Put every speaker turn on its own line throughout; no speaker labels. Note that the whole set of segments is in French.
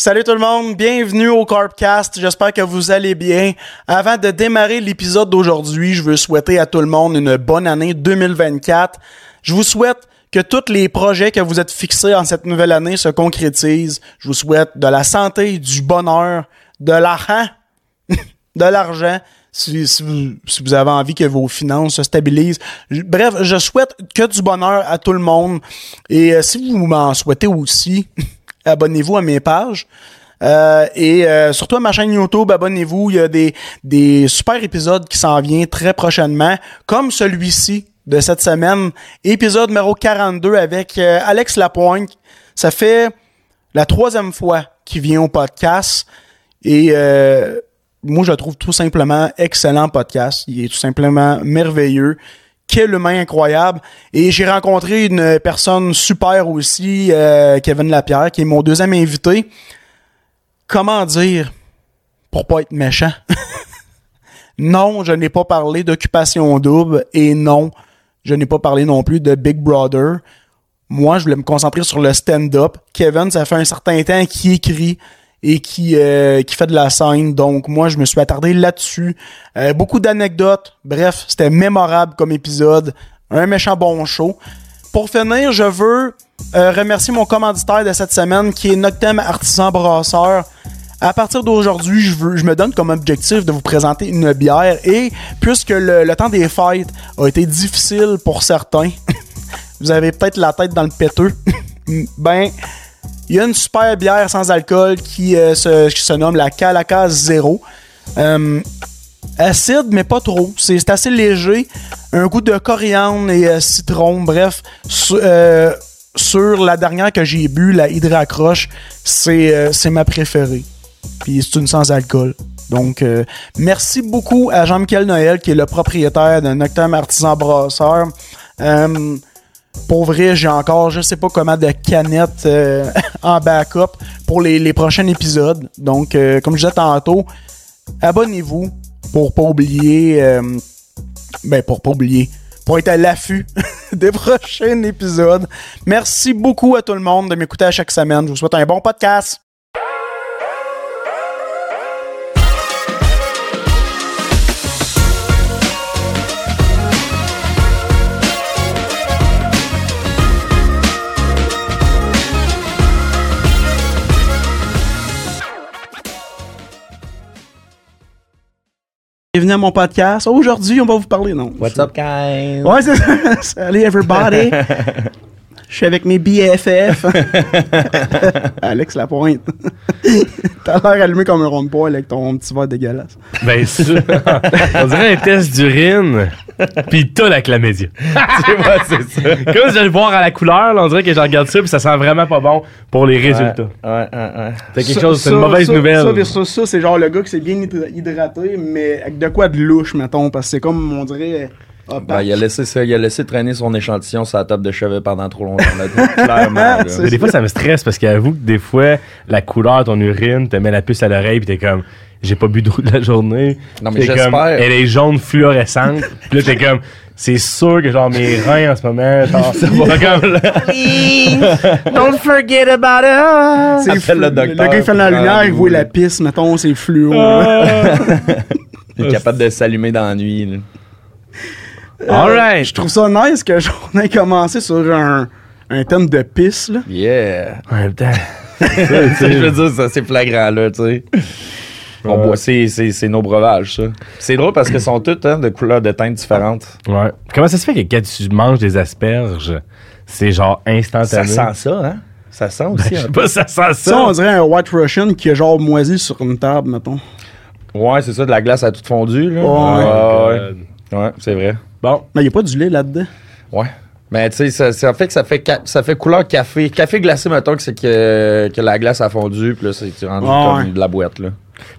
Salut tout le monde, bienvenue au Carpcast, j'espère que vous allez bien. Avant de démarrer l'épisode d'aujourd'hui, je veux souhaiter à tout le monde une bonne année 2024. Je vous souhaite que tous les projets que vous êtes fixés en cette nouvelle année se concrétisent. Je vous souhaite de la santé, du bonheur, de l'argent, de l'argent. Si, si vous, si vous avez envie que vos finances se stabilisent. Je- Bref, je souhaite que du bonheur à tout le monde. Et euh, si vous m'en souhaitez aussi, abonnez-vous à mes pages. Euh, et euh, surtout à ma chaîne YouTube, abonnez-vous. Il y a des, des super épisodes qui s'en viennent très prochainement, comme celui-ci de cette semaine, épisode numéro 42 avec euh, Alex Lapointe. Ça fait la troisième fois qu'il vient au podcast. Et euh, moi, je le trouve tout simplement excellent podcast. Il est tout simplement merveilleux. Quel humain incroyable. Et j'ai rencontré une personne super aussi, euh, Kevin Lapierre, qui est mon deuxième invité. Comment dire, pour pas être méchant, non, je n'ai pas parlé d'occupation double et non, je n'ai pas parlé non plus de Big Brother. Moi, je voulais me concentrer sur le stand-up. Kevin, ça fait un certain temps qu'il écrit et qui euh, qui fait de la scène. Donc moi, je me suis attardé là-dessus. Euh, beaucoup d'anecdotes. Bref, c'était mémorable comme épisode. Un méchant bon show. Pour finir, je veux euh, remercier mon commanditaire de cette semaine qui est Noctem Artisan Brasseur. À partir d'aujourd'hui, je, veux- je me donne comme objectif de vous présenter une bière et puisque le, le temps des fêtes a été difficile pour certains, vous avez peut-être la tête dans le péteux, ben, il y a une super bière sans alcool qui, euh, se, qui se nomme la Calaca Zero. Euh, acide, mais pas trop. C'est c'est assez léger. Un goût de coriandre et euh, citron. Bref, su- euh, sur la dernière que j'ai bu, la Hydra Croche, c'est euh, c'est ma préférée. Puis c'est une sans alcool. Donc, euh, merci beaucoup à Jean-Michel Noël, qui est le propriétaire d'un Noctem Artisan Brasseur. Euh, pour vrai, j'ai encore je sais pas comment de canettes euh, en backup pour les, les prochains épisodes. Donc, euh, comme je disais tantôt, abonnez-vous pour pas oublier. euh, ben, pour pas oublier. Pour être à l'affût des prochains épisodes. Merci beaucoup à tout le monde de m'écouter à chaque semaine. Je vous souhaite un bon podcast. Bienvenue à mon podcast. Aujourd'hui, on va vous parler, non?
What's up, guys?
Ouais, c'est ça. Salut, everybody. Je suis avec mes BFF. Alex Lapointe. T'as l'air allumé comme un rond de poil avec ton petit verre dégueulasse.
Ben, ça, on dirait un test d'urine, puis t'as la chlamydia.
Tu vois, c'est ça.
Comme si j'allais voir à la couleur, là, on dirait que je regarde ça, puis ça sent vraiment pas bon pour les résultats.
Ouais, ouais, ouais.
C'est quelque
Ça-
chose, c'est
ça-
une mauvaise
ça-
nouvelle.
Ça, ça, ça, c'est genre le gars qui s'est bien hydra- hydraté, mais avec de quoi de louche, mettons, parce que c'est comme, on dirait... ah, opaque.
Ben,
Bah.
il a laissé ça, il a laissé traîner son échantillon sur la table de chevet pendant trop longtemps. là, clairement. là.
Mais des fois, ça me stresse parce qu'avoue que des fois, la couleur de ton urine te met la puce à l'oreille, puis t'es comme, j'ai pas bu d'eau de la journée.
Non, mais
T'es comme,
j'espère.
Elle est jaune fluorescente, puis là, t'es comme, c'est sûr que genre mes reins en ce moment, genre, t'as comme,
Don't forget about us.
C'est
Appelle
flu-
le docteur,
gars, il fait la
puis
lumière, il
rendez-vous.
voit la piste, mettons, c'est fluo.
Ah.
là.
Il est capable de s'allumer dans la nuit. là.
alright.
Je trouve ça nice que j'en ai commencé sur un, un thème de pisse, là.
Yeah.
En même temps,
Tu sais, je veux dire, ça, c'est flagrant, là, tu sais. On boit, c'est, c'est, c'est nos breuvages, ça. C'est drôle parce qu'ils sont tous hein, de couleurs, de teintes différentes.
Ouais. Comment ça se fait que quand tu manges des asperges, c'est genre
Ça
instantané?
sent ça, hein? Ça sent aussi.
Je sais
hein?
pas, ça sent
Ça, on
ça.
dirait un White Russian qui est genre moisi sur une table, mettons.
Ouais, c'est ça, de la glace à toute fondue, là.
Ah
Oh,
ouais, ouais. Ouais, c'est vrai.
Bon.
Mais il n'y a pas du lait là-dedans.
Ouais. Mais tu sais, ça, ça fait que ça fait, ca- ça fait couleur café. Café glacé, mettons, que c'est que, que la glace a fondu, puis là, c'est c'est rendu
Ouais.
comme de la boîte, là.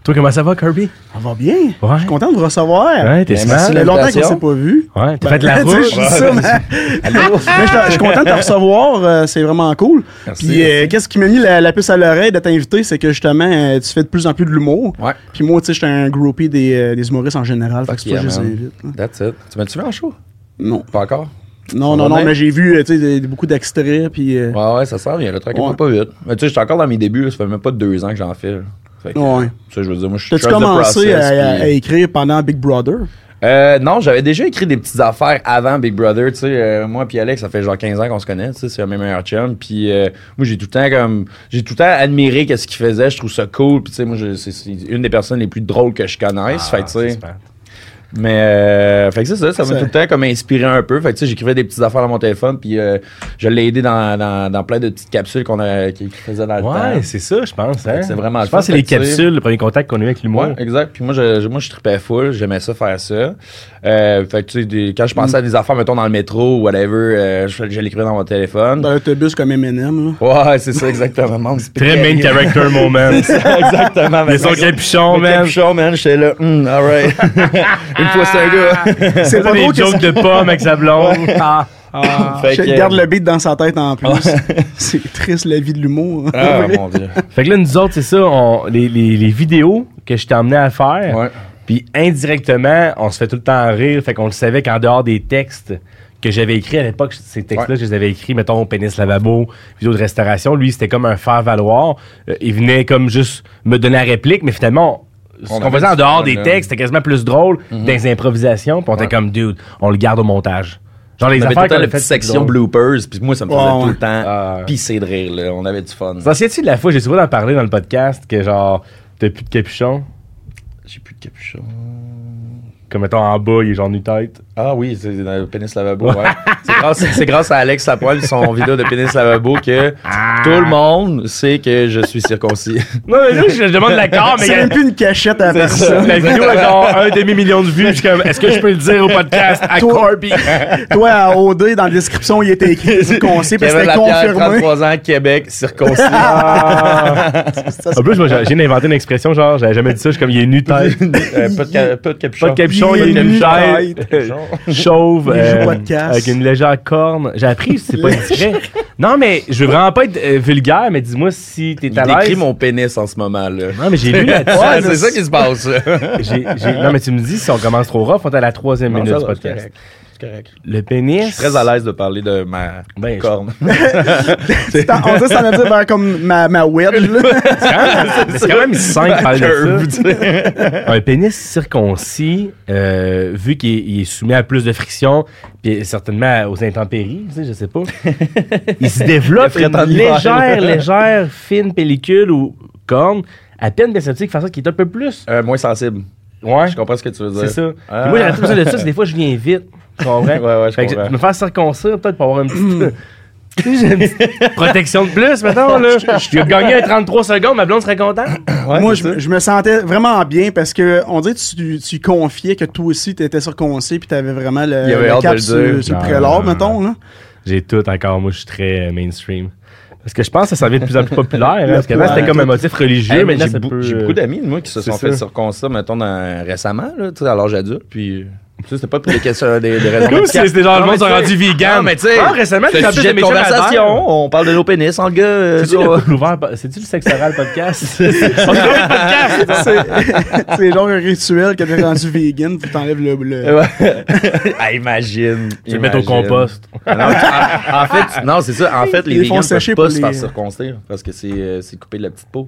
Toi, comment ça va, Kirby?
Ça va bien.
Ouais.
Je suis content de vous recevoir.
Ouais, t'es
Ben,
Ça
smart.
fait longtemps qu'on
L'invitation.
s'est pas vu.
Ouais, t'as fait de la
Tu sais,
route.
je dis ça, mais- Mais je je suis content de te recevoir, euh, c'est vraiment cool.
Merci,
Puis euh,
merci.
qu'est-ce qui m'a mis la, la puce à l'oreille de t'inviter, c'est que justement, euh, tu fais de plus en plus de l'humour.
Ouais.
Puis moi, tu sais, j'étais un groupie des, euh, des humoristes en général. Fait que c'est
Yeah,
pour ça que je les
man.
invite. là.
That's it. Tu m'as-tu mis en show?
Non.
Pas encore?
Non, non,
va
non,
bien?
mais j'ai vu euh, tu sais, des- beaucoup d'extraits, puis... euh,
Ouais, ouais, ça sert bien. Le truc
Ouais.
est pas vite. Mais tu sais, j'étais encore dans mes débuts. Ça fait même pas deux ans que j'en fais. là. Fait que,
Ouais.
Tu sais, je veux dire, moi, je suis
T'as-tu
trust the
commencé à,
process,
à-
puis-
à écrire pendant Big Brother?
Euh, non, j'avais déjà écrit des petites affaires avant Big Brother, tu sais, euh, moi puis Alex, ça fait genre 15 ans qu'on se connaît, tu sais, c'est mes meilleurs chums, puis euh, moi j'ai tout le temps comme j'ai tout le temps admiré qu'est-ce qu'il faisait, je trouve ça cool, puis tu sais moi je- c'est c'est une des personnes les plus drôles que je connaisse,
Ah,
fait que, tu sais. Mais euh, fait que c'est ça, ça m'a
C'est-
tout le temps comme inspiré un peu. Fait que tu sais, j'écrivais des petites affaires dans mon téléphone, puis euh, je l'ai aidé dans, dans, dans plein de petites capsules qu'on a qu'il faisait dans le temps.
Ouais, c'est ça, je pense. hein.
C'est vraiment
Je pense que c'est
le
les
fun, fait que tu sais-
capsules, le premier contact qu'on a eu avec l'humour.
Ouais, exact. Puis moi, je, je- moi, je tripais full. J'aimais ça faire ça. Euh, fait que, tu sais, des- quand je pensais à des affaires, mettons, dans le métro ou whatever, euh, je, je l'écrivais dans mon téléphone.
Dans l'autobus comme Eminem, là.
Ouais, c'est ça, exactement. Mon petit
Très main
pécarieux.
character moment.
exactement.
Mais son capuchon,
Mon
man.
capuchon, man. J'étais là, hum, alright. Une fois, c'est un gars.
C'est
C'est
pas
des
drôle que
jokes
ça...
de pomme avec sa blonde.
Fait que, euh,
Je garde le beat dans sa tête en plus. c'est triste la vie de l'humour.
Ah, mon Dieu.
Fait que là, nous autres, c'est ça, on- les, les- les vidéos que je t'ai emmené à faire,
Ouais.
puis indirectement, on se fait tout le temps rire, fait qu'on le savait qu'en dehors des textes que j'avais écrits à l'époque, ces textes-là,
Ouais.
je les avais écrits, mettons, pénis lavabo, vidéo de restauration, lui, c'était comme un faire-valoir. Euh, il venait comme juste me donner la réplique, mais finalement, on- ce
On
qu'on
avait
faisait en
du
dehors
fun,
des
là.
textes, c'était quasiment plus drôle dans les improvisations, puis on était
Mhm. Ouais.
comme, dude, on le garde au montage. Genre les
On avait tout
affaires
le temps
qu'on
la
a faites,
petite
c'est
section
drôle.
bloopers, puis moi, ça me faisait
Ouais,
tout
ouais.
le temps
Ah, ouais.
pisser de rire, là. On avait du fun.
T'en souviens-tu de la fois, j'ai souvent en parler dans le podcast, que genre, t'as plus de capuchon?
J'ai plus de capuchon.
Comme mettons en bas, il est genre nu tête.
Ah oui, c'est dans le pénis lavabo. Ouais. c'est, grâce, c'est grâce à Alex Lapointe et son vidéo de pénis lavabo que
Ah.
tout le monde sait que je suis circoncis.
Non, mais là, je, je demande l'accord, mais il
C'est
y a-
même plus une cachette à la personne.
la vidéo a genre un demi-million de vues. Je suis comme, est-ce que je peux le dire au podcast à
Toi- Ah.
Corby?
Toi, à OD, dans la description, il était écrit ce qu'on sait, puis
Kevin
c'était
Lapierre,
confirmé.
33 ans, Québec, circoncis.
Ça, c'est-
Ah, En plus, moi, j'ai j'ai inventé une expression, genre, j'avais jamais dit ça, je suis comme, Ah, il est nu tête.
Euh, pas, de ca- pas de capuchon.
Pas de capuchon, il est nu
nu-tête.
tête. Chauve,
Il joue
euh,
pas de casse.
avec une légère corne. J'ai appris, c'est pas discret. Non, mais je veux vraiment pas être euh, vulgaire, mais dis-moi si t'es
Il
à
décrit
l'aise.
mon pénis en ce moment, là.
Non, mais j'ai lu là-dessus.
Ouais, c'est ça qui se passe.
J'ai- j'ai- Non, mais tu me dis, si on commence trop rough, on est à la troisième
Non,
minute
ça
du
va, c'est
podcast.
correct. C'est correct.
Le pénis.
Je suis très à l'aise de parler de ma
Ben, je-
corne.
C'est- On dirait que ça m'a dit vers comme ma, ma wedge, là.
C'est quand même simple
Ma
parler de
curve, tu sais.
ça. Un pénis circoncis, euh, vu qu'il est, il est soumis à plus de friction, puis certainement aux intempéries, tu sais, je sais pas, il se développe
Le fret en
une
hiver,
légère,
là.
légère, fine pellicule ou corne, à peine perceptique, façon qui est un peu plus.
Euh, moins sensible.
Ouais,
Je comprends ce que tu veux dire.
c'est ça. Puis
Ah.
Moi, j'ai la besoin de ça, parce que des fois, je viens vite. Tu comprends? Hmm.
Ouais, ouais, je
Fait que
comprends.
me faire circoncire, peut-être pour avoir une petite. Tu sais, j'ai une petite protection de plus, mettons, là. Je vais gagner un 33 secondes, ma blonde serait contente.
Ouais,
Moi,
c'est ça.
je, je me sentais vraiment bien parce que on dirait que tu, tu confiais que toi aussi, t'étais circoncis, puis t'avais vraiment le,
Il y avait
le
hâte de
cap
le
sur,
dire.
sur le
Non,
prélat,
non, non.
mettons, là.
J'ai tout encore. Moi, je suis très euh, mainstream. Parce que je pense que ça devient de plus en plus populaire. hein, parce qu'avant,
Ouais.
c'était comme un motif religieux.
Hey, mais
mais là,
j'ai
ça
bou-
peut,
j'ai
euh,
beaucoup d'amis de moi qui se
c'est
sont
ça.
fait circoncire, mettons, dans- récemment, là, tu sais, à l'âge adulte. Puis, euh, tu sais, c'était pas pour des questions, euh, des, des raisons.
Cool, c'est- c'est genre, le monde s'est rendu vegan.
Non, mais tu sais,
Ah, récemment,
c'est
tu
un
as plus
sujet
de
de
médecins
conversation. On parle de nos pénis, en le gars. euh,
C'est-tu
ça-
le couple ouvert? po- C'est-tu le sexe oral podcast? On est dans le podcast!
C'est- C'est genre un rituel que t'es rendu vegan, puis t'enlèves le.
Eh
le-
ah, imagine.
Tu le mets au
imagine. Ah,
compost.
Non, en, en fait, tu- non, c'est ça. En fait,
Ils
les
font
vegans
sécher
peuvent pas
pour
se
les-
faire circoncire parce que c'est euh, c'est coupé de la petite peau.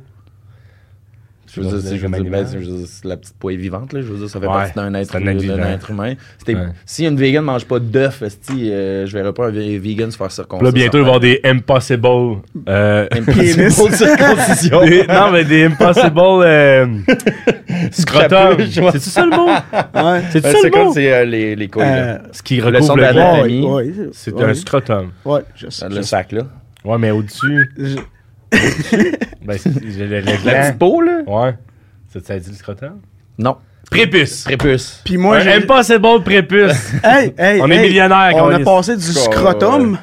Je veux dire, c'est- je veux dire, ben, je veux dire, c'est la petite peau est vivante, là. Je veux dire, ça fait
Ouais,
partie d'un
c'est
être,
un
d'un
individu.
être humain. C'était-
Ouais.
Si une vegan ne mange pas d'œufs, esti, euh, je verrais pas un ve- vegan se faire circoncire.
Là, bientôt, il va y avoir des impossible. euh,
Impossible circoncision.
des- non, mais des impossible. Euh, scrotum.
Capuche, ouais.
C'est-tu ça le mot?
Ouais.
C'est-tu
Euh,
ça
C'est
le
comme
mot?
c'est, euh, les, les couilles,
Euh,
là.
Ce qui
le
recouvre
centre de
le
la
vent.
ouais,
ouais,
C'est
ouais.
un scrotum.
Ouais, je
Euh,
sais.
Le sac, là.
Ouais, mais au-dessus.
Je-
Ben, c'est- le, le- le
La petite peau, là?
gland. Ouais. Ça, ça dit le scrotum?
Hein? Non.
Prépuce!
Prépuce.
Puis moi, j'ai-
pas ces bons prépuces.
Hey, hey,
On est
hey,
millionnaires,
On a
Caroline.
passé du scrotum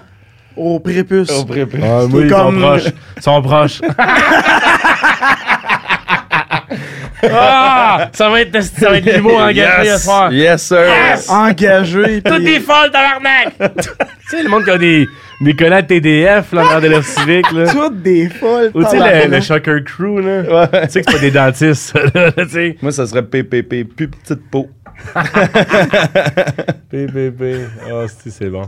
au prépuce.
Au prépuce.
Ah, oui,
C'est
ils
comme-
sont proches. Ils sont proches. ah, ça va être, ça va être l'humour engagé ce
Yes,
soir.
yes, sir.
Engagé.
Tout
puis-
est folle, tabarnak! tu sais, le monde qui a des, des collants TDF, là, en dehors de l'œuvre civique, là.
Toutes des folles.
Ou tu sais, le, le
tabarnak.
Shocker Crew, là. Tu sais que c'est pas des dentistes, ça, là, tu sais.
Moi, ça serait PPP, plus petite peau.
PPP. Oh, si, c'est bon.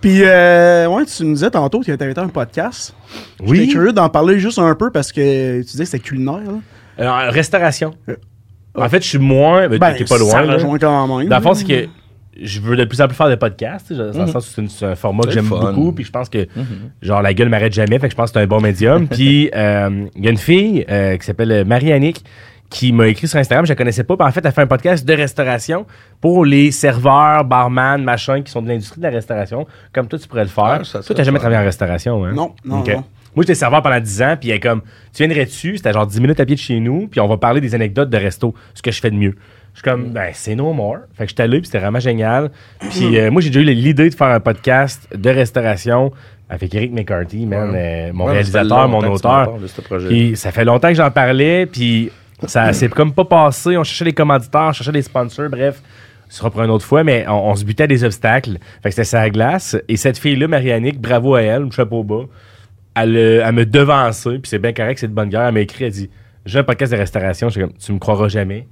Puis, euh, ouais, tu me disais tantôt que tu avais un podcast. J'étais
Oui.
curieux d'en parler juste un peu parce que tu disais que c'était culinaire. Là.
Euh, en restauration. En fait, je suis moins. Ben, t'es pas
Ça
loin. là.
rejoint quand même.
Dans le fond, c'est que je veux de plus en plus faire des podcasts. tu sais, Dans le sens où c'est une- c'est un format que
C'est
j'aime
le fun.
beaucoup. Puis je pense que, genre, la gueule m'arrête jamais. Fait que je pense que c'est un bon médium. puis euh, il y a une fille euh, qui s'appelle euh, Marie-Annick qui m'a écrit sur Instagram. Je la connaissais pas. Puis en fait, elle fait un podcast de restauration pour les serveurs, barman, machin, qui sont de l'industrie de la restauration. Comme toi, tu pourrais le faire.
Ah, ça
toi,
serait
t'as jamais
fun.
travaillé en restauration, hein?
Non, non,
Ok.
non.
Moi, j'étais serveur pendant 10 ans, puis elle est comme, tu viendrais-tu? C'était genre 10 minutes à pied de chez nous, puis on va parler des anecdotes de resto, ce que je fais de mieux. Je suis
Mm.
comme, ben, c'est no more. Fait que j'étais allé, puis c'était vraiment génial. Puis euh, moi, j'ai déjà eu l'idée de faire un podcast de restauration avec Eric McCarthy, man, euh,
Ouais, mais
mon
ça fait
réalisateur, mon
longtemps que tu
auteur.
m'en parles de ce projet-là.
Puis ça fait longtemps que j'en parlais, puis ça s'est comme pas passé. On cherchait les commanditaires, on cherchait les sponsors, bref. Ce sera pour une autre fois, mais on, on se butait à des obstacles. Fait que c'était ça à glace. Et cette fille-là, Marianique, bravo à elle, chapeau bas. Elle, euh, elle me devançait, puis c'est bien correct, c'est de bonne guerre. Elle m'a écrit, elle dit J'ai un podcast de restauration. J'étais comme Tu me croiras jamais.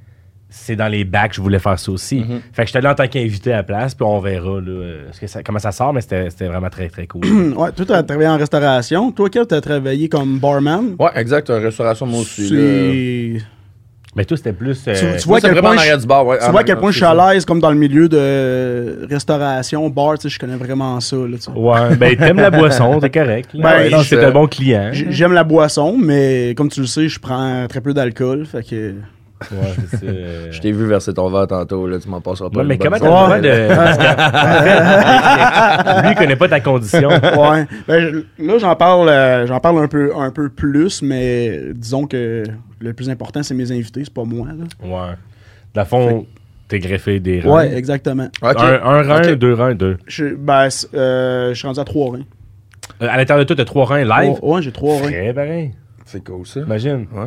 C'est dans les bacs, je voulais faire ça aussi. Fait que j'étais là en tant qu'invité à la place, puis on verra là, euh, ce que ça- comment ça sort, mais c'était c'était vraiment très, très cool.
Ouais, toi, t'as travaillé en restauration. Toi, Kev, t'as travaillé comme barman.
Ouais, exact. euh, Restauration, moi aussi. là.
C'est-
mais toi, c'était plus. euh,
Tu, tu
Moi,
vois
c'est
quel
vraiment
point
en
je-
arrière du bar, ouais,
tu
en
vois à quel
arrière,
point je suis
c'est
à
ça.
l'aise comme dans le milieu de restauration, bar, tu sais, je connais vraiment ça. Là, tu sais.
Ouais, ben t'aimes la boisson, t'es correct.
Ben,
là.
je-
c'est un bon client.
J- J'aime la boisson, mais comme tu le sais, je prends très peu d'alcool. Fait que.
Ouais, c'est ça, euh.
Je t'ai vu verser ton verre tantôt, là, tu m'en passeras pas.
Ouais,
une
mais
bonne
comment t'as le
soirée,
droit de.
là.
parce que- Lui, il connaît pas ta condition.
Ouais. Ben, je- là, j'en parle, euh, j'en parle un peu, un peu plus, mais disons que le plus important, c'est mes invités, c'est pas moi. là.
Ouais. Dans le fond, t'es greffé des reins.
Ouais, exactement.
Ok.
Un, un rein,
Ok.
deux reins, deux.
Je, ben, c'est- euh, je suis rendu à trois reins.
Euh, à l'intérieur de toi, t'as trois reins live.
Ouais, ouais, j'ai trois reins.
Très pareil.
C'est cool, ça.
Imagine.
Ouais.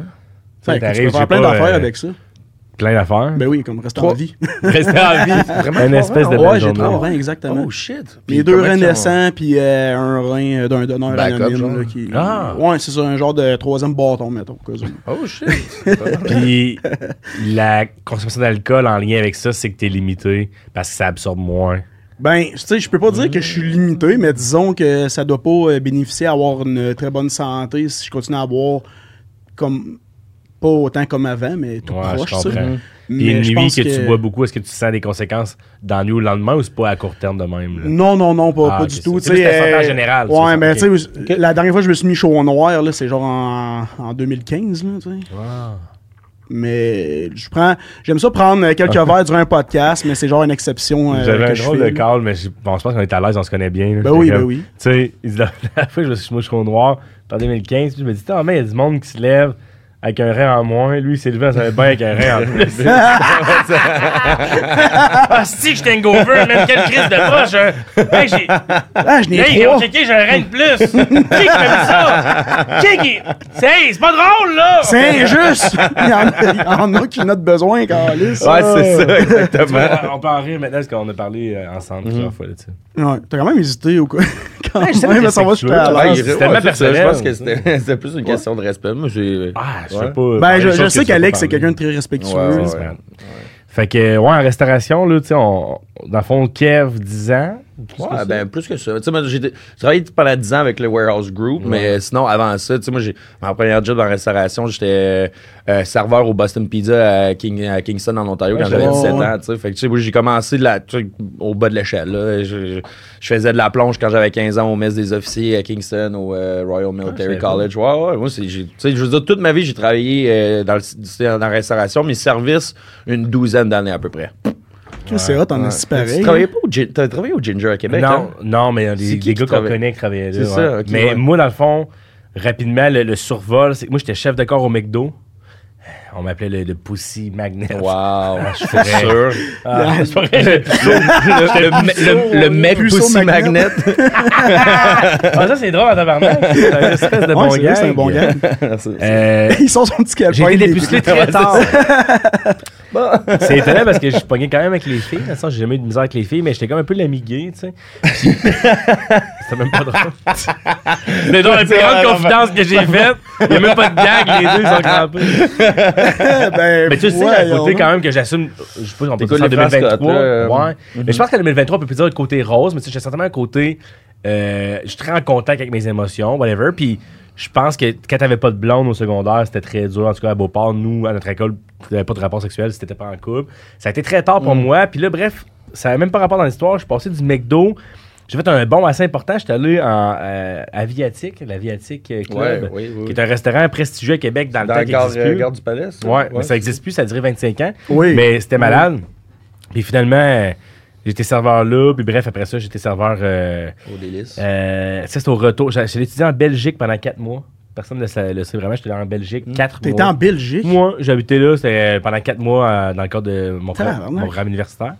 Fait
Ça,
que tu
t'arrives,
peux
j'ai
faire plein
pas,
d'affaires
euh,
avec ça.
Plein d'affaires.
Ben oui, comme rester en
Trois-
vie.
Rester en vie.
Vraiment
Une
trois
espèce
reins,
de
ouais.
Ouais,
belle
j'ai
journée.
trois reins, exactement.
Oh shit.
Mes
Puis
deux
comment
reins
ils ont-
naissants, puis euh, un rein euh, d'un donneur
hein. Backup, genre.
anonyme. là, qui...
Ah.
Ouais, c'est ça, un genre de troisième bâton, mettons. au cas où.
Oh shit.
Puis la consommation d'alcool en lien avec ça, c'est que t'es limité parce que ça absorbe moins.
Ben, tu sais, je peux pas dire que je suis limité, mais disons que ça doit pas euh, bénéficier à avoir une très bonne santé si je continue à boire comme pas autant comme avant, mais tout
Ouais,
proche,
je
tu sais.
comprends.
Mm-hmm.
Mais
Puis une
je
nuit
pense
que, tu bois beaucoup, est-ce que tu sens des conséquences dans la nuit ou le lendemain ou c'est pas à court terme de même? là?
Non, non, non, pas,
Ah,
pas
ok,
du
c'est-
tout.
c'est
tu sais, euh,
juste la santé en général, c'est
Ouais,
ça,
mais
ok.
tu sais, la dernière fois que je me suis mis chaud au noir, là, c'est genre en, en 2015, là, tu sais.
Ah.
Mais je prends, j'aime ça prendre euh, quelques verres durant un podcast, mais c'est genre une exception euh,
J'avais
que
un
je
drôle
fais,
de
là.
call, mais je bon, je pense qu'on est à l'aise, on se connaît bien. là.
Ben
Fait
oui,
que,
ben oui.
Tu sais, il se- la dernière fois, je me suis mouché au noir, c'était en 2015, puis je me dis, ah, mais il y a du monde qui se lève avec un rein en moins. Lui, il s'est levé, ça savait bien avec un rein en plus. ah, si, je t'ai over, même quelle crise de poche. hein. Hey, j'ai-
Ah, je n'ai
Hey,
trois.
checké, j'ai un rein de plus. qui qui fait ça? Qui qui. C'est hey, c'est pas drôle, là!
C'est injuste! il, y en a, il y en a qui en a de besoin, Carlis.
Ouais, c'est ça,
Tu vois,
Ben.
exactement.
on peut en rire maintenant parce qu'on a parlé euh, ensemble
Mhm.
plusieurs fois. Là, tu sais.
Ouais, t'as quand même hésité ou quoi? Quand
Ouais, je sais
même,
pas
ça va, je suis à l'aise.
respectueux.
Ouais,
c'est
il- ouais,
tellement
c'est ça,
personnel.
Je pense que c'était c'était plus une question de respect. Moi, j'ai.
Ah, je
Ouais.
sais pas.
Ben, je,
Des
je
choses
sais
que tu
qu'Alex,
veux
c'est
pas
quelqu'un de
parler.
très respectueux.
Ouais, ouais,
Ouais, man. Fait que, ouais, en restauration, là, tu sais, on, dans le fond, Kev, 10 ans. plus que
Ouais,
ça.
ben plus que ça. Tu sais, moi, j'ai j'ai travaillé pendant 10 ans avec le Warehouse Group, mais sinon, avant ça, tu sais, moi, j'ai ma première job en restauration, j'étais euh, serveur au Boston Pizza à, King- à Kingston, en Ontario,
Ouais,
quand j'avais
ouais,
17
ouais.
ans. tu sais. Fait que, tu sais, moi, j'ai commencé de la, tu sais, au bas de l'échelle. là. Je, je- je faisais de la plonge quand j'avais 15 ans au mess des officiers à Kingston, au euh, Royal Military
c'est
College. Ouais, ouais, moi, c'est, j'ai- tu sais, je veux dire, toute ma vie, j'ai travaillé euh, dans, le- tu sais, dans la restauration, mes services, une douzaine d'années à peu près.
Chris, C'est hot, t'en as si
Tu
pareil.
travaillais pas au, Gin- t'as travaillé au Ginger à Québec, hein?
non, non, mais
C'est
les,
qui qui
les gars qu'on
travaille?
connaît qui travaillaient là.
C'est
ouais.
ça, ok,
mais
ouais.
moi, dans le fond, rapidement, le, le survol, c'est que moi, j'étais chef de corps au McDo. On m'appelait le, le Pussy Magnet.
Wow, je suis
vrai.
sûr.
Ah, c'est pas vrai.
le, le, le, le mec
Puceau
pussy
magnet.
magnet.
Ah, ça, c'est drôle, en tabarnak. C'est un espèce
Ouais,
de bon
c'est vrai,
gars.
c'est un bon gars.
C'est-
Euh,
Ils sont son petit calepin.
J'ai été
les-
dépucelé très tard.
pas.
C'est étonnant parce que je suis pogné quand même avec les filles. De toute façon, j'ai jamais eu de misère avec les filles, mais j'étais comme un peu l'ami gay, tu sais. Puis- C'était même pas drôle. Mais dans la plus grande confidence que j'ai faite, il n'y a même pas de gag, les deux sont crampés.
ben,
Mais tu sais, il y a un côté quand même que j'assume, je sais pas, on peut
T'écoutes
dire ça en
les Franz
2023.
Scott, là. euh, mm-hmm.
Ouais. Mais je pense qu'en 2023, on peut plus dire le côté rose, mais tu sais, j'ai certainement un côté, euh, je suis très en contact avec mes émotions, whatever. Puis je pense que quand t'avais pas de blonde au secondaire, c'était très dur. En tout cas, à Beauport, nous, à notre école, t'avais pas de rapport sexuel si t'étais pas en couple. Ça a été très tard pour
Mm.
moi. Puis là, bref, ça a même pas rapport dans l'histoire. Je suis passé du McDo. J'ai fait un bond assez important. J'étais allé en euh, Aviatique, l'Aviatique euh, Club,
Ouais, oui, oui.
qui est un restaurant prestigieux à Québec
Dans
dans, le temps
la
qui
gare,
existe plus.
euh, gare du palais, ça?
Ouais, mais ça n'existe plus, ça a duré 25 ans.
Oui.
Mais c'était malade. Puis finalement, euh, j'étais serveur là, puis bref, après ça, j'étais serveur. euh,
Au délice.
euh, ça, c'est au retour. J'ai j'ai étudié en Belgique pendant 4 mois. Personne ne le sa- le sait vraiment, j'étais allé en Belgique 4 mois.
Hmm. T'étais en Belgique?
Moi, j'habitais là c'était pendant 4 mois euh, dans le cadre de mon programme,
Tabarnak.
mon programme universitaire.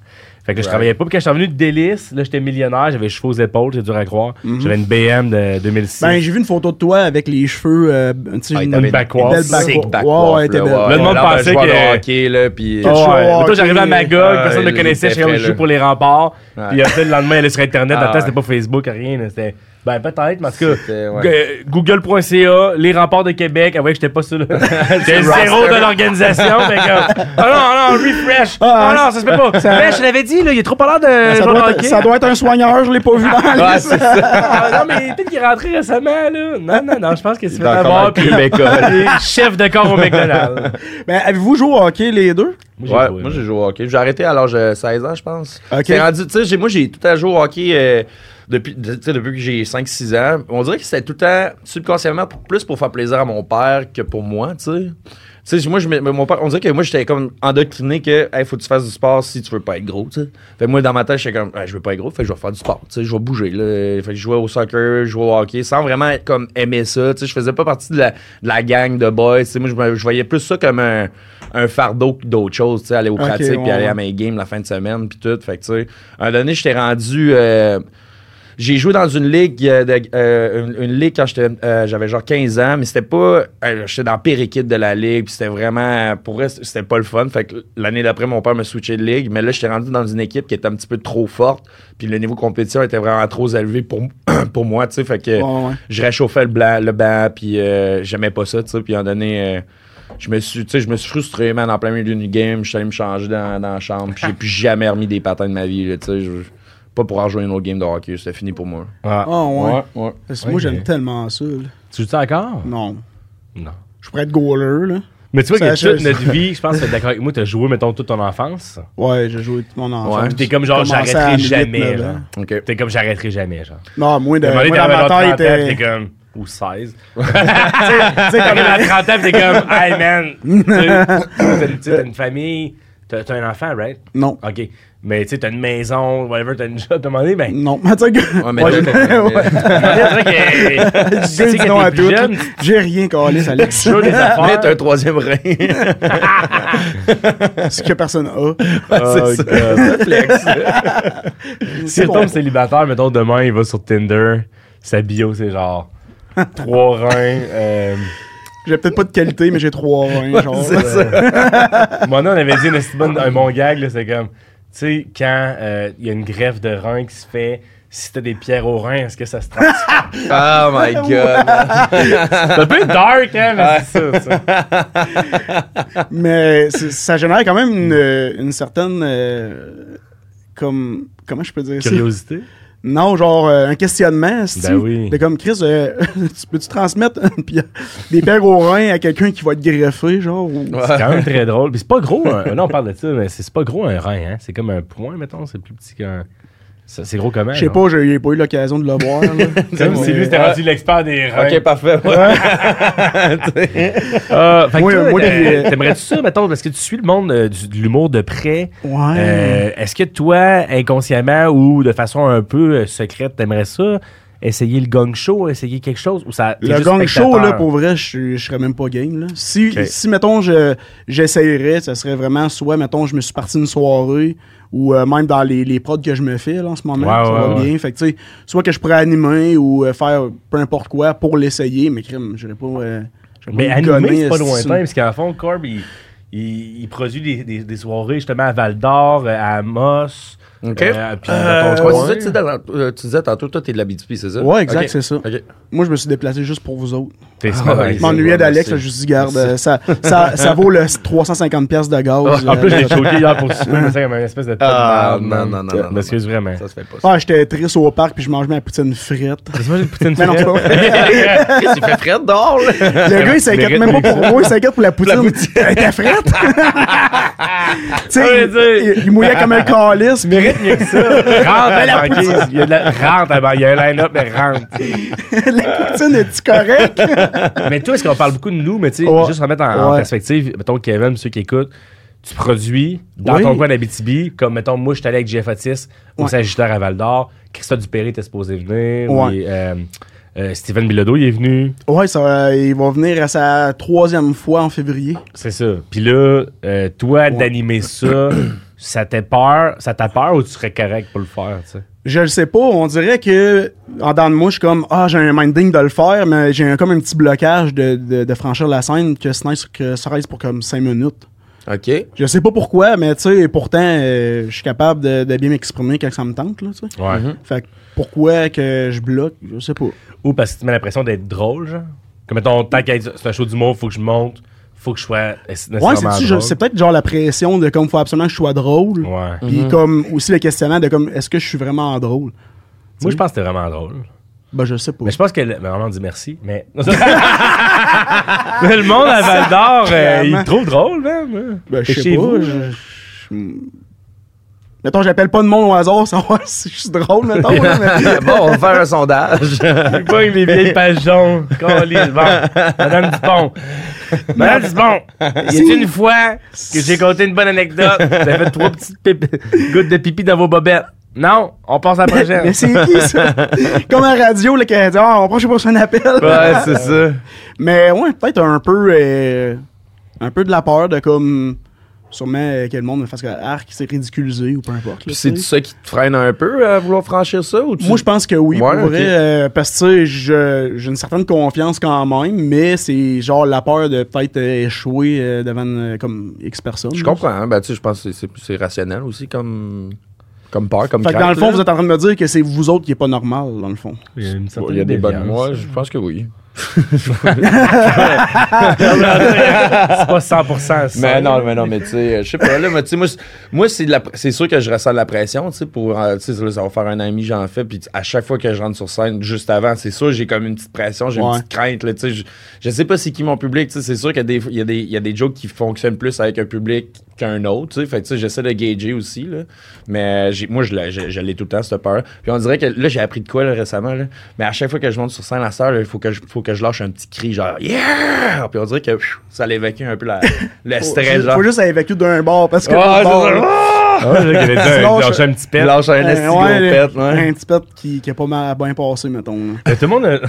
Fait que là, je
Right.
travaillais pas. Puis quand je suis revenu de Délice, là, j'étais millionnaire, j'avais les cheveux aux épaules, c'est dur à croire. J'avais une BM de 2006.
Hmm. Ben, j'ai vu une photo de toi avec les cheveux, euh, tu sais,
Ah, il
une-
t'avait
une backwash.
belle backwash.
Sick
Ouais, ouais,
backwash,
t'es
là,
belle.
ouais.
Là, le monde
Alors,
pensait
joueur
que-
de hockey, là, puis...
Ah
show
ouais.
au
Mais toi,
hockey.
j'arrivais à Magog,
Ah,
personne ne
les-
me connaissait,
les
j'étais allé
frais,
jouer
là.
pour les remparts. Puis après, le lendemain, aller sur Internet.
Ah,
Attends, c'était
ouais.
pas Facebook, rien. là, C'était. Ben, peut-être, mais en tout cas,
C'était, ouais.
g- google.ca, les remparts de Québec. Ah ouais, j'étais pas sur le. J'étais le
roster.
zéro de l'organisation. mais comme. Ah non, non, refresh. Ah non, ça se fait pas. Mais je l'avais dit, là, il est trop pas l'air de.
Ça
joueur de
doit, être,
hockey.
ça doit être un soigneur, je l'ai pas vu dans la
Ah,
liste.
c'est ça.
Ah, non, mais peut-être qu'il est rentré récemment, là. Non, non, non, je pense qu'il se fait
Dans
avoir.
le
Puis
club école.
il est chef de corps au McDonald's.
Ben, avez-vous joué au hockey, les deux?
Moi, j'ai
Ouais,
joué,
moi j'ai joué au hockey. J'ai arrêté à l'âge de 16 ans, je pense.
Ok.
J'étais rendu- tu sais, j'ai- moi j'ai tout le temps joué au hockey euh, depuis, tu sais, depuis que j'ai 5-6 ans. On dirait que c'était tout le temps subconsciemment pour- plus pour faire plaisir à mon père que pour moi, tu sais. Tu sais, moi, je, me- mon père, on dirait que moi, j'étais comme endoctriné que, hey, faut que tu fasses du sport si tu veux pas être gros, tu sais. Fait que moi, dans ma tête, j'étais comme, Hey, je veux pas être gros, fait que je vais faire du sport, tu sais, je vais bouger, là. Fait que je jouais au soccer, je jouais au hockey, sans vraiment être comme aimer ça, tu sais. Je faisais pas partie de la, de la gang de boys, tu sais. Moi, je, me- je voyais plus ça comme un, un fardeau que d'autres choses, tu sais, aller aux
Ok,
pratiques,
ouais,
puis aller
ouais.
à mes games la fin de semaine, puis tout. Fait que, tu sais, à un moment donné, j'étais rendu. euh, j'ai joué dans une ligue, euh, de- euh, une, une ligue quand j'étais, euh, j'avais genre 15 ans, mais c'était pas, euh, j'étais dans la pire équipe de la ligue, puis c'était vraiment, pour vrai, c'était pas le fun. Fait que l'année d'après, mon père me switché de ligue, mais là, j'étais rendu dans une équipe qui était un petit peu trop forte, puis le niveau de compétition était vraiment trop élevé pour, pour moi, tu sais. Fait que
Ouais, ouais.
je réchauffais le blanc, le banc, puis euh, j'aimais pas ça, tu sais. Puis à un moment donné, euh, je me suis, tu sais, je me suis frustré, man, en plein milieu d'une game, je suis allé me changer dans, dans la chambre, puis j'ai plus jamais remis des patins de ma vie, là, tu sais. Je- Pas pour rejoindre une autre game de hockey, c'était fini pour moi.
Ah.
Ah, ouais.
ouais.
Parce que
Ouais,
moi,
mais-
j'aime tellement ça, là.
Tu joues-tu encore?
Non.
Non.
Je pourrais être goaler, là.
Mais tu vois
Ça,
que
je-
toute notre vie, je pense que t'es d'accord avec moi, t'as joué, mettons, toute ton enfance.
Ouais, j'ai joué toute mon enfance.
Ouais.
Puis t'es comme genre,
J'ai commencé à
j'arrêterai
huit,
jamais,
neuf
genre.
ans.
OK.
T'es comme, j'arrêterai jamais, genre.
Non, moi, de,
À un moment donné,
moi,
t'as
dans ma euh,
genre
taille,
30 ans, pis
était...
t'es comme, ou 16. tu sais, t'es comme à 30 ans, pis t'es comme, hey man, tu sais, t'as une- tu sais, t'as une famille, t'as t'as un enfant, right?
Non.
Ok. Mais tu sais, t'as une maison, whatever, t'as une job, t'as demandé, ben.
Non, mais tu sais que-
Ouais, mais
Ouais,
là, t'as-
c'est vrai que-
je
tu sais,
dis
quand
non
t'es
à
plus
tout.
jeune, tu
J'ai rien, Calis, Alex.
joues des affaires.
Mais t'as un troisième rein.
Ce que personne a. Euh,
Oh,
ça.
God. Si
C'est
il
bon.
tombe célibataire, mettons demain, il va sur Tinder, sa bio c'est genre trois reins. euh,
J'ai peut-être pas de qualité, mais j'ai trois reins, genre.
Mon nom, on avait dit une esti bonne- un bon gag, là, c'est comme, tu sais, quand euh, il y a une greffe de rein qui se fait, si t'as des pierres aux reins, est-ce que ça se transforme?
Oh my god.
c'est un peu dark, hein, mais c'est ça, ça.
Mais c'est- ça génère quand même une, euh, une certaine. euh, comme. Comment je peux dire ça?
Curiosité.
Non, genre euh, un questionnement. esti.
Ben oui.
De comme Chris, euh, tu peux-tu transmettre une pierre- des pierres aux reins à quelqu'un qui va être greffé, genre ou-
C'est quand même très drôle. Puis c'est pas gros, hein. là on parle de ça, mais c'est c'est pas gros un rein, hein. C'est comme un point, mettons, c'est plus petit qu'un. ça- C'est gros comment?
Je sais
là?
pas, j'ai pas eu l'occasion de le voir. là.
Comme si lui c'était rendu l'expert des reins.
OK, parfait. Ouais.
Euh, fait que
Moi,
toi,
moi,
euh,
les-
t'aimerais-tu ça, mettons, parce que tu suis le monde euh, du- de l'humour de près.
Ouais.
Euh, Est-ce que toi, inconsciemment ou de façon un peu euh, secrète, t'aimerais ça? Essayer le gong show, essayer quelque chose? Ou ça, t'es
Le
juste
gang show,
spectateur?
là, pour vrai, je suis- je serais même pas game. Là. Si,
Ok.
si, mettons, je- j'essayerais, ça serait vraiment soit, mettons, je me suis parti une soirée ou euh, même dans les, les prods que je me fais là, en ce moment,
Ouais,
ça
ouais,
va
ouais.
bien. Fait que, tu sais, soit que je pourrais animer ou euh, faire peu importe quoi pour l'essayer, mais crime, j'aurais pas. euh, j'aurais
Mais
pas me
animé, c'est pas
gonner,
lointain,
c'est-
parce qu'en fond, Corb, il, Il, il produit des, des- des soirées justement à Val d'Or, euh, à Amos.
OK.
euh, puis
Euh,
Toi,
dans ton
tu
coin.
disais- tu disais dans- euh, tu disais tantôt, toi, t'es de la BTP, c'est ça?
Ouais, exact,
Ok.
c'est ça.
Ok.
Moi, je me suis déplacé juste pour vous autres.
T'es
Ah, ouais,
Je
c'est
m'ennuyais
bon,
d'Alex,
merci.
là, je me suis dit, garde, euh, ça, ça, ça vaut le 350$ piastres de gaz.
En plus,
euh,
j'ai choqué hier pour ça, mais c'est comme une espèce de.
Ah, non, non, non, non.
Je m'excuse vraiment.
Ça se fait pas. ça.
Ah, j'étais triste au parc, puis je mangeais ma poutine frite.
Laisse-moi une poutine
Mais non, c'est pas vrai.
Chris, il fait frais dehors, là.
Le gars, il s'inquiète
mérite
même pas
mieux
pour moi, il s'inquiète pour la poutine. Elle était frette. tu sais,
Ouais, tu
il,
sais.
il- il mouillait comme un calice. puis-
Rentre à la banquise. Il y a de la... Rentre à la Il y a un line-up, mais rentre.
la poutine est-tu correcte?
mais toi, est-ce qu'on parle beaucoup de nous, mais tu sais,
Ouais.
juste remettre en, en
Ouais.
perspective, mettons Kevin, ceux qui écoutent, tu produis dans
Oui.
ton coin d'Abitibi, comme mettons, moi, je suis allé avec Jeff Otis au
Ouais.
Sagittaire à Val d'Or, Christophe Dupéré était supposé venir,
Ouais.
et, euh, euh, Steven Bilodeau, il est venu.
Ouais, ça, va- il va venir à sa troisième fois en février.
C'est ça. Puis là, euh, toi, d'animer ça, ça t'a peur, ça t'a peur ou tu serais correct pour le faire, tu sais?
Je le sais pas, on dirait que en dedans de moi, je suis comme Ah, j'ai un minding de le faire, mais j'ai un- comme un petit blocage de, de- de franchir la scène que sinon que ça reste pour comme 5 minutes.
OK.
Je sais pas pourquoi, mais tu sais, pourtant, euh, je suis capable de, de bien m'exprimer quand ça me tente, là, tu sais.
Ouais.
Fait que pourquoi que je bloque, je sais pas.
Mm-hmm. Ou parce que tu mets l'impression d'être drôle, genre. Comme mettons, tant qu'à être c'est un show du monde, faut que je monte, faut que je sois nécessairement
Ouais, c'est-tu, je-
drôle.
c'est peut-être genre la pression de comme faut absolument que je sois drôle.
Ouais.
Puis comme aussi le questionnement de comme est-ce que je suis vraiment drôle?
Moi, je pense que c'était vraiment drôle.
Ben je sais pas.
Mais je pense que. le- Mais on dit merci, mais. mais le monde à Val d'Or, euh, il
Clairement.
te trouve drôle, même.
Ben, je
T'es
sais
chez
pas.
vous,
je- je- Mettons, j'appelle pas de monde au hasard, savoir si je suis drôle, mettons. là, mais-
bon, on va faire un sondage.
Il pogne les vieilles pages jaunes. Calisse, bon. Madame Dupont. Madame Dupont, il y a une fois que j'ai conté une bonne anecdote. Vous avez fait trois petites pip- gouttes de pipi dans vos bobettes. Non, on passe à la prochaine.
Mais c'est qui ça? Comme à la radio, là, qu'elle dit Ah, on prend, je sais pas, c'est un appel.
ouais, c'est ça.
Mais ouais, peut-être un peu. euh, un peu de la peur de comme. Sûrement euh, que le monde me fasse que arc, c'est ridiculisé ou peu importe. là,
Puis c'est
tu sais.
ça qui te freine un peu à vouloir franchir ça ou tu...
Moi, je pense que oui,
Ouais,
pour
ok.
vrai, euh, parce que, tu sais, je- j'ai une certaine confiance quand même, mais c'est genre la peur de peut-être euh, échouer euh, devant euh, comme X personnes.
Je
là.
comprends. hein. Ben, tu sais, je pense que c'est- c'est- c'est rationnel aussi comme, comme peur, comme
Fait que dans le
crainte,
fond,
là.
vous êtes en train de me dire que c'est vous autres qui est pas normal, dans le fond.
Il y a, une certaine
Il y a des bonnes
déviance.
mois, je pense que oui.
C'est pas 100% ça.
Mais non, mais non, mais tu sais, je sais pas, là, mais tu sais, moi, c'est- moi, c'est de la- c'est sûr que je ressens de la pression, tu sais, pour, euh, tu sais, là, ça va faire un ami, j'en fais, puis à chaque fois que je rentre sur scène, juste avant, c'est sûr, j'ai comme une petite pression, j'ai
Ouais.
une petite crainte, là, tu sais, je, je sais pas c'est qui mon public, tu sais, c'est sûr qu'il y, a des- il y, a des- il y a des jokes qui fonctionnent plus avec un public qu'un autre, tu sais, fait que, tu sais, j'essaie de gager aussi, là, mais j'ai- moi, je l'ai je- je l'ai tout le temps, cette peur. Puis on dirait que, là, j'ai appris de quoi, là, récemment, là, mais à chaque fois que je monte sur scène, la star, il faut que, je, faut que je lâche un petit cri, genre, yeah! Puis on dirait que pfiou, ça l'évacue un peu la- le stress,
Faut,
genre.
faut juste évacuer d'un bord, parce que.
Ah,
l'autre bord,
c'est
là,
ça.
Ah, j'ai dit,
Sinon,
j'ai
je-
un petit
Il
pet.
lâche un
euh,
esti gros
ouais,
pet, ouais.
Un petit pet qui, qui est pas mal bien passé, mettons. là.
Mais Euh, tout le monde a... tout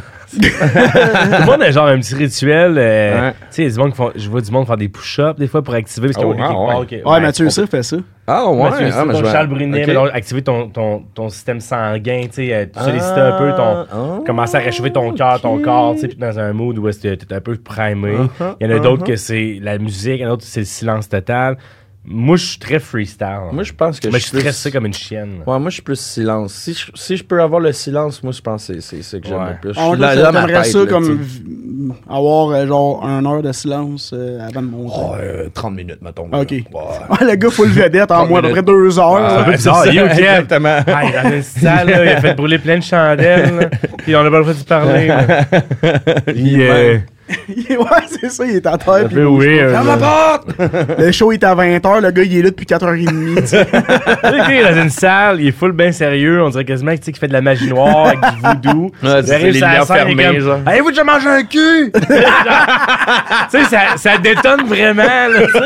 le monde a genre un petit rituel. euh,
Ouais.
Tu sais, il y a du monde qui font... je vois du monde faire des push-ups des fois pour activer. Parce
Oh,
qu'on est
ah,
quelque part,
ouais.
ok,
Ouais, Mathieu Cyr fait ça.
Ah ouais,
Mathieu,
ah, mais
ton
je vais-
Charles Brunet,
ok.
mais donc, activer ton, ton, ton système sanguin, tu sais, euh, tu
Ah,
sollicites un peu ton.
ah,
commencer à réchauffer ton cœur, ton
ok.
corps, tu sais, puis dans un mood où est-ce que t'es un peu primé.
Uh-huh,
Il y en a d'autres
uh-huh.
que c'est la musique, il y en a d'autres que c'est le silence total. Moi, je suis très freestyle.
Moi, je pense que
Mais je suis
plus-
stressé comme une chienne.
Ouais, moi, je suis plus silence. Si je, si je peux avoir le silence, moi, je pense que c'est- c'est c'est que j'aime
Ouais.
le plus. Je
On
suis dans- dans ma
aimerait
tête,
Ah, ça
là,
comme
tu sais.
v- avoir euh, genre un heure de silence euh, avant de monter.
Oh, euh, 30 minutes, mettons.
Ok.
là. Ouais.
Ah, le gars full vedette en
Trente
moins à peu près
Oh. minutes.
deux heures.
Ah,
là.
ouais,
c'est
non,
ça,
il est au Québec.
exactement.
Ah, il est dans une salle, là, il a fait brûler plein de chandelles, là, puis on a pas le droit d'y parler. là. Puis, euh,
ouais, c'est ça, il est à terre.
un
puis
peu weird,
Ferme
là.
la porte!
Le show est à 20h, le gars il est là depuis 4h30. tu sais.
Le gars, il est dans une salle, il est full bien sérieux. On dirait quasiment que, tu sais, qu'il fait de la magie noire avec du voodoo.
Ouais,
Il
c'est
arrive
les
sur la
lumières
scène, il est
fermées,
comme,
genre.
Allez-vous déjà manger un cul? tu sais, ça, ça détonne vraiment. Là, tu sais.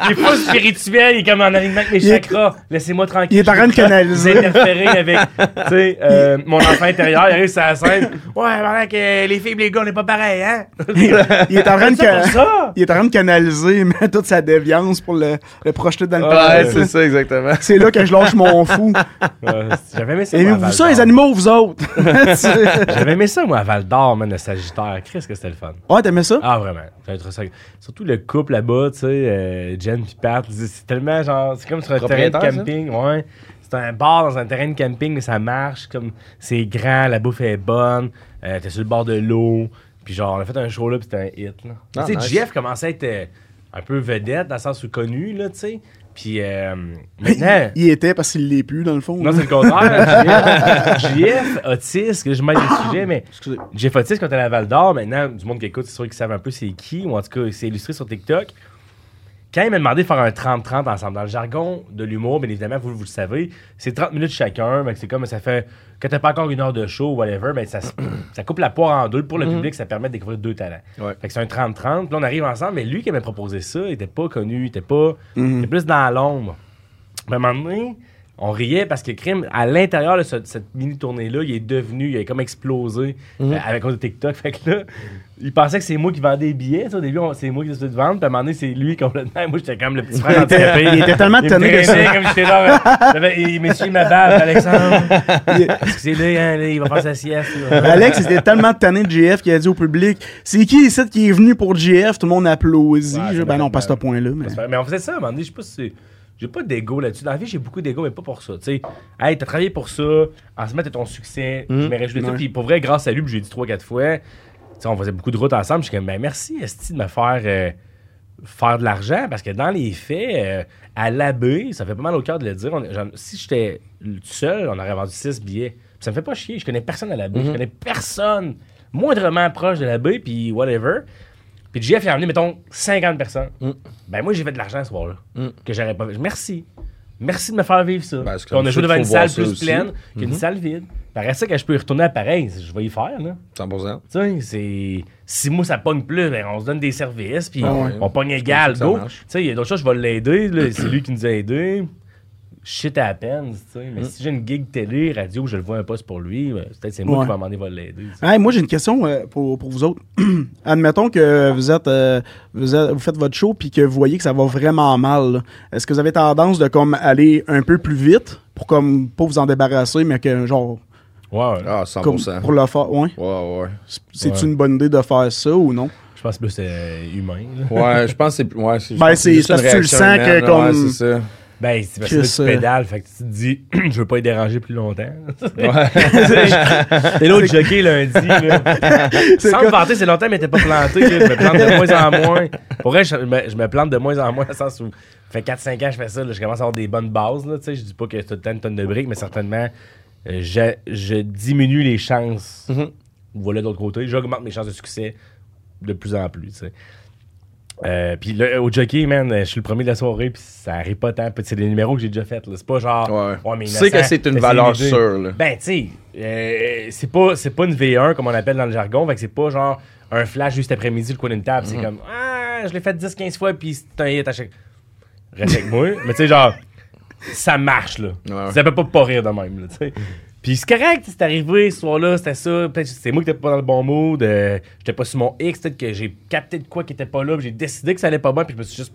il est full spirituel, il est comme en alignement avec mes
Il est-
chakras. Laissez-moi tranquille.
Il est en train de
Vous
canaliser.
interférez avec tu sais, euh, mon enfant intérieur, il arrive sur la scène. Ouais, voilà que les filles et les gars, on n'est pas pareil, hein?
Il est en train de
C'est
ca-
pour ça!
il est en train de canaliser mais toute sa déviance pour le, le projeter dans le
Ouais,
palais,
c'est
là.
ça, exactement.
C'est là que je lâche mon fou.
Ouais, J'avais aimé ça. moi, à
Aimez-vous
Val
ça,
d'Or.
les animaux, vous autres? C'est-
J'avais aimé ça, moi, à Val d'Or, man, le Sagittaire. Christ, que c'était le fun.
ouais, t'aimais ça?
Ah, vraiment. J'avais trouvé ça- Surtout le couple là-bas, tu sais, euh, Jen puis Pat. C'est c'est tellement genre. C'est comme sur un terrain de
Propriétaire, ça?
camping. Ouais. C'est un bar dans un terrain de camping, mais ça marche. comme C'est grand, la bouffe est bonne. euh, T'es sur le bord de l'eau. Puis genre, on a fait un show là, puis c'était un hit. Là.
Ah,
tu sais,
nice.
Jeff commençait à être euh, un peu vedette, dans le sens où connu, là, tu sais. Puis euh,
Il,
maintenant.
il était parce qu'il l'est plus, dans le fond.
Non,
là.
c'est le contraire. JF, Otis, que je mets des sujets, mais
Excusez.
JF Otis, quand elle est à Val d'Or, maintenant, du monde qui écoute, c'est sûr qu'ils savent un peu c'est qui, ou en tout cas, c'est illustré sur TikTok. Quand il m'a demandé de faire un 30-30 ensemble, dans le jargon de l'humour, bien évidemment, vous, vous le savez, c'est 30 minutes chacun, mais c'est comme ça fait, quand t'as pas encore une heure de show, whatever, mais ça, se- ça coupe la poire en deux. Pour le public, ça permet de découvrir deux talents.
Ouais.
Fait que c'est un 30-30, puis là, on arrive ensemble, mais lui qui avait proposé ça, il était pas connu, il était pas. il était plus dans l'ombre. Mais Ben, à un moment donné, on riait parce que Crime, à l'intérieur de ce- cette mini-tournée-là, il est devenu, il a comme explosé
Mhm.
euh, avec cause de TikTok. Fait que là, il pensait que c'est moi qui vendais des billets. ça. Au début, on- c'est moi qui essayais de vendre. Puis à un moment donné, c'est lui complètement. Moi, j'étais comme le petit frère handicapé.
il était tellement
Il me
tanné de ça.
traînait comme j'étais là. euh, j'avais- Il m'essuyait ma barbe, Alexandre. Excusez-le, hein, là, il va faire sa sieste. là.
Alex était tellement tanné de GF qu'il a dit au public C'est qui ici qui est venu pour GF Tout le monde applaudit.
Ouais,
Je-
c'est
ben non,
mal.
pas à ce point-là. Mais...
Ouais, Mais on faisait ça à un moment donné, je sais pas si c'est- J'ai pas d'ego là-dessus. Dans la vie, j'ai beaucoup d'ego, mais pas pour ça. Tu sais, hey, t'as travaillé pour ça. En ce moment, t'as ton succès. Je me réjouis de ça.
Mmh. Ouais.
Puis pour vrai, grâce à lui, puis j'ai dit trois, quatre fois. Tu sais, on faisait beaucoup de routes ensemble. Je suis comme, ben merci, Esti, de me faire euh, faire de l'argent. Parce que dans les faits, euh, à l'abbé, ça fait pas mal au cœur de le dire. on- j'en- si j'étais tout seul, on aurait vendu six billets. Puis ça me fait pas chier. Je connais personne à
Mhm.
l'abbé. Je connais personne moindrement proche de l'abbé, puis whatever. Puis JF, il a emmené, mettons, 50 personnes.
Mm.
Ben moi, j'ai fait de l'argent ce soir-là. Que j'aurais pas fait. Merci. Merci de me faire vivre ça.
Ben, c'est
Puis on
comme
a
ça qu'il
joué devant
faut
une
voir
salle
ça
plus
aussi. Mhm.
pleine qu'une salle vide. Par ça, quand je peux y retourner à pareil, je vais y faire, là.
100%.
Tu sais, c'est. Si moi, ça pogne plus, ben, on se donne des services, puis
Ah ouais.
on pogne égal,
que ça
go. Tu
marche.
sais, il y a d'autres choses, je vais l'aider, là, c'est lui qui nous a aidés. Shit à peine, tu sais.
Mm.
Mais si j'ai une gig télé, radio, je le vois un poste pour lui, ben, peut-être c'est moi
Ouais.
qui vais demander, va l'aider. tu sais.
Hey, moi, j'ai une question euh, pour, pour vous autres. Admettons que vous êtes, euh, vous êtes- vous faites votre show puis que vous voyez que ça va vraiment mal. là. Est-ce que vous avez tendance de comme aller un peu plus vite pour comme pas vous en débarrasser, mais que genre
Ouais, ouais.
Ah,
comme,
100%.
pour le faire, ouais.
Ouais, ouais.
C'est
Ouais.
une bonne idée de faire ça ou non
Je pense plus euh, humain, là.
Ouais, je pense que c'est. plus- Ouais, c'est je
Ben,
pense que
c'est-
juste
parce
une
que tu le
réaction
sens que
humaine, là,
comme-
Ouais, c'est ça.
Ben, c'est parce que là,
Chris, euh,
tu pédales, fait que tu te dis, je veux pas y déranger plus longtemps.
Ouais.
T'es l'autre jockey lundi, là. Sans
quoi?
me vanter, c'est longtemps, mais t'es pas planté, là. Je me plante de moins en moins. Pour vrai, je me, je me plante de moins en moins, dans le sens où, fait 4-5 ans, je fais ça, là, je commence à avoir des bonnes bases, là. Tu sais, je dis pas que c'est tout le temps une tonne de briques, mais certainement, euh, je, je diminue les chances. Voilà de l'autre côté. J'augmente mes chances de succès de plus en plus, tu sais. Euh, puis là, au jockey, man, euh, je suis le premier de la soirée, puis ça arrive pas tant. Puis c'est des numéros que j'ai déjà faits. là. C'est pas genre.
Ouais.
mais
Tu sais que c'est une
mais
valeur
léger.
sûre, là.
Ben, tu sais, euh, c'est pas, c'est pas une V1 comme on appelle dans le jargon. Fait que c'est pas genre un flash juste après-midi, le coin d'une table.
Mhm.
C'est comme, ah, je l'ai fait 10-15 fois, puis c'est un hit à chaque. Reste avec moi. Mais tu sais, genre, ça marche, là.
Ouais.
Ça peut pas pas rire de même, là, tu sais. Puis c'est correct, c'est arrivé ce soir-là, c'était ça. Peut-être que c'est moi qui n'étais pas dans le bon mood. euh, J'étais pas sur mon X. Peut-être que j'ai capté de quoi qui était pas là. puis J'ai décidé que ça allait pas bien. Puis je me suis juste,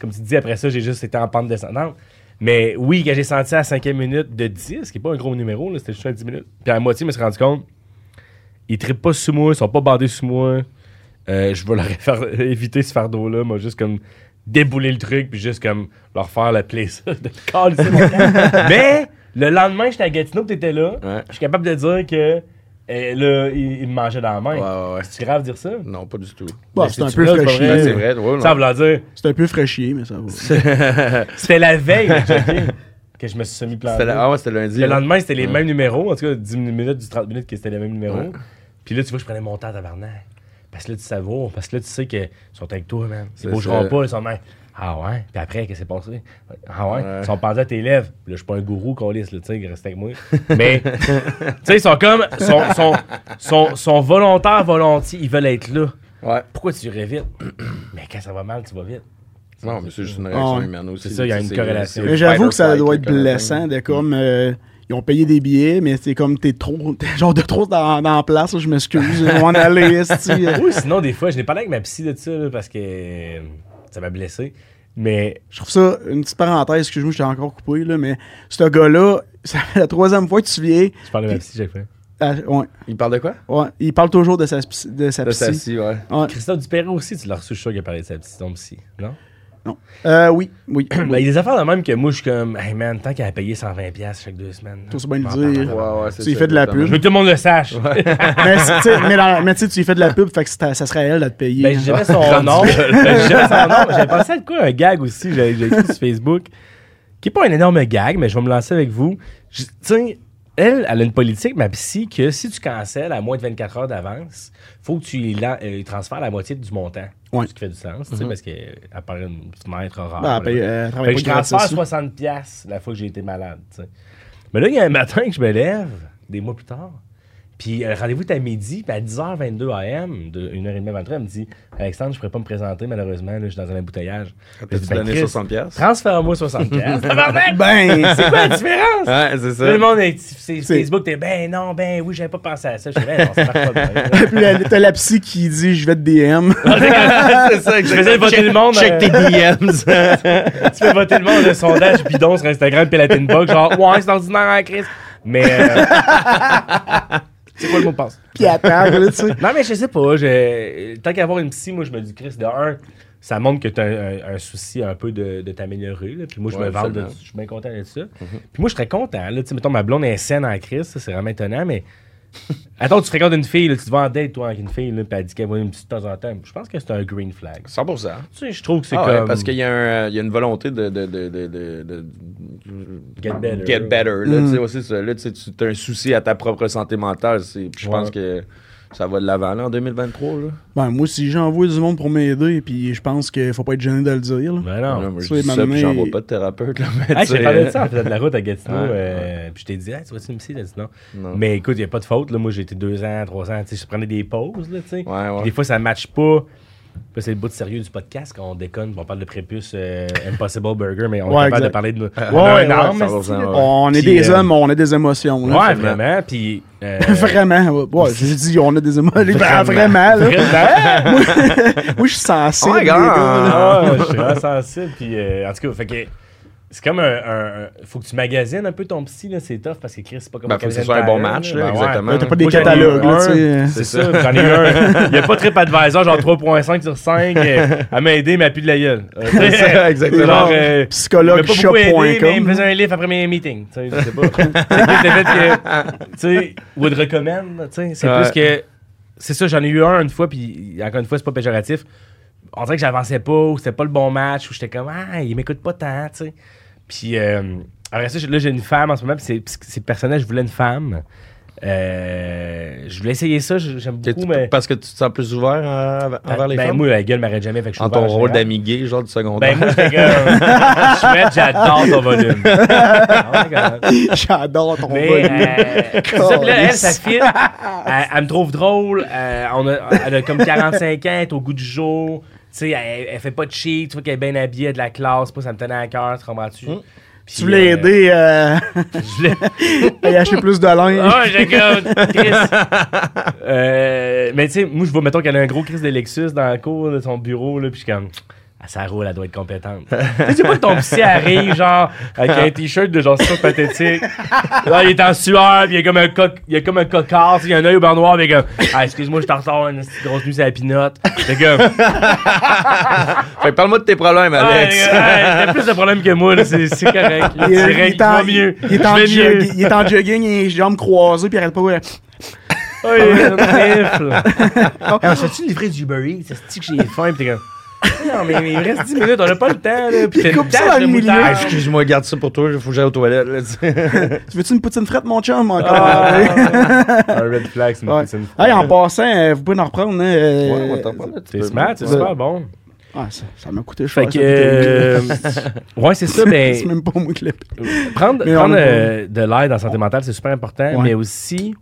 comme tu dis, après ça, j'ai juste été en pente descendante. Mais oui, quand j'ai senti à la cinquième minute de 10, ce qui est pas un gros numéro, là, c'était juste à 10 minutes. Puis à la moitié, je me suis rendu compte, ils trippent pas sous moi, ils sont pas bandés sous moi. Euh, je vais leur faire- éviter ce fardeau-là, moi, juste comme débouler le truc, puis juste comme leur faire le plaisir de calisser mon camp. Mais le lendemain, j'étais à Gatineau, puis t'étais là.
Ouais.
Je suis capable de dire que euh, là, ils ils me mangeaient dans la main.
Ouais, ouais, ouais.
C'est grave de dire ça.
Non, pas du tout.
Bah,
Mais
C'est un
c'est-tu
peu
là, c'est pas
fraîchier.
Ben,
vrai?
c'est vrai, drôle.
Ça veut dire,
C'est un peu fraîchier, mais ça va.
c'était la veille le check-in, que je me suis semi-planté.
C'était le- Ah ouais, c'était lundi.
Le
là.
lendemain, c'était les mêmes numéros. En tout cas, 10 minutes du 30 minutes, que c'était les mêmes numéros.
Ouais.
Puis là, tu vois, je prenais mon temps tabarnak. Parce que là, tu savoures. Parce que là, tu sais qu'ils sont avec toi, man. Ils
C'est
bougeront
ça.
pas, ils sont même. Ah ouais? Puis après, qu'est-ce qui s'est passé? Ah ouais?
Ouais.
Ils sont pendus à tes lèvres. Puis là, je suis pas un gourou, Colis, là, tu sais, reste avec moi. Mais, tu sais, ils sont comme. sont, sont, sont, sont volontaires, volontiers. Ils veulent être là.
Ouais.
Pourquoi tu irais vite? Mais quand ça va mal, tu vas vite.
Non, mais c'est juste une réaction
Ouais.
humaine aussi.
C'est ça, il y a
tu sais,
une corrélation.
c'est-
Mais J'avoue
fight
que ça
or
doit
flight,
être
le
blessant de comme euh, Ils ont payé des billets, mais c'est comme t'es trop. t'es genre de trop dans, dans la place, je m'excuse. On en aller, esti. euh.
Ou sinon, des fois, je n'ai parlé avec ma psy de ça là, parce que euh, ça m'a blessé. Mais
Je trouve ça, une petite parenthèse, excuse-moi, je t'ai encore coupé, là, mais ce gars-là, ça fait la troisième fois que tu viens.
je parle de ma psy chaque fois.
Ah, ouais,
Il parle de quoi?
ouais, il parle toujours de sa, psy- de sa
De
psy.
sa scie, ouais.
Ouais.
Christophe Dupéret aussi, tu l'as reçu, je suis sûr qu'il a parlé de sa psy, ton psy, non?
Non. Euh, oui, oui.
Ben, il y a des affaires de même que moi, je suis comme, hey man, tant qu'elle a payé 120$ chaque deux semaines.
Tout se bien le
Ah,
dire.
pardon.
Ouais, ouais, c'est
Tu y
ça,
fais de la
exactement.
Je veux que tout le monde le sache.
mais c'est- tu sais, mais dans- mais tu sais, tu lui fais de la pub, fait que c'est- ça serait à elle de te payer. hein.
Ben, j'aimais son nom. J'aimais son nom. J'avais pensé à de quoi un gag aussi, j'ai j'ai écrit sur Facebook, qui est pas un énorme gag, mais je vais me lancer avec vous. Je- Tu sais, elle, elle a une politique, ma psy, que si tu cancelles à moins de 24 heures d'avance, faut que tu lui lan- euh, lui transfères la moitié du montant.
Ouais.
Ce qui fait du sens, tu sais, parce qu'elle paraît une fenêtre horaire.
Ben, elle paye-
whatever.
elle travaille
Fait que
pas
je
gratis,
transfère
là.
60 pièces la fois que j'ai été malade, tu sais. Mais là, il y a un matin que je me lève, des mois plus tard, puis euh, le rendez-vous est à midi, puis à 10h22 AM, de 1h30 23 elle me dit Alexandre, je pourrais pas me présenter, malheureusement, là, je suis dans un embouteillage. Je dis,
Ah,
ben,
T'as-tu donné
Chris,
60 piastres?
Transfère-moi 60 piastres. Tabarnak!
Ben,
C'est quoi la différence
Ouais, c'est
Tout
ça.
le monde est, c'est- Facebook, t'es ben non, ben oui, j'avais pas pensé à ça. Je suis ben non, ça marche pas bien.
c'est- puis la- t'as la psy qui dit je vais te DM.
c'est ça,
Je faisais voter le monde. euh,
DMs.
tu fais voter le monde de sondage bidon sur Instagram puis la Tinbox, genre ouais c'est ordinaire en crise mais euh, c'est quoi le mot de passe
puis elle parle, là, tu sais.
non mais je sais pas je- tant qu'avoir une psy moi je me dis Chris de un ça montre que t'as un, un- un souci un peu de, de t'améliorer là. puis moi je
Ouais,
me vante de
absolument. Mm-hmm.
je suis bien content de ça puis moi je serais content là tu sais mettons ma blonde est saine en crise ça, c'est vraiment étonnant mais Attends, tu fréquentes une fille, là, tu te vas en date, toi, avec une fille, là, puis elle dit qu'elle va une petite de temps en temps. Je pense que c'est un green flag.
100%.
Tu sais, je trouve que c'est
Ah ouais,
comme...
parce qu'il y, a un, euh, il y a une volonté de, de, de, de, de- de-
Get better.
Get better, là,
Mm.
tu sais, ouais, c'est ça. Là, tu sais, tu as un souci à ta propre santé mentale. c'est- puis Je pense
Ouais.
que ça va de l'avant là, en 2023. Là.
Ben, moi, si j'envoie du monde pour m'aider, puis je pense qu'il faut pas être gêné de le dire, là.
Ben non.
Là, moi, je
ça,
dis
il m'a
ça, puis j'en
amené-
vois pas de thérapeute. Là, mais
Ah,
tu
je t'ai
sais,
parlé de
euh,
ça en faisant de la route à Gatineau.
Ouais,
euh, Puis je t'ai dit, ah, tu vas-tu me T'as dit non.
Non.
Mais écoute, il n'y a pas de faute. Là. Moi, j'ai été deux ans, trois ans. tu sais, Je prenais des pauses. Là, tu sais.
Ouais, ouais.
Puis Des fois, ça ne matche pas. Puis c'est le bout de sérieux du podcast quand on déconne. puis On parle de prépuce euh, Impossible Burger, mais on
Ouais,
est capable
exact.
de parler de. notre
ouais, ouais,
ça va, ça va.
On est
Puis,
des
euh,
hommes, on a des émotions, là.
Ouais, vraiment. Puis. euh,
Vraiment, ouais, ouais, j'ai dit on a des émotions. Ben, vraiment, là.
Ah,
Vraiment.
Oui, je suis sensible.
Oh my
les
God.
gars, là.
Ah, ouais, je suis vraiment sensible. Puis, euh, en tout cas, fait que c'est comme un, un- Faut que tu magasines un peu ton psy, là, c'est tough parce que Chris, c'est pas comme.
Ben,
un
faut que ce
Canadian
soit un bon
Tire,
match, là,
Ben ouais.
exactement.
Là, T'as pas des
Moi, j'en ai
catalogues,
eu
là,
un.
tu sais.
C'est ça, j'en ai eu un. Il n'y a pas TripAdvisor, genre 3.5 sur 5. euh, à m'aider, mais à plus de la gueule. Euh, tu sais,
C'est ça, exactement.
Genre, euh, il m'a pas beaucoup aidé, mais il me
Psychologueshop.com.
faisait un livre après mes meetings. Tu sais, je sais pas. C'est plus le fait que, tu sais, would recommend, tu sais, c'est
Ouais.
plus que... C'est ça, j'en ai eu un une fois, puis encore une fois, c'est pas péjoratif. On dirait que j'avançais pas, ou c'était pas le bon match, ou j'étais comme « Ah, il m'écoute pas tant, tu sais. » Puis euh, après ça, j'ai- là, j'ai une femme en ce moment, puis c'est- puis c'est personnel, je voulais une femme. Euh, je voulais essayer ça, je- j'aime
t'es-
beaucoup, mais...
Parce que tu te sens plus ouvert euh, envers les
ben,
femmes.
moi, la gueule m'arrête jamais, fait que je suis
en
ouvert
ton rôle
général.
d'ami gay, genre du
Ben
secondaire.
moi, j'étais comme... Chouette, j'adore ton volume. Oh my God.
J'adore ton
Mais,
volume.
euh, c'est ça, puis là, elle, ça fit. elle, elle me trouve drôle. euh, on a, elle a comme 45 ans, elle est au goût du jour. Tu sais, elle, elle fait pas de chic. Tu vois qu'elle est bien habillée, elle a de la classe. Moi, ça me tenait à cœur, tu comprends-tu? Puis,
Hmm. Tu voulais
euh,
aider euh,
Je voulais-
à y acheter plus de linge.
Ah, j'ai comme. Chris. Euh, mais tu sais, moi, je vois, mettons qu'elle a un gros Chris de Lexus dans la cour de son bureau, là, puis je suis comme. Ah, ça roule, elle doit être compétente. tu sais pas que ton psy arrive, genre, avec un t-shirt de genre super pathétique. Là, il est en sueur, puis il y a comme un, coq, il y a comme un cocard, tu sais, il y a un œil au beurre noir, mais comme, ah, excuse-moi, je t'en retard, une petite grosse nuit à la pinotte. Fait que,
Fait que parle-moi de tes problèmes,
ah,
Alex.
ah, t'as plus de problèmes que moi, là, c'est c'est correct. là,
Il
C'est
est- euh, il
correct,
est en-
je vais mieux.
il est en
Je vais mieux.
jogging- il est en jogging, il a les jambes croisées, puis il arrête pas. Euh, ouais.
Oh, il est comme trèfle. Ah, On s'est-tu livré du Uber Eats? C'est-tu que j'ai faim? Puis t'es comme... Non, mais mais il reste 10 minutes, on n'a pas le temps. Là. Puis t'as une
coupe ça
tache
dans
de
le milieu.
Ah,
moutarde.
Excuse-moi, garde ça pour toi, faut que j'aille aux toilettes. là, tu sais.
Tu veux-tu une poutine frette, mon chum? Encore?
Ah, un red flag, c'est
Ouais.
une petite-
Hey, en passant, euh, vous pouvez en reprendre. hein, euh,
Ouais, on t'en parle, tu
C'est
peux-
smart, c'est
Ouais.
super bon.
ah, ça, ça m'a coûté cher.
Fait que...
ça,
euh, ouais, c'est ça, ben...
C'est même pas moi qui l'ai payé.
prendre,
Mais on
prendre,
a pas-
euh, de l'aide en santé mentale, c'est super important.
Ouais.
Mais aussi,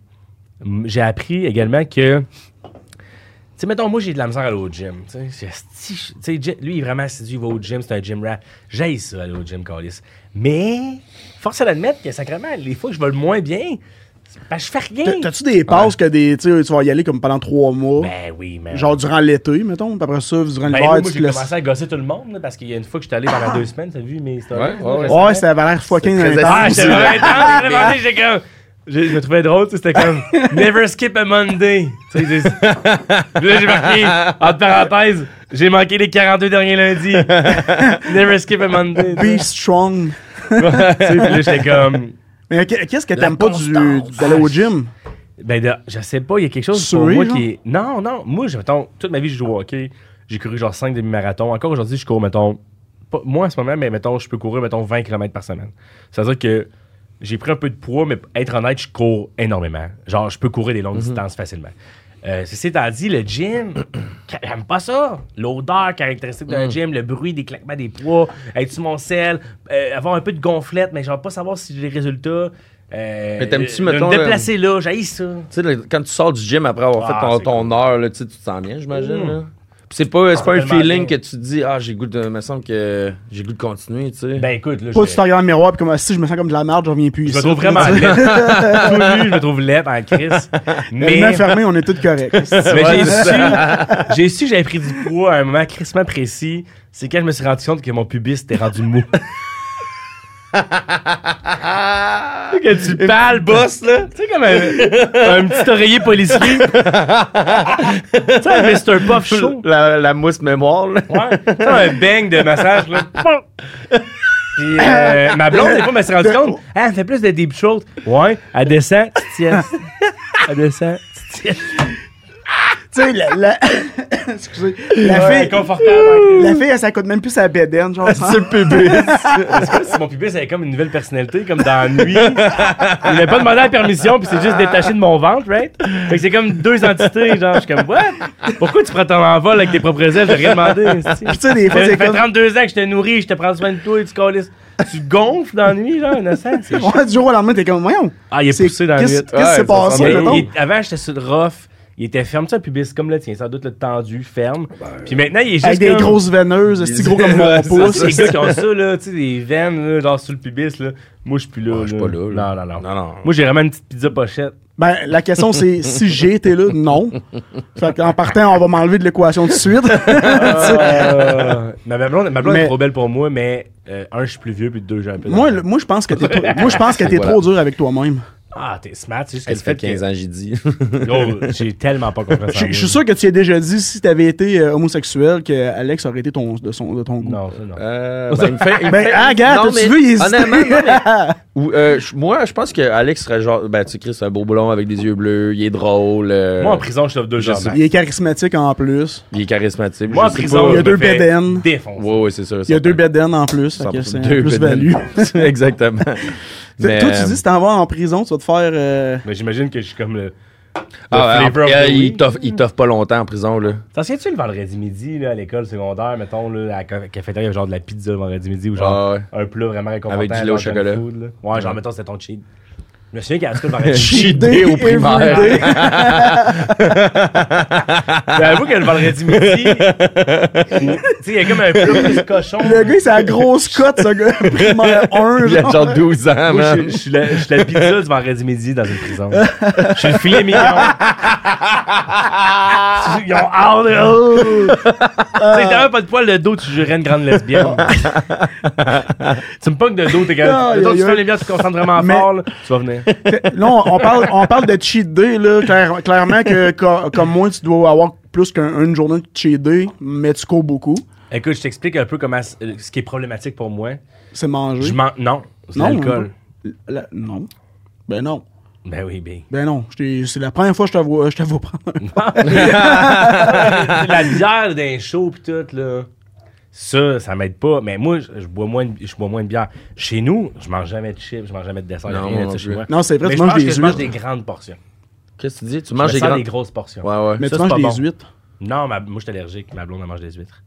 m- j'ai appris également que sais, mettons, moi, j'ai de la misère à aller au gym. Tu sais, Asti, je- tu sais, Jim- lui, il est vraiment assidu, il va au gym, c'est un gym rat. J'aille ça, aller au gym, Carlis. Mais, force à l'admettre que, sacrément, les fois que je vais le moins bien, c'est parce que je fais rien.
T'as- T'as-tu des passes que des, tu sais, tu vas y aller comme pendant trois mois?
Ben oui, mais.
Genre durant l'été, mettons, puis après ça, durant
Ben,
l'hiver,
moi,
tu
j'ai
te laisses-
commencé à gosser tout le monde, là, parce qu'il y a une fois que j'étais allé pendant deux semaines, t'as vu mes stories?
Ouais, ouais, ouais.
récemment?
Ouais, ça avait l'air fucking
C'est très
Ah,
intense.
j'étais vraiment intense, j'étais vraiment- j'étais comme. Je, je me trouvais drôle, tu sais, c'était comme Never skip a Monday. Tu sais, c'est- Puis là, j'ai marqué, entre parenthèses, j'ai manqué les 42 derniers lundis. Never skip a Monday. tu
Be
sais.
strong.
Tu sais, puis là, j'étais comme.
Mais qu- qu'est-ce que t'aimes pas du, d'aller au gym?
Ben, de- je sais pas, il y a quelque chose pour
Souris,
moi
genre?
qui est. Non, non, moi, je, mettons, toute ma vie, je joue au hockey. J'ai couru genre 5 demi-marathons. Encore aujourd'hui, je cours, mettons, pas, moi en ce moment, mais mettons, je peux courir, mettons, 20 km par semaine. C'est-à-dire que j'ai pris un peu de poids, mais être honnête, je cours énormément. Genre, je peux courir des longues distances facilement. Euh, ceci étant dit, le gym, j'aime pas ça. L'odeur caractéristique d'un gym, le bruit des claquements des poids, être sur mon sel, euh, avoir un peu de gonflette, mais genre pas savoir si j'ai les résultats. Euh,
Mais t'aimes-tu,
de me
mettons, le-
déplacer là, j'haïs ça.
Tu sais, le- quand tu sors du gym après avoir
Ah,
fait ton,
c'est Hmm.
ton heure, là, tu sais, tu te sens bien, j'imagine. là. Puis c'est pas, c'est pas un
tellement
feeling
bien.
que tu te dis, ah, j'ai goût de. me semble que j'ai goût de continuer, tu sais.
Ben écoute, là, je,
Pas tu te regardes dans le miroir puis comme ah, si je me sens comme de la merde, je reviens plus
je me
ici.
trouve vraiment laid. Tout nu, je me trouve laid en crise. Mais,
Tellement fermé, on est tous corrects.
mais j'ai su, j'ai su que j'avais pris du poids à un moment crissement précis. C'est quand je me suis rendu compte que mon pubis était rendu mou. que tu parles, boss, là. Tu sais, comme un, un petit oreiller policier. tu sais, un Mr. Puff chaud.
la, la mousse mémoire, là.
Ouais, tu sais, un bang de massage, là. Poum! Puis euh, ma blonde, des fois, elle s'est rendue compte, Ah, elle fait plus de deep throat. Ouais, elle descend, tu tiens. Elle descend, tu tiens.
Tu sais, la, la- Excusez. La
Ouais,
fille,
confortable.
la fille, elle s'accote même plus sa bédaine, genre. hein.
C'est le pubis.
C'est comme si mon pubis avait comme une nouvelle personnalité, comme dans Nuit. Il n'avait pas demandé la permission, puis c'est juste détaché de mon ventre, right? Fait que c'est comme deux entités, genre, je suis comme, what? Pourquoi tu prends ton envol avec tes propres ailes? J'ai rien demandé. esti.
Puis tu sais, des fois,
Ça
c'est
fait
comme.
32 ans que je te nourris, je te prends soin de toi et tu colles. Tu gonfles dans la nuit, genre, innocent. c'est
Ouais, du jour au lendemain, t'es comme, voyons.
Ah, il est
c'est-
poussé dans le
Qu'est-ce
vide.
qu'est-ce qui
Ouais,
s'est
ça
passé,
ressemble à-
mettons?
Il- il- avant, j'étais sur le rough. Il était ferme, ça, pubis, comme là, tiens, sans doute le tendu, ferme. Puis maintenant, il est juste.
Ben, Avec des
comme-
grosses veineuses, c'est gros comme mon
Ouais,
Ah,
pouce.
c'est les gars qui ont ça, là, tu sais, des veines, là, genre sur le pubis, là. Moi, je suis plus là.
Ah, je suis pas là, là.
Non, non, non.
Non, non.
Moi, j'ai vraiment une petite pizza pochette.
Ben, la question, c'est si j'ai été là, non. Fait qu'en partant, on va m'enlever de l'équation tout de suite.
Euh, ma ma blonde, ma blonde est
Ah, Mais-
trop belle pour moi, mais euh, un, je suis plus vieux, puis deux, j'ai un peu.
moi, le- moi je pense que t'es trop, moi, je pense que t'es
Voilà.
trop dur avec toi-même.
Ah, t'es smart, c'est juste que
Elle
le
se fait
fait
15 ans, j'ai dit.
que. Gros, j'ai tellement pas compris ça.
Je je suis sûr que tu as déjà dit, si t'avais été euh, homosexuel, que Alex aurait été ton, de, son, de ton goût.
Non, ça, non.
Euh, ben, il me fait- il me
Ben,
fait-
ah, gars,
Non,
t'as-tu
mais
vu, il hésitait.
Honnêtement, non, mais- Ou, euh, je- moi, je pense que Alex serait genre. Ben, tu sais, Chris, c'est un beau blond avec des yeux bleus, il est drôle. euh,
Moi, en prison, je t'offre deux
je
jambes.
sais-
Il est charismatique en plus.
Il est charismatique.
Moi, en
je sais
prison,
pas.
il y
je
a deux
me fais
bédaines.
défoncer.
Ouais, ouais, c'est sûr.
Il y a deux bédaines en plus. fait que c'est un plus-value.
Exactement. Mais, euh,
Toi,
euh,
tu dis, si t'en vas en prison, tu vas te faire. euh,
Mais j'imagine que je suis comme le.
Ah,
le
ouais,
flavor of
après,
the
il
week.
t'offre il t'offre pas longtemps en prison, là.
T'en souviens-tu le vendredi midi là, à l'école secondaire, mettons, là, à la ca- cafétéria, il y avait genre de la pizza le vendredi midi ou genre
Ouais,
un plat vraiment réconfortant.
Avec du lait
genre
au chocolat.
junk food, là. ouais, genre,
Ouais.
mettons, c'était ton cheat. Je me souviens qu'il y a un truc le vendredi.
Cheat day au primaire.
everyday.
J'avoue que le vendredi midi, tu sais, il y a comme un plat plus cochon.
Le gars, c'est la grosse cote, ce gars. Primaire 1,
Il a
genre.
genre 12 ans,
Moi,
man.
je, je suis la, je suis la pizza du vendredi midi dans une prison. Je suis le filet mignon. Ils ont hâte. oh. Tu sais, t'avais pas de poil de dos, tu jurais une grande lesbienne. tu me punks de dos, t'es
Aïe,
quand Toi,
aïe,
tu fais
aïe.
les biens, tu te concentres vraiment
Mais-
fort, là, tu vas venir.
Là, on, on parle, on parle de cheat day, là. Claire- clairement que, co- comme moi, tu dois avoir plus qu'une journée de cheat day, mais tu cours beaucoup.
Écoute, je t'explique un peu comment c- euh, ce qui est problématique pour moi.
C'est manger.
Je m'en. Non, c'est
Non,
l'alcool.
même pas. La- non. Ben non.
Ben oui, ben.
Ben non. Je t'ai- C'est la première fois que je te vois, je te vois prendre.
la bière d'un show pis tout, là. Ça, ça m'aide pas. Mais moi, je je bois moins de, je bois moins de bière. Chez nous, je mange jamais de chips, je mange jamais de dessert.
Non,
rien de
non
ça chez
plus.
moi.
Non, c'est vrai,
Mais
tu
je
manges
mange
des
que je mange
huîtres.
des grandes portions.
Qu'est-ce que tu dis? Tu
Je
manges
me
des
sens
grandes.
des grosses portions.
Ouais, ouais.
Mais
Ça,
tu
c'est
manges
pas
des
bon.
huîtres.
Non, ma- moi, je suis allergique. Ma blonde, elle mange des huîtres.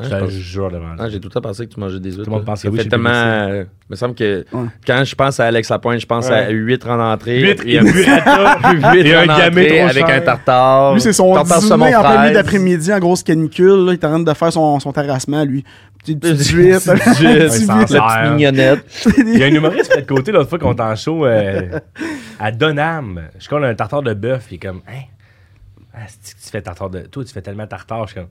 Je
je
te
pense-
jure devant
Ah, j'ai tout le temps pensé que tu mangeais des œufs.
Tout le monde
toi.
pense que
Ça
oui,
fait
chez
tellement.
PVC.
euh, me semble que
Ouais.
quand je pense à Alex Lapointe, je pense
Ouais.
à 8 en entrée.
Huîtres
et
et burrata.
huîtres
Et un
en
gamet
entrée
trop
avec
cher.
un tartare.
Lui, c'est son
tartare saumon
dîner en plein milieu
fraise.
d'après-midi, en grosse canicule. Là, il est en train de faire son, son terrassement, lui. Petite petite
Petite
huître.
petite
petit
huître.
petit
Ouais,
huître.
La petite mignonnette.
Il y a un humoriste qui est de côté l'autre fois qu'on était en show euh, à Donham. Je colle un tartare de bœuf, puis il est comme, hein, ah, c'est-tu que tu fais tartare de. Toi, tu fais tellement tartare. Je suis comme,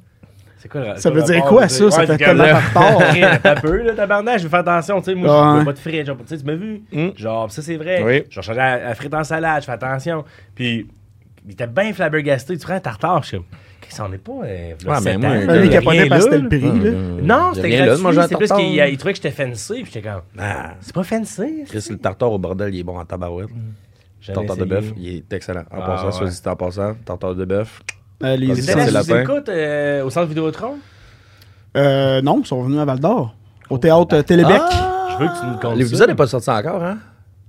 c'est quoi le
Ça
le
veut dire
rapport,
quoi,
tu sais?
ça? Ça
Ouais,
fait
c'est comme,
tellement
là,
tartare.
Rien, Pas peu, là, tabarnak, je vais faire attention, tu sais, moi, je
Ouais. Hmm.
veux pas de frites, genre, tu sais, tu m'as vu,
Mm.
genre, ça, c'est vrai,
Oui.
je vais changer à, à frites en salade, je fais attention, puis il était bien flabbergasté, tu prends un tartare, je suis comme, qu'est-ce qu'on est pas, euh, v'là
Ouais, mais
sept
moi,
ans,
il
Ben, lui,
là,
Il capotait
rien
parce que
là,
c'était le
là.
prix, là.
Non,
Il y a
c'était
rien là de
gratuit,
manger un
c'est plus
tartare.
qu'il il trouvait que j'étais fancy, puis j'étais comme,
Ah,
c'est pas fancy.
Chris, le tartare au bordel, il est bon en tabarouette. Tartare de bœuf, il est excellent. En
Ah,
passant, soit
ouais.
dit en passant, tartare de bœuf.
Euh, les
C'était
C'était
Ça,
là
c'est
licences-
la-
sous
lapin.
écoute euh, au centre Vidéotron?
Euh, non, ils sont venus à Val d'Or.
Oh.
Au théâtre euh, Télébec.
Je veux que tu nous comptes
Ah. L'épisode n'est pas sorti encore, hein?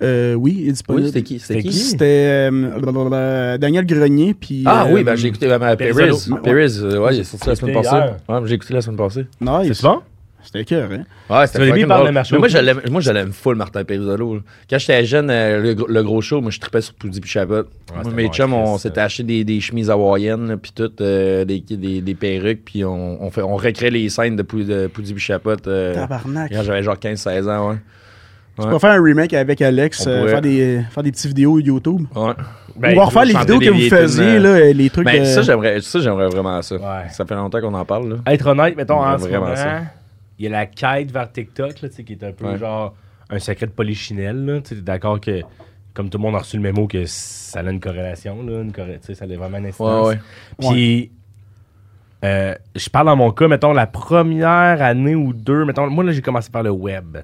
Euh, oui, il est disponible.
Oui, c'était qui? C'était
C'était
qui?
qui?
C'était euh, blablabla, Daniel Grenier. Puis,
Ah
euh,
oui, ben j'ai écouté ben, ben,
Perris.
Perris.
Ouais.
Perris, euh, ouais, il est sorti la semaine
C'était
passée.
hier.
Ouais, j'ai écouté la semaine passée.
nice.
C'est bon?
C'était cœur, hein?
Ouais,
Tu l'as
c'était
mis
fucking
par
drôle.
le marché
Mais
aux
Moi,
puces?
je l'aime- moi, je l'aime full, Martin Perisolo. là. Quand j'étais jeune, euh, le, gr- le gros show, moi, je tripais sur Poudy puis Chabot. Moi,
c'était
mes
bon,
chums, on
Chris,
s'était
euh.
acheté des, des chemises hawaïennes, là, puis tout, euh, des, des, des perruques, puis on, on, fait, on recréait les scènes de Pou- de Poudy puis Chabot. euh,
Tabarnak.
quand j'avais genre 15-16 ans, ouais.
On va faire un remake avec Alex,
On
euh,
pourrait.
faire, des, faire des petites vidéos YouTube.
ouais.
Ben,
on va refaire les
chanter
vidéos
des
que vous
vieilles
faisiez,
tunes,
là,
euh,
euh, les trucs.
Mais
euh,
ça, j'aimerais ça, j'aimerais vraiment ça.
Ouais.
Ça fait longtemps qu'on en parle, là.
Être honnête, mettons, en
J'aime
ce
vraiment
moment,
ça.
il y a la quête vers TikTok, là, tu sais, qui est un peu
Ouais.
genre un secret de polichinelle, là. Tu es d'accord que, comme tout le monde a reçu le mémo, que ça a une corrélation, là, une corré- tu sais, ça a vraiment une incidence.
Ouais, ouais.
Puis, euh, je parle dans mon cas, mettons, la première année ou deux, mettons, moi, là, j'ai commencé par le web.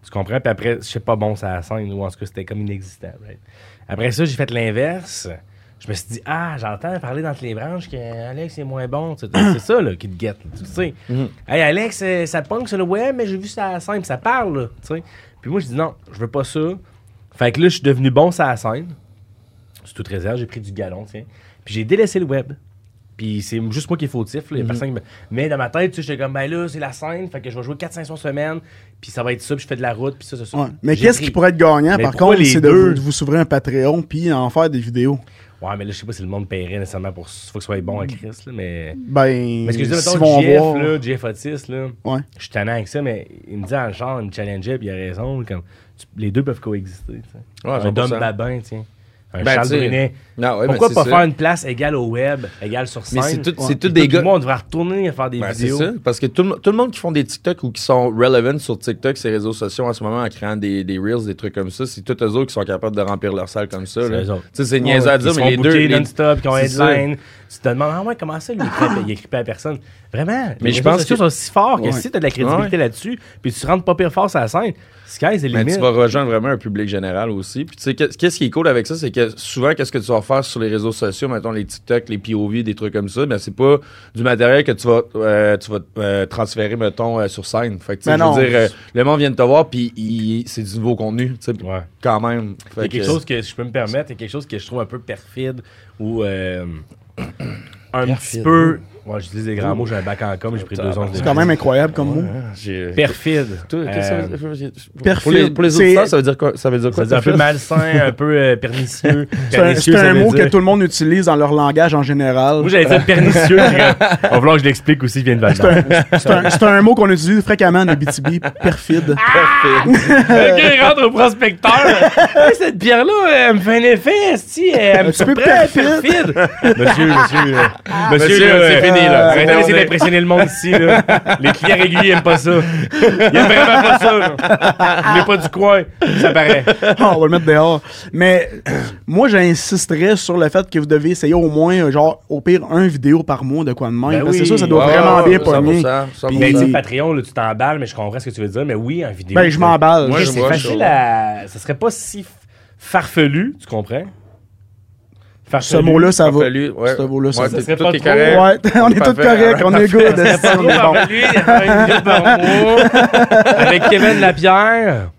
Tu comprends? Puis après, je sais pas bon, ça la scène, ou en tout cas, c'était comme inexistant, right? Après ça, j'ai fait l'inverse. Je me suis dit, ah, j'entends parler dans toutes les branches que Alex est moins bon. tu sais. C'est ça, là, qui te guette, tu sais.
Mm-hmm.
Hey, Alex, euh, ça te punk sur le web, mais j'ai vu ça à la scène, puis ça parle, là, tu sais. Puis moi, je dis, non, je veux pas ça. Fait que là, je suis devenu bon sur la scène. C'est toute réserve, j'ai pris du galon, tiens. Puis j'ai délaissé le web. Puis c'est juste moi qui est fautif.
Mhm.
Là. Y a personne qui me- Mais dans ma tête, tu sais, j'étais comme, ben là, c'est la scène, fait que je vais jouer 4-5 soirs semaine, puis ça va être ça, puis je fais de la route, puis ça, ça, ça.
ouais. Mais
J'ai
qu'est-ce
pris-
qui pourrait être gagnant,
Mais
par
pourquoi
contre,
les
c'est de
deux?
vous, de vous s'ouvrir un Patreon puis en faire des vidéos.
Ouais, mais là, je sais pas si le monde paierait nécessairement pour. Faut que ce soit
Mhm.
bon à Chris, là, mais.
Ben,
Parce que je dis,
s'ils
mettons,
vont
Jeff,
voir-
là, Jeff Otis, là.
Ouais.
Je suis tannant avec ça, mais il me dit, en genre, il me challengeait, puis il a raison, comme, tu- les deux peuvent coexister, tu sais.
Ouais,
un Dom
100%.
Babin, tiens. Un
Ben,
Charles
tu sais,
Brunet.
non, ouais, mais
Pourquoi
c'est
pas
ça.
faire une place égale au web, égale sur scène?
Mais c'est tout- c'est
Ouais.
tout
Et
des
tout
gars-
le monde, on devrait retourner à faire des
Ben, c'est
vidéos.
ça, parce que tout le, tout le monde qui font des TikTok ou qui sont relevant sur TikTok, ces réseaux sociaux en ce moment, en créant des, des Reels, des trucs comme ça, c'est tous eux autres qui sont capables de remplir leur salle comme ça.
C'est
là.
eux
Tu
autres.
sais, c'est niaiseux à
Ils
dire,
se
mais
font
les
booker
deux. les-
non-stop, qui ont
c'est ça.
headline. Tu te demandes, ah ouais, comment ça, lui, il écrit- il écrit pas à personne. Vraiment.
Mais
les
je
réseaux
pense
sociaux
que-
sont si forts que
Ouais.
si t'as de la crédibilité là-dessus, puis tu rentres pas pire fort sur la scène, Sky, c'est
Mais
limite.
Ben, tu vas rejoindre vraiment un public général aussi. Puis tu sais, qu'est- qu'est-ce qui est cool avec ça, c'est que souvent, qu'est-ce que tu vas faire sur les réseaux sociaux, mettons les TikTok, les POV, des trucs comme ça, ben c'est pas du matériel que tu vas, euh, tu vas euh, transférer, mettons, euh, sur scène. Fait que tu sais,
Ben
je
non.
veux dire, euh, le monde vient de te voir, puis il- c'est du nouveau contenu, tu sais,
Ouais.
quand même. Fait
Il y a quelque
que-
chose que, si je peux me permettre, il y a quelque chose que je trouve un peu perfide ou euh, un petit peu. Ouais, j'utilise des grands mots, j'ai un bac en com, j'ai pris deux ans.
C'est quand même incroyable comme mot.
Ah, J'ai- euh,
Perfide.
Toi, qu'est-ce que ça
Euh,
veut dire? J'ai- Pour
perfide,
les, pour les
c'est-
auditeurs, ça veut dire quoi? Ça veut dire quoi?
c'est un peu malsain, un peu euh, pernicieux.
C'est un,
Pernicieux,
c'est un
ça veut
mot
dire-
que tout le monde utilise dans leur langage en général.
Moi, j'allais dire pernicieux. mais, euh, On va vouloir que je l'explique aussi, je viens de Val d'Or.
C'est un, c'est un mot qu'on utilise fréquemment en Abitibi, perfide.
Ah, Ok, rentre au prospecteur. Hey, cette bière-là, elle me fait un effet, esti, elle me
Un petit peu
surprend, perfide. Monsieur, monsieur, euh,
Ah.
monsieur,
Monsieur,
là,
c'est
euh,
fini, là.
Arrêtez d'essayer
Terminé.
d'impressionner le monde ici, là. Les clients réguliers aiment pas ça. Ils aiment vraiment pas ça, là. Il est pas du coin, ça paraît.
Ah, on va le mettre dehors. Mais moi, j'insisterais sur le fait que vous devez essayer au moins, euh, genre, au pire, un vidéo par mois de quoi de même.
Ben
parce que
oui.
ça, ça doit
Ouais,
vraiment
ouais,
bien pogner.
100%, 100%.
Ben,
Puis-
tu sais, Patreon, là, tu t'emballes, mais je comprends ce que tu veux dire, mais oui, en vidéo.
Ben, je m'emballe.
Moi,
Chris,
je
c'est
vois,
facile
je-
à. Ça serait pas si f- farfelu, tu comprends?
Ce
Farfelu.
mot-là, ça va.
Fallu, ouais.
Ce mot-là, ça
Ouais,
va.
t'es-
serait
tout
pas
est
trop-
correct.
Ouais, on est tous
Parfait.
corrects, on est good.
Ça serait
on
trop
est bon.
farfelu, il y a une minute par mois. Avec Kevin Lapierre,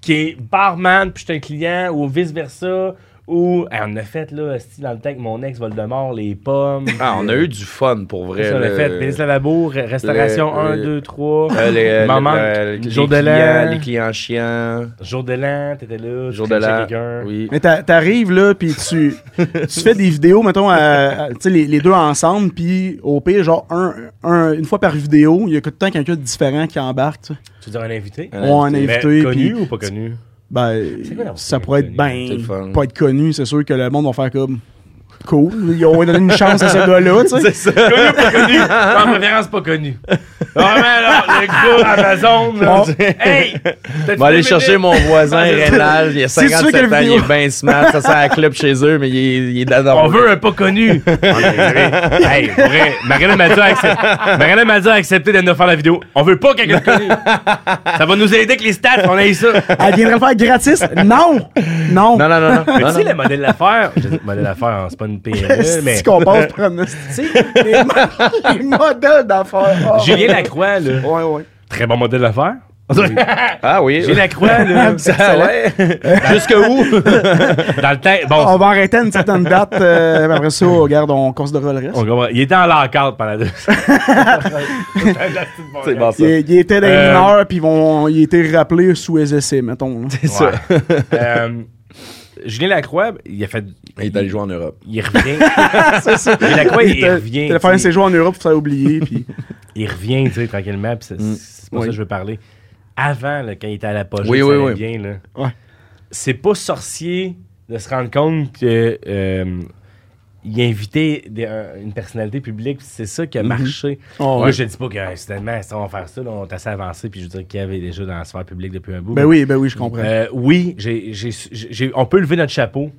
qui est barman, puis je suis un client, ou vice-versa, Ou hey, on a fait, là, style, dans le temps que mon ex Voldemort, les pommes.
Ah, on a eu du fun pour vrai.
Ça, on a
là.
fait Pénis Lavabo, re- Restauration
le-
1,
le-
2, 3.
Euh, les,
Maman,
le- le-
jour
les
de
clients,
l'an.
les clients chiens,
Jour de l'an, t'étais là. tu
jour de
crachais
l'an.
quelqu'un.
Oui.
Mais t'a- t'arrives là, puis tu, tu fais des vidéos, mettons, à- à- tu sais, les, les deux ensemble, puis au pire, genre, un, un- une fois par vidéo, il y a tout le temps quelqu'un de différent qui embarque, tu sais.
Tu veux dire un invité?
Un
Ou un
invité.
invité,
Ben, connu
puis,
ou pas connu?
ben,
C'est quoi la-
ça pourrait être
C'est le fun.
ben, pas être connu, c'est sûr que le monde va faire comme, cool, ils ont donné une chance à ce gars-là, tu sais.
Connu ou pas connu?
Ah,
En préférence, pas connu. Vraiment, là, le gars Amazon, là.
Bon.
Hey!
Je vais aller chercher mon voisin
c'est ça.
Rénal, il a
Si tu veux
57
que
ans,
le
il
vidéo-
est bien smart, ça sent la club chez eux, mais il est, il est d'adore.
On veut un pas connu. hey, pour vrai, Mariana Mazza a accepté, Mariana Mazza a accepté de nous faire la vidéo. On veut pas quelqu'un de connu. Ça va nous aider avec les stats, on a eu ça.
Elle viendrait le faire gratis? Non! Non!
Non, non, non, non.
Mais
non,
tu sais,
non.
le modèle d'affaires, je dis modèle d'affaires, hein, c'est pas une PME, mais
C'est ce qu'on pense prendre, tu sais, les, mo- les modèles d'affaires. Oh.
Julien Lacroix, là,
Ouais, ouais.
très bon modèle d'affaires.
Ah oui.
Julien Lacroix, là,
Ça, ouais. Jusque où?
dans le temps, bon,
Oh.
On va arrêter à une certaine date, euh, après ça, regarde, on considérera le reste.
on comprend. il était en l'encadre pendant deux
C'est bon, ça.
Il, il était dans les
Euh,
mineurs, puis ils vont- il était rappelé sous SSC, mettons. là.
C'est ça.
Euh, Julien Lacroix, il a fait.
Il est allé jouer en Europe.
Il revient. Julien Lacroix, il,
était-
revient.
Il allait faire un séjour en Europe, puis ça a oublié. Puis...
il revient, tu sais, tranquillement, puis c'est c'est pas
Mm. Oui.
ça que je veux parler. Avant, là, quand il était à la poche,
Oui,
ça
oui,
allait
oui.
bien, là.
Ouais.
C'est pas sorcier de se rendre compte que euh, il a invité des- un- une personnalité publique, puis c'est ça qui a marché.
Oh,
Moi,
ouais.
je dis pas que, hey, soudainement, ça, on va faire ça, là, on est assez avancé, puis je veux dire qu'il y avait déjà dans la sphère publique depuis un bout.
ben oui, ben oui, je comprends.
Euh, oui, j'ai- j'ai- j'ai- on peut lever notre chapeau,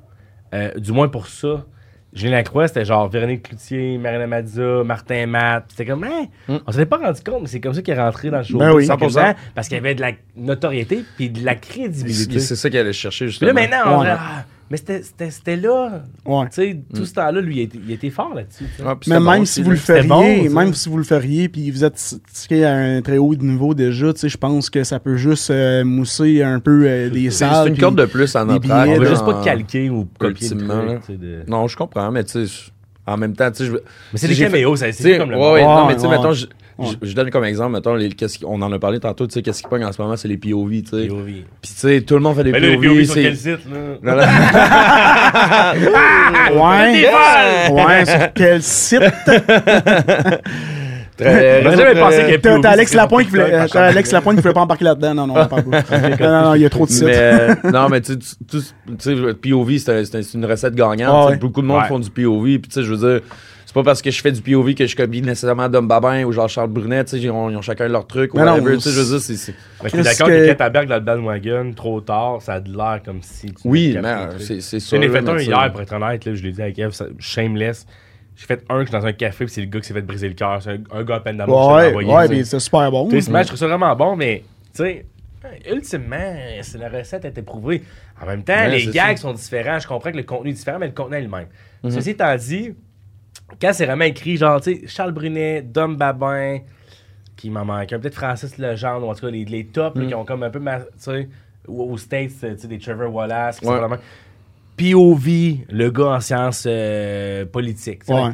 euh, du moins pour ça. Julien Lacroix, c'était genre Véronique Cloutier, Marina Mazza, Martin Matt. C'était comme, hein,
Hmm.
on s'en est pas rendu compte, mais c'est comme ça qu'il est rentré dans le show.
Ben oui.
100%.
Parce qu'il y avait de la notoriété puis de la crédibilité.
C'est ça qu'il allait chercher,
Puis
justement.
là, maintenant, on
Ouais.
ah, mais c'était- c'était c'était là.
Ouais.
Tu sais,
Hmm.
tout ce temps-là, lui, il était, il était fort là-dessus. tu sais.
Ouais, puis
Mais
c'était
même
bon
si
aussi,
vous le
là.
feriez,
bon, ça.
même si vous le feriez, puis vous êtes tiqué à un très haut niveau déjà, tu sais, je pense que ça peut juste euh, mousser un peu euh, des
C'est
salles.
c'est une
puis-
corde de plus à
des
notre
billets,
arc,
là.
On veut
là,
juste pas
en-
calquer ou copier le
ultimement, là.
truc. tu sais, de-
Non, je comprends, mais tu sais, en même temps, tu sais, je veux-
Mais c'est
si
des
j'ai fait-
caméos, ça,
Tu sais,
c'est comme le
ouais,
monde.
ouais, non,
Ouais,
mais tu sais,
ouais.
mettons, je, je-
Ouais.
je donne comme exemple, mettons, les, qu'est-ce qui- on en a parlé tantôt, tu sais, qu'est-ce qui pogne en ce moment, c'est les POV, tu sais.
POV.
Puis tu sais, tout le monde fait des
Mais là,
POV.
les POV sur
c'est-
quel site, là?
Non, non.
Ah, Ouais. Ouais, sur quel site?
Très-
J'aurais jamais pensé qu'il y ait
T'as
POV,
t'as Alex
c'est
Lapointe qui voulait,
par
euh, t'as Alex Lapointe qui voulait pas embarquer là-dedans. Non, non, on en parle pas. Non, non, il y a trop de sites.
Mais, euh, non, mais tu sais, tu- tu tu sais, POV, c'est un- c'est un- c'est une recette gagnante.
Ah
Tu sais,
ouais.
Beaucoup de monde
Ouais.
font du POV. Puis, tu sais, je veux dire, c'est pas parce que je fais du POV que je copie nécessairement Dom Babin ou Jean-Charles Brunet. Tu sais, ils ont, ils ont chacun leur truc. Ou
Mais non,
whatever. Tu sais, je veux dire, c'est- c'est.
Fait que t'es
Qu'est-ce
Ben, d'accord
que-
que quand t'embarques dans le bandwagon trop tard, ça a de l'air comme si. tu
Oui,
captes
mais,
le
euh,
truc.
c'est c'est sûr.
J'en ai
là,
fait
mais
un
tu sais,
hier, pour être honnête, là, je l'ai dit à Kev, ça- shameless. J'ai fait un que je suis dans un café, puis c'est le gars qui s'est fait briser le cœur. C'est un, un gars à peine d'amour.
Ouais, ouais, mais c'est super bon.
Tu sais, ce match, je trouve ça vraiment bon, mais tu sais, ultimement, c'est la recette est éprouvée. En même temps,
Ouais,
les
c'est
gags sont différents. Je comprends que le contenu est différent, mais le contenu est le même. Ceci étant dit, quand c'est vraiment écrit, genre, tu sais, Charles Brunet, Dom Babin, qui m'en manque, un, peut-être Francis Legendre, ou en tout cas les, les tops là, qui ont comme un peu, ma- tu sais, ou- aux States, tu sais, des Trevor Wallace, qui sont
Ouais.
vraiment. POV, le gars en sciences euh, politiques. tu sais.
Ouais.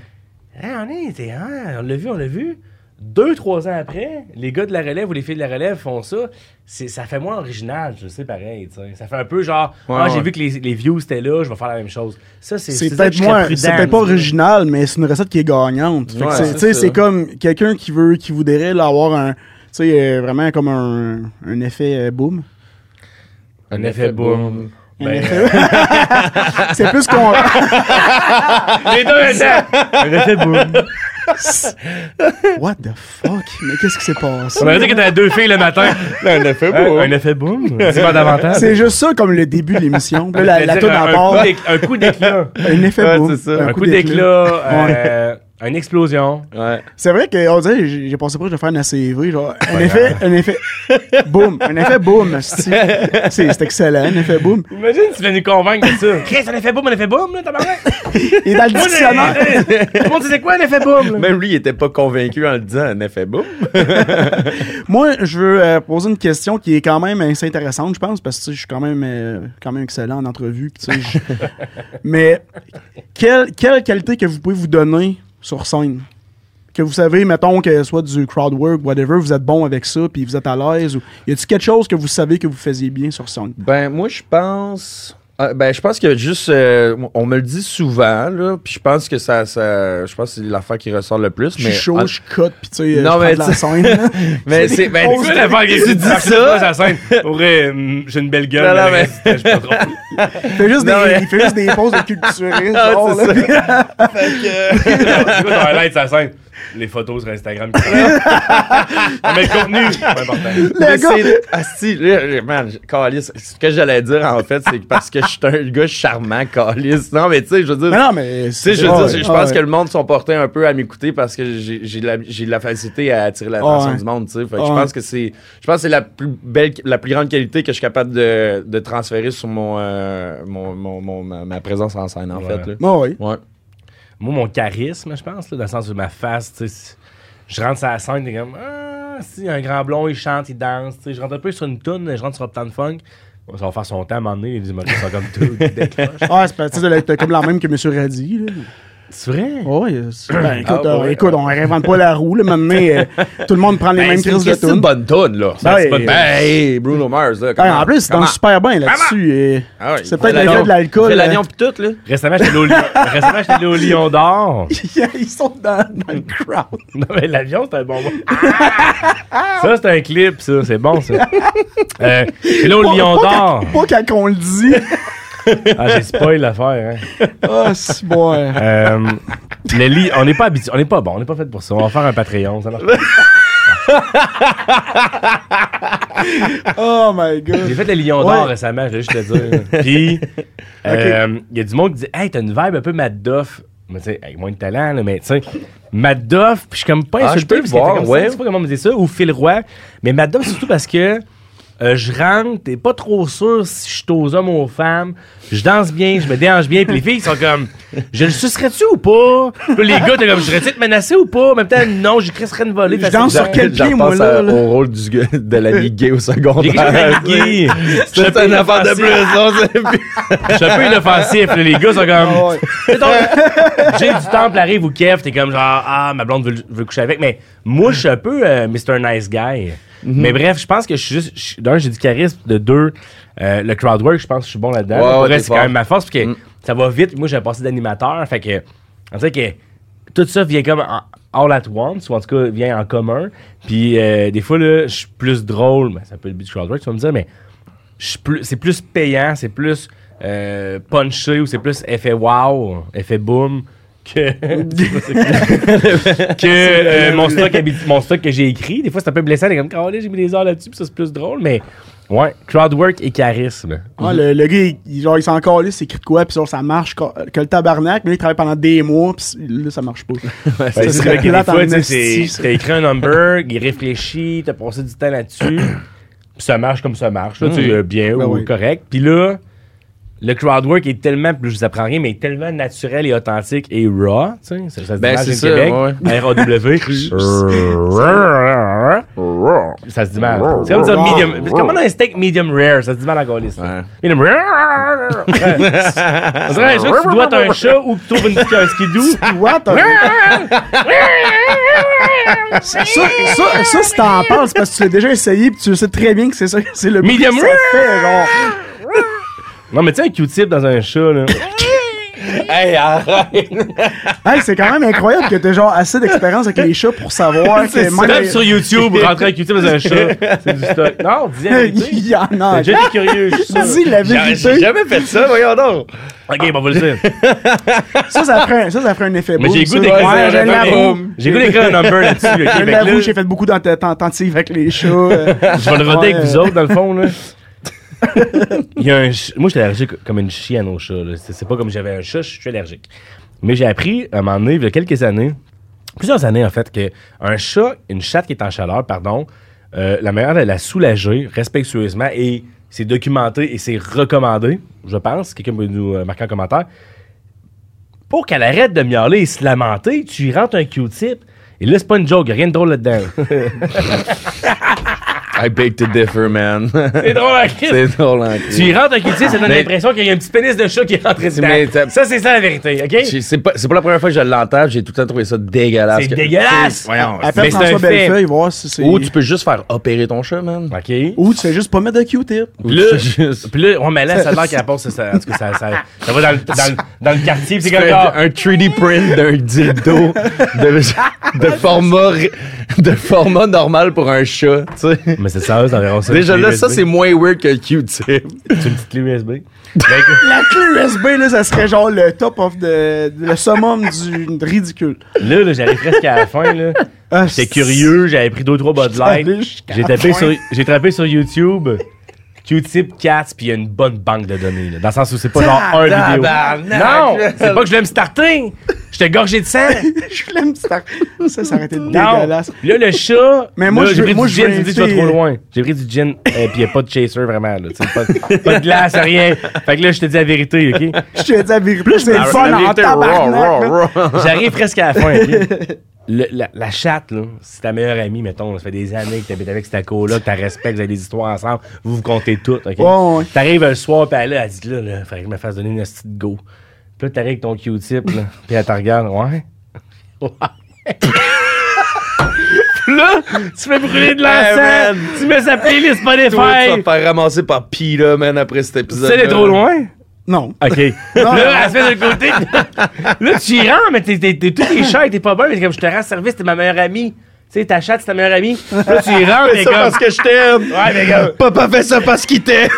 Ah, on est, t'es- ah, on l'a vu, on l'a vu. Deux, trois ans après, les gars de la relève ou les filles de la relève font ça. C'est, ça fait moins original, je sais, pareil. tu sais. Ça fait un peu genre,
Ouais,
ah, j'ai
ouais.
vu que les, les views étaient là, je vais faire la même chose. Ça, c'est,
C'est
ça que
peut-être
je serais
moins,
prudent,
c'est peut-être pas
tu sais.
original, mais c'est une recette qui est gagnante. Fait que
Ouais,
c'est-
c'est
tu sais,
ça.
c'est comme quelqu'un qui veut, qui voudrait là, avoir un, tu sais, euh, vraiment comme un, un effet euh, boom.
Un effet boom. Ben, euh,
C'est plus qu'on,
les deux étaient- Un effet boom.
what the fuck, mais qu'est-ce qui s'est passé?
On aurait dit que t'avais deux filles le matin.
Un effet
Un,
boom.
un effet boom. C'est pas davantage.
C'est juste ça comme le début de l'émission. Puis là, La, la
C'est-à-dire
toune à
un,
part,
coup d'éc- un coup d'éclat.
un effet
Ouais,
boom,
c'est ça.
Un coup d'éclat. euh, Une explosion.
Ouais.
C'est vrai que on dirait j'ai j'ai passé proche de faire une ACV, genre un effet, un effet boum, un effet boum. esti. C'est c'est excellent, un effet boum.
Imagine si tu viens nous convaincre de ça. Chris, un effet boum, un effet boum, là, tabarnak.
Et dans le
Moi, j'ai-
dictionnaire,
Hey, Tout le monde sait c'est quoi un effet boum, là?
Même lui, il était pas convaincu en le disant un effet boum.
moi je veux euh, poser une question qui est quand même assez intéressante, je pense, parce que tu sais, je suis quand même euh, quand même excellent en entrevue, puis, tu sais, je- Mais quelle, quelle qualité que vous pouvez vous donner sur scène que vous savez, mettons que soit du crowd work, whatever, vous êtes bon avec ça, puis vous êtes à l'aise, ou y a-t-il quelque chose que vous savez que vous faisiez bien sur scène?
Ben, moi, je pense. ah, Ben, je pense que juste. euh, on me le dit souvent, là. Puis je pense que ça. ça je pense que c'est l'affaire qui ressort le plus.
Je
mais
suis chaud,
en-
je cote, puis tu sais, je
Non,
prends
mais
de la
tu-
scène. là.
mais c'est. Ben,
grosses-
Tu sais, l'affaire que
Tu dis
Marcel
ça?
Dubois, la scène. Pour vrai, hum, j'ai une belle gueule.
Non, non,
là,
mais-
je suis pas trop.
Il fait juste,
Non,
des,
mais-
il fait juste des poses de culturiste.
Ah,
genre,
c'est
là.
C'est quoi ton highlight de sa scène? Les photos sur Instagram. qui sortent. Ah, mais le contenu, c'est pas important.
Le
Mais
gars-
c'est- Ah, si, là, là, man, je- Calisse, ce que j'allais dire, en fait, c'est que parce que je suis un gars charmant, Calisse. Non, mais tu sais, je veux dire.
Mais non, mais.
Tu sais, je, veux
Ah
dire,
ouais,
je- je
ah
pense
ouais.
que le monde sont portés un peu à m'écouter parce que j'ai j'ai de la, j'ai de la facilité à attirer l'attention
Ah ouais.
du monde, tu sais. Fait que
Ah
je
ouais.
pense que c'est je pense que c'est la plus belle la plus grande qualité que je suis capable de, de transférer sur mon, euh, mon, mon- mon- ma, ma présence en scène en
Ouais.
fait là.
Ah ouais.
Ouais.
Moi, mon charisme, je pense, là, dans le sens de ma face, tu sais, si- je rentre sur la scène, t'es comme, ah, si, un grand blond, il chante, il danse, tu sais, je rentre un peu sur une toune, je rentre sur Uptown Funk, ça va faire son temps à un moment donné, les humoristes sont comme tout, décroche.
Ah, c'est pas- tu sais, là, t'as comme la même que M. Radi. là.
C'est vrai?
Ah ouais, c'est- ben, écoute,
Ah,
euh,
ouais.
écoute, on réinvente pas la roue. Là, maintenant, euh, tout le monde prend les
Ben,
mêmes
c'est une
crises de
Christine
tune.
bonne tonne là.
Ah,
c'est
ouais.
pas de- Ben, hey, Bruno Mars là. comment-
Ben, en plus, c'est
comment-
dans super bien là-dessus. euh,
Ah ouais, il
c'est
fait
peut-être l'effet de l'alcool, euh,
Il fait
là.
l'agneau pis tout là.
Récemment, j'étais allé au Lion- récemment, j'étais allé au Lion d'Or.
Ils sont dans, dans le crowd.
Non, mais l'avion, c'était un bon moment. ça, c'est un clip, ça. C'est bon, ça. Euh, j'étais allé au Lion d'Or.
Pas quand on le dit.
Ah, j'ai spoil l'affaire, hein.
Ah, c'est bon. hein.
Euh, le lit, on n'est pas habitué, on n'est pas bon, on n'est pas fait pour ça. On va faire un Patreon, ça marche. pas.
Oh my god.
J'ai fait le Lion d'Or
Ouais.
récemment, je vais juste te dire. Puis, euh, il y a du monde qui dit Hey, t'as une vibe un peu Mad Duff. Mais tu sais, avec moins de talent, là, mais tu sais, Mad Duff, puis je suis comme pas
Ah,
insulté
je peux
parce qu'elle
voir,
fait comme ça,
ouais.
Je sais pas comment on me dit ça, ou Phil Roy. Mais Mad Duff, c'est surtout parce que euh, je rentre, t'es pas trop sûr si je suis aux hommes ou aux femmes. Je danse bien, je me déhanche bien, puis les filles sont comme Je le sucerais-tu ou pas Puis les gars, t'es comme Je serais-tu menacé ou pas En même temps, non, je crisserais une volée.
Je
parce que
danse sur quel
J'en
pied, moi,
pense
là,
à-
là?
au rôle du, gars- de l'ami gay au
J'ai
secondaire.
quelque chose à dire. Je
C'est
suis un
un
peu
affaire de
inoffensif.
plus, on sait plus.
Je suis un peu inoffensif, là, les gars sont
Ah
comme
ouais.
Mettons, Jay du Temple arrive ou Kev, t'es comme genre, ah, ma blonde veut, veut coucher avec. Mais moi, je suis un peu euh, Mr. Nice Guy.
Mhm.
Mais bref, je pense que je suis juste, je suis- d'un, j'ai du charisme, de deux, euh, le crowd work, je pense que je suis bon là-dedans.
Ouais,
Pour
ouais,
vrai,
t'es
c'est quand
fort. Mm.
même ma force, parce que ça va vite. Moi, j'ai passé d'animateur, fait que, on dirait que tout ça vient comme en- all at once, ou en tout cas, vient en commun. Puis euh, des fois, là, je suis plus drôle, ben, mais c'est un peu le but du crowd work, tu vas me dire, mais je suis plus- c'est plus payant, c'est plus euh, punché ou c'est plus effet wow, effet boom que, que euh, mon, stock habi- mon stock que j'ai écrit. Des fois, c'est un peu blessant. t'es comme, oh, là, j'ai mis des heures là-dessus, puis ça, c'est plus drôle. Mais ouais, crowdwork et charisme.
Ah, le, le gars, il, il- genre, il s'en calisse, il écrit de quoi, puis genre, ça marche co- que le tabarnak, mais là, il travaille pendant des mois, puis là, ça marche pas.
Ouais,
Ça
Ben, c'est
serait
vrai que des
plate en
fois, tu
esti,
sais, c'est- t'as écrit un number, il réfléchit, t'as passé du temps là-dessus, puis ça marche comme ça marche, là, tu sais, euh, bien
Ben
ou
oui.
correct. Puis là, le crowd work est tellement, puis je vous apprends rien, mais tellement naturel et authentique et raw, tu sais, ça, ça se
Ben,
dit mal
c'est
chez
ça,
Québec,
ouais.
RAW. ça se dit mal. C'est comme dire
Raw.
medium, c'est comme un steak medium rare, ça se dit mal en gaulliste. Medium rare. Ouais. On dirait, je sais que tu dois un chat ou que tu trouves une, un skidoo.
What?
Ah,
ça, ça, ça, si t'en parles, c'est parce que tu l'as déjà essayé puis tu sais très bien que c'est ça, c'est le bruit
Medium
que ça
rare.
fait, genre.
Non, mais tu sais, un Q-tip dans un chat, là.
Hey, arrête!
Hey, c'est quand même incroyable que t'aies genre assez d'expérience avec les chats pour savoir que
Même
même
sur YouTube, rentrer un Q-tip dans un chat, c'est du stock. Non, dis la
il
vérité.
y en a.
T'es déjà curieux, je suis sûr.
Dis la
J'ai j'ai
vérité.
jamais fait ça, voyons donc!
Ok, bon, on va le dire.
Ça, ça ferait, un- ça, ça ferait un effet
Mais
boom,
j'ai
ça.
goût d'écrire
Ouais,
j'avais
je
un
pas
l'avoue.
boom.
J'ai goût d'écrire un number là-dessus. ok,
Je
fait que là,
l'avoue, j'ai fait beaucoup d'ent- tentatives avec les chats. euh.
Je vais le roder avec
Ouais.
vous autres, dans le fond, là. Il y a un ch- Moi, j'étais allergique comme une chienne au chat. là. C'est c'est pas comme j'avais un chat, je suis allergique. Mais j'ai appris, à un moment donné, il y a quelques années, plusieurs années, en fait, qu'un chat, une chatte qui est en chaleur, pardon, euh, la manière de la soulager respectueusement, et c'est documenté et c'est recommandé, je pense, quelqu'un peut nous euh, marquer en commentaire, pour qu'elle arrête de miauler et se lamenter, tu y rentres un Q-tip, et là, c'est pas une joke, y a rien de drôle là-dedans.
I beg to differ, man.
c'est drôle à Christ.
C'est drôle, hein, Chris.
Tu y rentres un Q-tip, ça donne
Mais-
l'impression qu'il y a un petit pénis de chat qui est rentré
Mais
dedans.
t'as-
Ça, c'est ça la vérité, OK?
J'ai- C'est pas, c'est pas la première fois que je l'entends, j'ai tout le temps trouvé ça dégueulasse.
C'est
Que-
dégueulasse!
Voyons.
Appelle
Mais c'est un
François
fait.
Bellefeuille, voir si c'est.
Ou tu peux juste faire opérer ton chat, man.
OK?
Ou tu fais juste pas mettre de Q-tip.
Ou
Puis là,
tu fais juste-
puis là, on met là, ça a l'air qu'elle pense que ça, en tout cas, ça, ça, ça va dans le, dans, le- dans le quartier. puis c'est comme genre,
un, un 3D print d'un dildo de, de format ré- de format normal pour un chat, tu sais.
Mais c'est sérieux, ça verra ça.
Déjà là, ça
USB.
c'est moins weird que le Q-tip.
C'est une petite clé USB.
La clé USB, là, ça serait genre le top of the. le summum du ridicule.
Là, là j'arrive presque à la fin. là.
Ah,
J'étais curieux, j'avais pris deux, trois bas de
allé
light.
jusqu'à
J'ai
la
tapé
fin.
sur, j'ai tapé sur YouTube. Q-tip, Cats, puis il y a une bonne banque de données. Là, dans le sens où c'est pas genre un vidéo.
Tabarnak!
Non! C'est pas que je voulais me starter! J'étais gorgé de sang!
Je l'aime, ça. Ça, ça aurait été
Non!
dégueulasse.
Là, le chat.
Mais moi,
là,
je
j'ai
veux-
pris
moi,
du
je
gin,
veux
j'ai dit, tu vas
inviter-
trop loin. J'ai pris du gin, et puis il n'y a pas de chaser vraiment, là. tu sais, Pas, de- pas de glace, rien. Fait que là, je te dis la vérité, OK?
Je te dis la vérité, c'est le fun
La
en
vérité, raw,
tabarnak. là.
raw, raw.
J'arrive presque à la fin, OK? Le- la, la chatte, là, c'est ta meilleure amie, mettons. là. Ça fait des années que t'habites avec cette co-là, que t'as respectes, vous avez des histoires ensemble, vous vous comptez toutes, OK?
Ouais, ouais.
T'arrives le soir, puis elle, elle dit, là, là, faudrait que je me fasse donner une petite go. Puis là, t'arrives avec ton Q-tip, là, puis elle te regarde, ouais? Ouais. Puis là, tu fais brûler de
Hey, man.
l'encens, tu mets sa playlist
Toi, tu vas te
Spotify,
faire ramasser par Pira, man, après cet épisode.
c'est trop loin?
Non.
OK. là, elle se met de côté. là, tu y rends, mais t'es, t'es, t'es, tout est cher, t'es pas bon, mais comme je te rends service, t'es ma meilleure amie. Tu sais, ta chatte, c'est ta meilleure amie. Là, tu y rentres,
C'est
mais
ça
comme.
parce que je t'aime.
Ouais, mais comme.
Papa fait ça parce qu'il t'aime.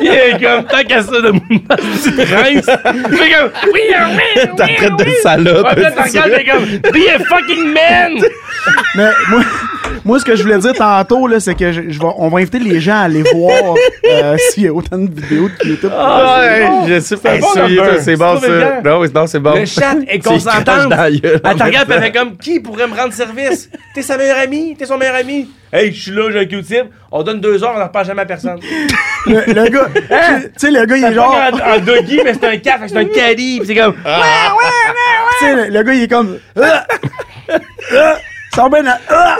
Il est comme, tant qu'à ça, de mon petite rince. Fait comme, oui, oui, oui.
T'as traite de
oui.
salope.
Ouais, puis là, t'en regardes, t'es comme, be a fucking man!
Mais moi, moi, ce que je voulais dire tantôt, là, c'est que je, je vais- on va inviter les gens à aller voir euh, s'il y a autant de vidéos de YouTube.
Ah. Ouais,
bon.
je suis
C'est
pas
un bon
souillé,
number.
toi, c'est bon
C'est trop
ça.
bien.
Non, oui, non, c'est bon.
Le chat est
C'est crache
consentante.
dans la gueule, en
Elle
même
te regarde,
temps.
elle fait comme qui pourrait me rendre service? T'es sa meilleure amie, t'es son meilleur ami. Hey, je suis là, j'ai un Q-tip. On donne deux heures, on n'en reparle jamais à personne.
Le, le gars,
Hein?
tu sais, le gars, il est genre.
Pas en, en doggy, mais c'est un cat, fait que c'est un caddie. Pis c'est comme,
Tu sais, le, le gars, il est comme. Ah! Ah! Ça va bien, ah!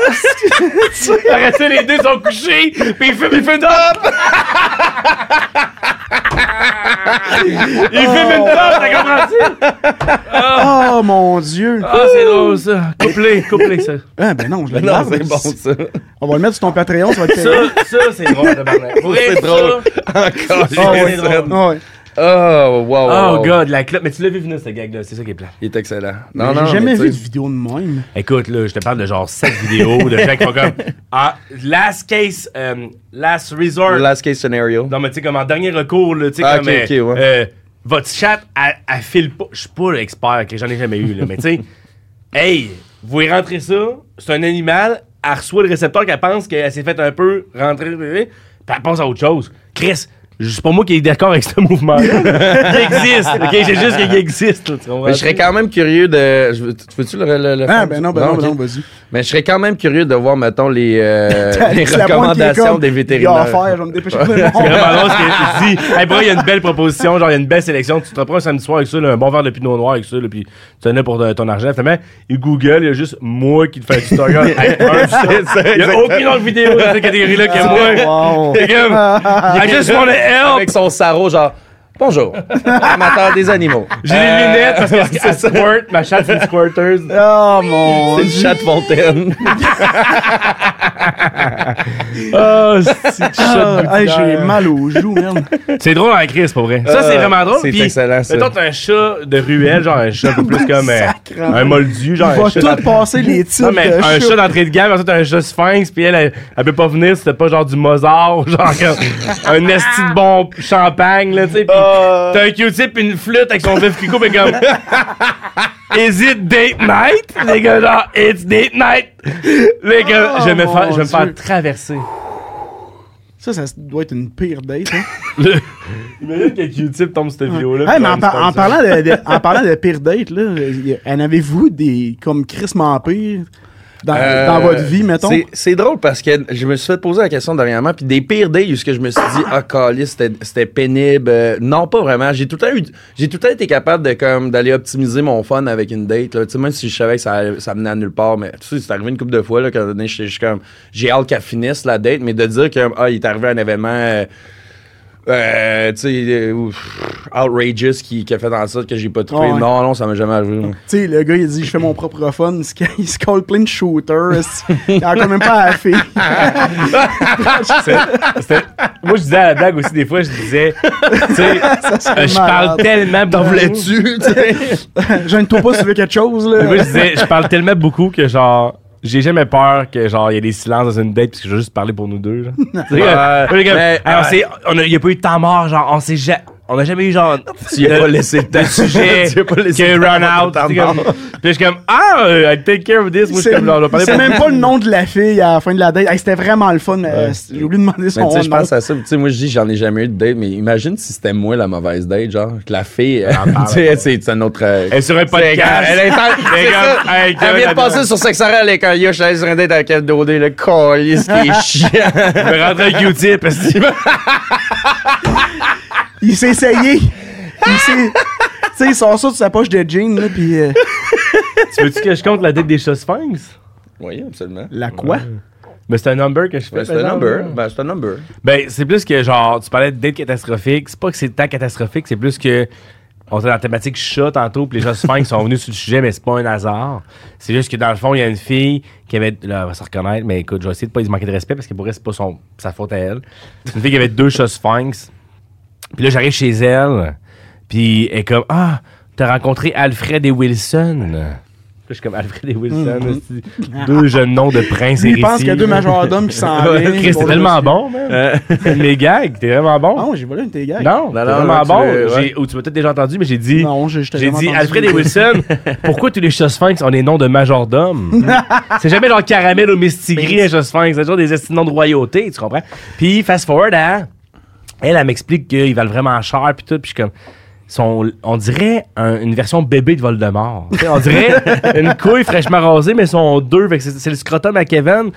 arrêtez les deux sont couchés, pis ils fument, ils fument top! ils fument une top, t'as compris?
Oh mon dieu!
Ah, c'est drôle ça. Couplé, couplé ça.
Ah, ben non, je le
Non,
garde.
c'est bon ça.
On va le mettre sur ton Patreon, ça va être payant.
Ça, ça, c'est drôle, tabarnak. Pour vrai,
C'est drôle.
ça.
Encore,
Ah, ouais,
j'ai
c'est drôle.
Ah ouais.
Oh, wow.
Oh
wow.
god, la clope. Mais tu l'as vu venir, ce gag-là, c'est ça qui est plat.
Il est excellent. Non, non,
J'ai jamais
mais
vu de
tu sais,
vidéo de même.
Écoute, là, je te parle de genre 7 vidéos de gens qui font comme. Ah, last case, euh, last resort.
Last case scenario.
Non, mais tu sais, comme en dernier recours, là, tu sais,
Ah,
comme.
ok,
euh,
ok, ouais.
euh, votre chat, elle, elle file pas. Je suis pas l'expert, que j'en ai jamais eu, là, mais tu sais. Hey, vous y rentrez ça, c'est un animal, elle reçoit le récepteur qu'elle pense qu'elle s'est fait un peu rentrer, euh, puis elle pense à autre chose. Chris, c'est pas moi qui est d'accord avec ce mouvement Il existe, ok? C'est juste qu'il existe, là, tu comprends?
Mais je serais quand même curieux de. je veux- Tu veux-tu le, le, le
Ah,
faire?
ben non, ben non, ben non,
ok.
vas-y.
Mais je serais quand même curieux de voir, mettons, les, euh,
Alex
les
Lapointe qui est
recommandations
comme,
des
Il y a à
vétérinaires.
faire, je vais me dépêcher de
C'est
mon-
vraiment drôle ce qu'il dit. Hey, bro, il y a une belle proposition, genre, il y a une belle sélection. Tu te reprends un samedi soir avec ça, là, un bon verre de pinot noir avec ça, là, puis tu en as pour euh, ton argent. Finalement, il Google, il y a juste moi qui te fais un tutoriel. Hey, un seul. il y a aucune autre vidéo dans cette catégorie-là que moi.
Wow.
C'est comme, I just wanna help.
Avec son sarrau, genre. Bonjour, amateur des animaux.
J'ai les
Euh,
lunettes parce que c'est squirt, ma chatte, c'est une squirteuse.
Oh mon
C'est une chatte fontaine.
Oh, c'est
Ah, hey, j'ai mal aux joues, merde.
C'est drôle en crise, pour vrai. Ça, c'est
Euh,
vraiment drôle.
c'est
puis,
excellent, ça.
Mettons, t'as un chat de ruelle, genre un chat un peu plus comme euh,
Sacrement.
un moldu, genre
On
un
va
chat.
tout passer les titres.
Non, mais
de
un
show.
chat d'entrée de gamme, ensuite un chat sphinx, puis elle, elle, elle peut pas venir, c'était pas genre du Mozart, genre comme un esti de bon champagne, là, tu sais. Puis
Euh.
t'as un Q-tip, puis une flûte avec son vif qui coupe, et comme. Is it date night? Les gars, genre, it's date night! Les gars,
Oh,
je vais me
mon
faire, je vais me
Dieu.
faire traverser.
Ça, ça doit être une pire date. hein.
Imagine que Q-Tip tombe cette vidéo-là.
Hey, mais en, par- en parlant de, de- en parlant de pire date, là, y a- en avez-vous des comme crissement pire dans,
Euh,
dans votre vie, mettons?
c'est- C'est drôle parce que je me suis fait poser la question dernièrement, puis des pires days où ce que je me suis dit, ah, calice, c'était- c'était pénible. Euh, non, pas vraiment. J'ai tout le temps eu, j'ai tout le temps été capable de, comme, d'aller optimiser mon fun avec une date, là. Tu sais, même si je savais que ça, ça menait à nulle part, mais tu sais, c'est arrivé une couple de fois, là, quand donné, je je suis comme, j'ai hâte qu'elle finisse la date, mais de dire que, ah, il est arrivé un événement, euh, euh, tu sais, euh, ouf, outrageous qui, qui a fait en sorte que j'ai pas trouvé.
Ouais.
Non, non, ça m'a jamais arrivé. moi.
Tu sais, le gars, il dit, je fais mon propre fun. Il se, il se colle plein de shooters. Il a quand même pas à la fille.
C'est- c'était- Moi, je disais à la blague aussi, des fois, je disais, tu sais, euh, je parle
malade.
tellement beaucoup.
voulais-tu, tu sais?
Gêne-toi pas si tu veux quelque chose,
Mais Moi, je
là.
disais, je parle tellement beaucoup que genre, j'ai jamais peur que genre, il y ait des silences dans une date parce que je veux juste parler pour nous deux, là. Tu sais,
Ouais,
euh, moi, j'ai comme,
mais-
hey, on s'est- on a- il y a pas eu de temps mort, genre, on s'est ja- on a jamais eu genre,
Tu y as
Le-
pas laissé le temps.
sujet
Tu y as pas laissé
que
le temps
run
pour
out.
ton
tu sais,
temps
comme- Puis je suis comme, ah, euh, I take care of this. Moi, je suis
C'est
comme, là, on a parlé
c'est
pour-
même pas le nom de la fille à la fin de la date. Hey, C'était vraiment le fun. euh, J'ai oublié de demander
Mais
son
tu
nom.
sais, je pense à ça. Tu sais, moi, je dis, j'en ai jamais eu de date, mais imagine si c'était moi la mauvaise date, genre, que la fille, euh, tu sais, c'est c'est un autre. euh,
Elle est sur un podcast.
Elle est en-
Elle
c'est
est
ça.
comme, hey,
Elle vient de
Kevin,
passer sur Sex Oral avec un yo, je suis allé sur un date avec un dodé, le colis qui est chiant.
Je vais rentrer un Q-tip. parce que-
Il s'est essayé. Il s'est. Tu sais, il sort ça de sa poche de jean, là, pis. euh,
Tu veux-tu que je compte la date des chats sphinx?
Oui, absolument.
la quoi?
Mais c'est un number que je fais.
Ben, c'est
par
un
exemple.
number. Ben, c'est un number.
Ben, c'est plus que genre, tu parlais de date catastrophique. C'est pas que c'est tant catastrophique, c'est plus que. On était dans la thématique chat tantôt, puis les chats sphinx sont venus sur le sujet, mais c'est pas un hasard. C'est juste que dans le fond, il y a une fille qui avait. Là, elle va se reconnaître, mais écoute, je vais essayer de pas lui manquer de respect parce que pour elle, c'est pas son, sa faute à elle. C'est une fille qui avait deux chats sphinx. Puis là, j'arrive chez elle, puis elle est comme Ah, t'as rencontré Alfred et Wilson. Là, je suis comme Alfred et Wilson, c'est deux jeunes noms de princes
Lui,
et
il pense qu'il y a deux majordomes qui s'en viennent.
Chris,
pour
t'es
le
tellement
suivre.
bon, man. Les gags, t'es vraiment bon.
Non, j'ai volé une tes gars.
Non,
non,
t'es vraiment
non, tu
bon.
l'as- ouais.
J'ai- Ou tu m'as peut-être déjà entendu, mais j'ai dit.
Non, j'ai je t'ai
J'ai
jamais
dit
entendu.
Alfred et Wilson, pourquoi tous les chats sphinx ont des noms de majordome? c'est jamais genre caramel ou mistigris, un chat sphinx. C'est toujours des estis noms de royauté, tu comprends? Puis fast forward à. Elle, elle m'explique qu'ils valent vraiment cher, puis tout, puis je suis comme. sont- on dirait un- une version bébé de Voldemort. Tu sais, on dirait une couille fraîchement rasée, mais ils sont deux. fait que C'est c'est le scrotum à Kevin.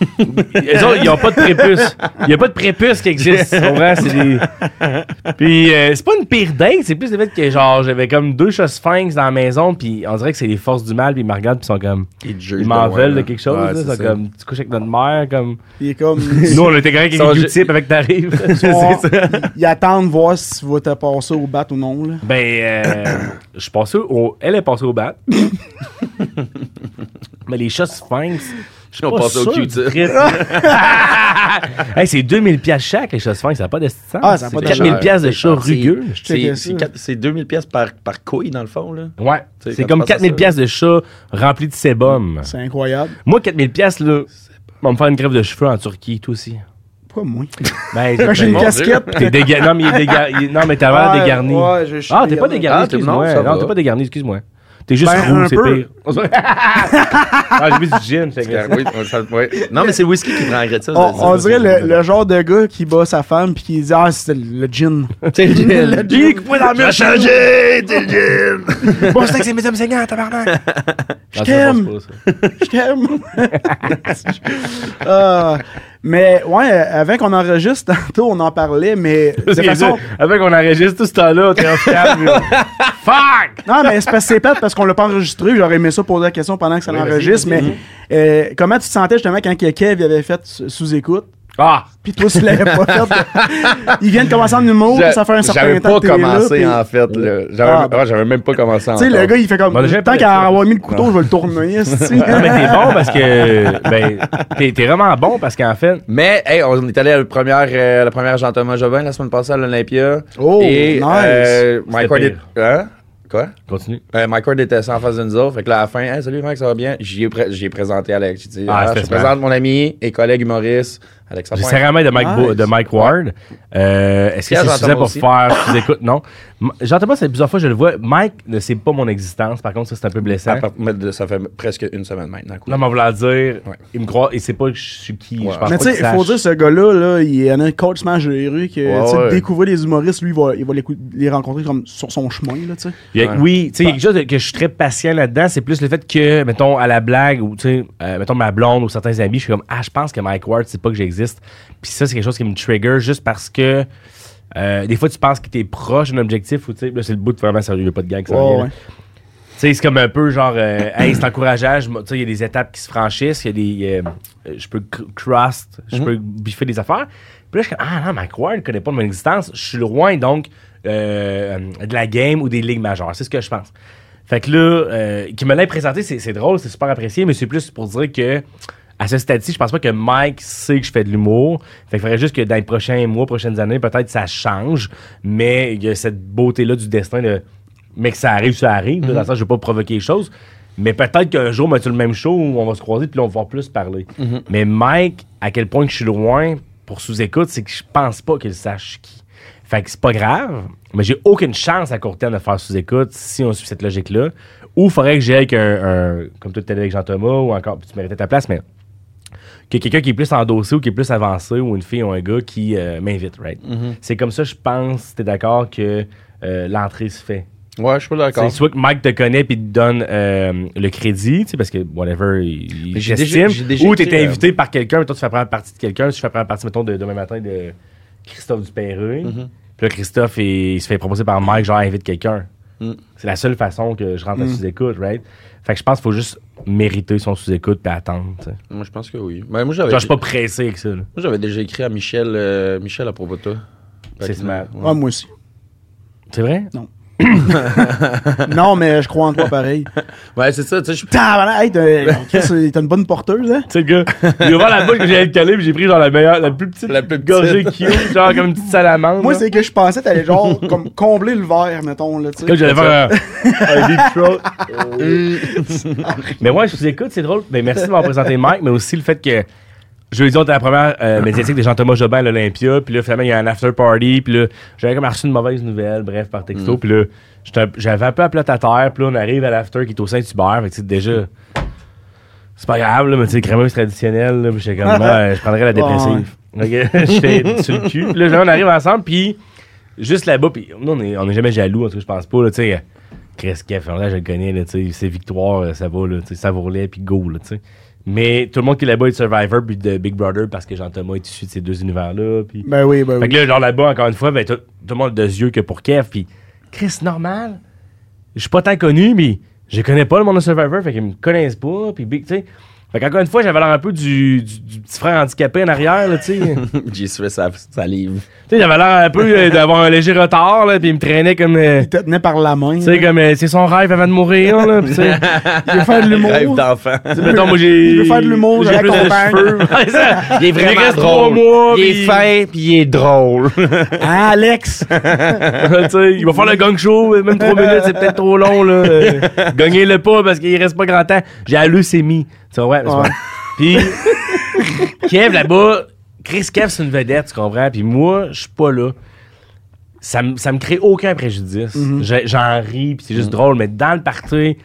Eux autres, ils ont pas de prépuce. Il n'y a pas de prépuce qui existe. tu comprends? C'est des- Puis, euh, c'est pas une pire date. C'est plus le fait que, genre, j'avais comme deux chats sphinx dans la maison. Puis, on dirait que c'est les forces du mal. Puis, ils me regardent. Puis, ils sont comme.
Ils te jugent
Ils m'en
de
veulent
loin,
de
là.
quelque chose.
Ouais,
là.
c'est
Ils sont
ça.
comme. Tu couches avec notre mère. Comme.
Il est comme.
Nous, on était correct
Ils
avec
sont
les
ju-
Q-tips avec t'arrives.
Ils attendent voir si vous te passer au bat ou non, là.
Ben, euh, je suis passé au. Elle est passée au bat. Mais les chats sphinx. Je suis
Ils ont
pas
passé au
sûr
Q-tip.
du prix. hey, c'est 2000 pièces chaque, les chats sphinx. Ça n'a pas de sens.
Ah, ça a pas de
C'est 4000
sens.
pièces de chats
C'est-
rugueux.
c'est-
checkais ça.
c'est quatre- C'est 2000 pièces par, par couille, dans le fond, là.
Ouais.
Tu sais,
C'est
quand
comme
tu penses à
4000
ça.
pièces de chats remplis de sébum.
C'est incroyable.
Moi, 4000 pièces là, on va me faire une grève de cheveux en Turquie, toi aussi.
Pourquoi moi?
Ben,
Moi, j'ai une
mon Dieu.
casquette.
T'es déga... Non, mais, il est déga- il est- non, mais t'as l'air
Ouais,
dégarni.
ouais, je- je suis
ah, t'es pas
dégarni.
dégarni,
Ah, t'es- non,
excuse-moi.
ça
Non,
va.
t'es pas dégarni, excuse-moi. T'es juste
Ben, un
roux, c'est
peu.
pire. ah, j'ai mis du gin, fait que-
Oui, on le sait, oui. Non, mais c'est le whisky qui prend regrette ça.
On,
c'est-
on
c'est-
dirait le, le genre de gars qui bat sa femme puis qui dit Ah, c'est le gin.
T'es le gin.
J'ai
changé, t'es le gin.
Bon, je sais que c'est mes hommes seigneurs, tabarnak.
Mm-hmm.
Je
t'aime. Je t'aime. Ah, mais ouais, euh, avant qu'on enregistre, tantôt on en parlait, mais de façon.
Avec, on enregistre tout ce temps-là, t'es off cam. là. Fuck!
Non, mais c'est parce que c'est plate parce qu'on l'a pas enregistré. J'aurais aimé ça poser la question pendant que ça l'enregistre. Mais euh, comment tu te sentais justement quand que Kev il avait fait sous-écoute?
Ah!
Puis toi, tu l'avais pas fait. Ils viennent commencer en humour, puis ça fait un certain
J'avais
temps que
pas
t'es là,
commencé,
puis-
en fait. là.
Ah,
J'avais
ben.
ouais, j'avais même pas commencé en
Tu sais, le gars, il fait comme.
On a jamais
Tant
parlé de
qu'à
ça.
avoir mis le couteau, je vais le tourner. esti.
Non, mais t'es bon parce que. Ben, t'es t'es vraiment bon parce qu'en fait.
Mais, hey, on est allé à la première, euh, la première Jean-Thomas Jobin la semaine passée à l'Olympia.
Oh,
Et,
nice.
euh, Mike
C'était
Ward-
pire.
hein? Quoi?
Continue.
Euh, Mike Ward était en face de nous autres. Fait que là, à la fin, Hey, salut Mike, ça va bien? J'y ai, pré- j'y ai présenté Alex. J'ai dit,
Ah,
Ah,
c'était
je te
smart.
présente mon ami et collègue humoriste, Alex
J'ai
Lapointe.
serré la main de Mike, Bo-
Nice.
de Mike Ward. Euh, Est-ce que
Pierre,
c'est
j'entends
suffisant pour
aussi.
faire sous écoute? Non. M- J'entends pas, c'est plusieurs fois que je le vois. Mike ne sait pas mon existence. Par contre, ça, c'est un peu blessant.
Ça fait- Hein? mais de- ça fait presque une semaine maintenant. quoi.
Non, mais on voulait dire,
Ouais.
il me croit, il sait pas que je suis qui.
Ouais.
Je pense
Mais
pas
tu sais,
qu'il
il faut
sache.
dire, ce gars-là, là, il y en a un coach géré que
Ouais,
tu sais,
ouais.
découvrir les humoristes, lui, il va, il va les, cou- les rencontrer comme sur son chemin. Là, tu sais.
Il y a-
Ouais.
Oui, tu sais, il y a quelque chose de- que je suis très patient là-dedans. C'est plus le fait que, mettons, à la blague, ou tu sais, euh, mettons ma blonde ou certains amis, je suis comme, ah, je pense que Mike Ward, c'est pas que j'existe. Puis ça, c'est quelque chose qui me trigger juste parce que. euh, des fois, tu penses que t'es proche d'un objectif ou tu sais, là, c'est le bout de vraiment sérieux, il y a pas de gang qui s'en
Ouais,
vient, là.
ouais.
Tu sais, c'est comme un peu genre, euh, hey, c'est encourageant. je m- Tu sais, il y a des étapes qui se franchissent. Il y a des. euh, je peux cr- crust,
Mhm.
je peux biffer des affaires. Puis là, je suis comme, ah non, Mike Ward ne connaît pas de mon existence. Je suis loin donc euh, de la game ou des ligues majeures. C'est ce que je pense. Fait que là, euh, qu'il me l'ait présenté, c'est c'est drôle, c'est super apprécié, mais c'est plus pour dire que. À ce stade-ci, je pense pas que Mike sait que je fais de l'humour. Fait qu'il faudrait juste que dans les prochains mois, prochaines années, peut-être ça change. Mais il y a cette beauté-là du destin de mais que ça arrive, ça arrive. là, Dans le sens, je ne vais pas provoquer les choses. Mais peut-être qu'un jour, on va être sur le même show où on va se croiser puis là, on va pouvoir plus parler. Mais Mike, à quel point que je suis loin pour sous-écoute, c'est que je pense pas qu'il sache qui. Fait que c'est pas grave, mais j'ai aucune chance à court terme de faire sous-écoute si on suit cette logique-là. Ou faudrait que j'aille avec un, un- comme toi, tu avec Jean-Thomas, ou encore, tu méritais ta place, mais que quelqu'un qui est plus endossé ou qui est plus avancé ou une fille ou un gars qui euh, m'invite, right? C'est comme ça, je pense, tu es d'accord, que euh, l'entrée se fait.
Ouais, je suis pas d'accord.
C'est soit que Mike te connaît puis te donne euh, le crédit, tu sais, parce que whatever, il, il
J'ai
t'estime.
déjà- j'ai déjà
Ou t'es
été, euh,
invité par quelqu'un, toi tu fais prendre partie de quelqu'un, si je fais prendre partie, mettons, de demain matin de Christophe Dupéré.
Mm-hmm.
Puis là, Christophe, il, il se fait proposer par Mike, genre, invite quelqu'un.
Mm.
C'est la seule façon que je rentre à sous-écoute, right? Fait que je pense qu'il faut juste mériter son sous-écoute puis attendre, tu sais.
Moi, je pense que oui. Ben, moi, j'avais
Genre, je suis pas pressé avec ça, là.
moi, j'avais déjà écrit à Michel, euh, Michel à propos de toi.
C'est smart.
Ah, moi aussi.
C'est vrai?
non, mais je crois en toi pareil.
Ouais, c'est ça, tu sais, je suis
Tabarnak, hey, t'as- Chris, t'as une bonne porteuse, hein?
Tu sais, le gars, il a ouvert la bouche que j'allais le caler, puis j'ai pris genre la meilleure, la plus petite,
La plus petite.
gorgée qu'il y a, genre comme une petite salamandre.
Moi,
là.
c'est que je pensais que t'allais genre comme combler le verre, mettons. Là, tu sais.
Comme j'allais faire un, un deep throat. mais ouais, je vous écoute, c'est drôle. Mais merci de m'avoir présenté Mike, mais aussi le fait que je lui ai dit, on était à la première euh, médiatique de Jean-Thomas Jobin à l'Olympia, puis là, finalement, il y a un after party, puis là, j'avais comme reçu une mauvaise nouvelle, bref, par texto, puis là, j'étais un- j'avais un peu à plat à terre, puis là, on arrive à l'after qui est au Saint-Hubert, fait que tu sais, déjà. C'est pas grave, là, mais tu sais, crémeuse traditionnelle, là, puis j'étais comme, ouais, je prendrais la dépressive. Ok, j'étais sur le cul. Puis là, on arrive ensemble, puis juste là-bas, puis nous, on est, on est jamais jaloux, en tout cas, je pense pas, là, tu sais. Chris Keff, là, je le connais, là, tu sais, ses victoires, euh, ça va, là, tu sais, savoure-les, puis go, là, tu sais. Mais tout le monde qui est là-bas est de Survivor, puis de Big Brother, parce que Jean-Thomas est issu de ces deux univers-là, puis...
Ben oui, ben
Fait
oui.
que là, genre là-bas, encore une fois, ben, tout, tout le monde a deux yeux que pour Kev. Puis, Chris, normal. Je suis pas tant connu, mais je connais pas le monde de Survivor, fait qu'ils me connaissent pas. Puis, big, tu sais. Fait qu'encore une fois, j'avais l'air un peu du, du, du petit frère handicapé en arrière, là, tu sais. tu
J'ai sué sa salive.
sais, j'avais l'air un peu euh, d'avoir un léger retard, là, puis il me traînait comme. euh,
Il te tenait par la main.
tu sais,
là.
comme, euh, c'est son rêve avant de mourir, là. Puis, tu sais,
Il veut faire de
Rêve
l'humour.
d'enfant.
tu sais, mettons, moi, j'ai.
Il veut faire de l'humour, je hein.
j'ai plus de
l'accompagne.
cheveux. Ouais, ça.
Il est
Il
vraiment
reste trois
drôle.
mois,
il
puis-
est fin, puis Ben, il est drôle.
Ah, Alex!
Tu sais, il va faire le gang show, euh, même 3 minutes, c'est peut-être trop long. là. Euh, Gagnez-le pas parce qu'il reste pas grand temps. J'ai hallucémie. Tu vois, ouais, c'est
Ouais.
vrai. Puis, Kev là-bas, Chris Kev, c'est une vedette, tu comprends? Puis moi, je suis pas là. Ça, me- ça me crée aucun préjudice.
Mm-hmm.
J'ai- J'en ris, puis c'est juste drôle, mais dans le party,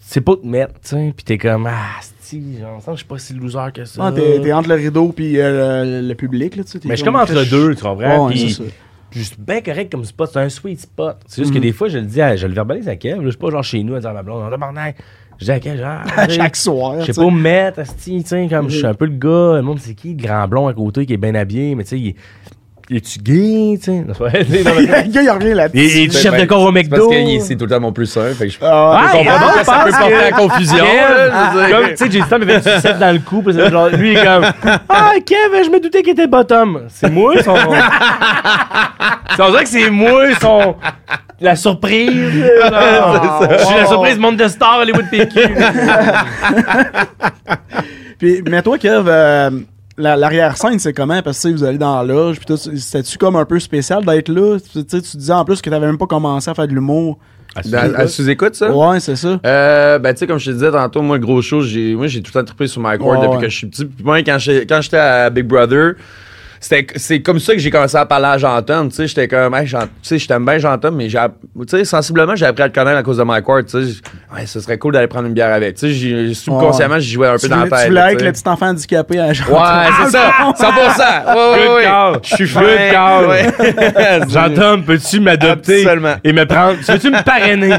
c'est pas te mettre, tu sais, puis t'es comme, ah, si, genre, ça, je suis pas si loser que ça.
Ah, t'es t'es entre le rideau puis euh, le, le public, là, tu sais. t'es
Mais je suis comme entre les deux, tu comprends?
Ouais,
Puis
c'est ça.
je suis bien correct comme spot. C'est un sweet spot. C'est juste que des fois, je le dis, à- je le verbalise à Kev. là. Je suis pas genre chez nous à dire à ma blonde, on tabarnak. Je dis à Kev, genre.
À
tu sais,
chaque soir,
Je
tu
sais
sais.
pas où me mettre, asti, tu sais, comme je suis un peu le gars. Le monde, c'est qui? Le grand blond à côté qui est bien habillé, mais tu sais, il est- il est-tu gay, tu sais? Non, c'est pas- non, mais-
Le gars, il revient
Il
là-dessus.
est du chef de corps au
ben, C'est Parce
McDo.
que c'est tout le temps mon plus un. Fait que je
Ah,
Ouais,
comprends
hein,
que ça peut
parce
porter
que-
à confusion.
Kev,
là, je veux dire.
Ah, comme, tu sais, j'ai dit ça, mais avec du set dans le cou, parce que genre, lui, il est comme, ah, Kev, je me doutais qu'il était bottom. C'est moi, son. c'est on dirait que c'est moi, son. La surprise. là. Je suis la surprise, monde de star, Hollywood PQ.
Puis, mais toi, Kev, euh, la- l'arrière-scène, c'est comment? Parce que tu sais, vous allez dans la loge, puis tout, c'était-tu comme un peu spécial d'être là? Tu sais, tu disais en plus que t'avais même pas commencé à faire de l'humour.
Dans- à sous-écoute, Ah, ça?
Ouais, c'est ça.
Euh, ben, tu sais, comme je te disais tantôt, moi, le gros show, j'ai, moi, j'ai tout le temps trippé sur Mike Ward
Ouais,
depuis
ouais.
que je suis petit. Puis moi, quand j'ai- quand j'étais à Big Brother, c'était, c'est comme ça que j'ai commencé à parler à Jean-Tom. Tu sais, j'étais comme, hey, Jean- tu sais, je t'aime bien Jean-Tom, mais j'ai, app- tu sais, sensiblement, j'ai appris à le connaître à cause de Mike Ward. Tu sais, J'ai- ouais, ce serait cool d'aller prendre une bière avec. Tu sais, j'ai- subconsciemment, je jouais un peu
Tu
dans
voulais,
la tête.
tu voulais
là,
être
tu
le
sais.
petit enfant handicapé à Jean-
Ouais, c'est ça, 100%. Ouais, ouais,
Good
ouais.
call.
Je suis
Good call.
Ouais.
Jean-Tom, peux-tu m'adopter
Absolument.
et me prendre. Veux-tu me parrainer?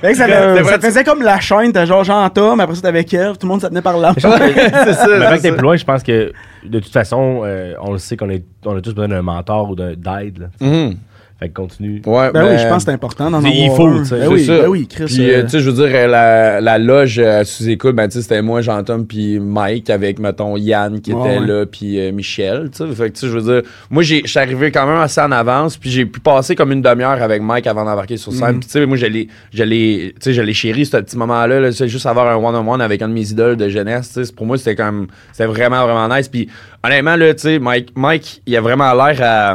Fait que ça,
C'est
ça
vrai,
faisait comme la chaîne, t'as genre Jean-Tom, après ça t'avais Kev, tout le monde ça tenait par là.
c'est ça.
Mais
c'est
avec
ça.
les plus loin, je pense que de toute façon, euh, on le sait qu'on est, on a tous besoin d'un mentor ou d'un- d'aide. là.
Mhm.
Fait que continue.
Ouais,
Ben oui, je pense que c'est important d'en avoir
Il faut,
un.
tu sais,
Ben
C'est
oui,
ça.
ben oui, Chris.
Puis,
euh,
euh, tu sais, je veux dire, euh, la, la loge euh, sous écoute, ben, tu sais, c'était moi, Jean-Tom, puis Mike, avec, mettons, Yann qui
Ouais,
était
ouais.
là, puis euh, Michel, tu sais. Fait que, tu sais, je veux dire, moi, j'ai- je suis arrivé quand même assez en avance, puis j'ai pu passer comme une demi-heure avec Mike avant d'embarquer sur
Mhm.
scène. Puis, tu sais, moi, j'allais, j'allais, tu sais, j'allais chérir ce petit moment-là, là, tu sais, juste avoir un one-on-one avec un de mes idoles de jeunesse, tu sais. Pour moi, c'était comme, c'était vraiment, vraiment nice. Puis, honnêtement, là, tu sais, Mike, Mike, il a vraiment l'air à.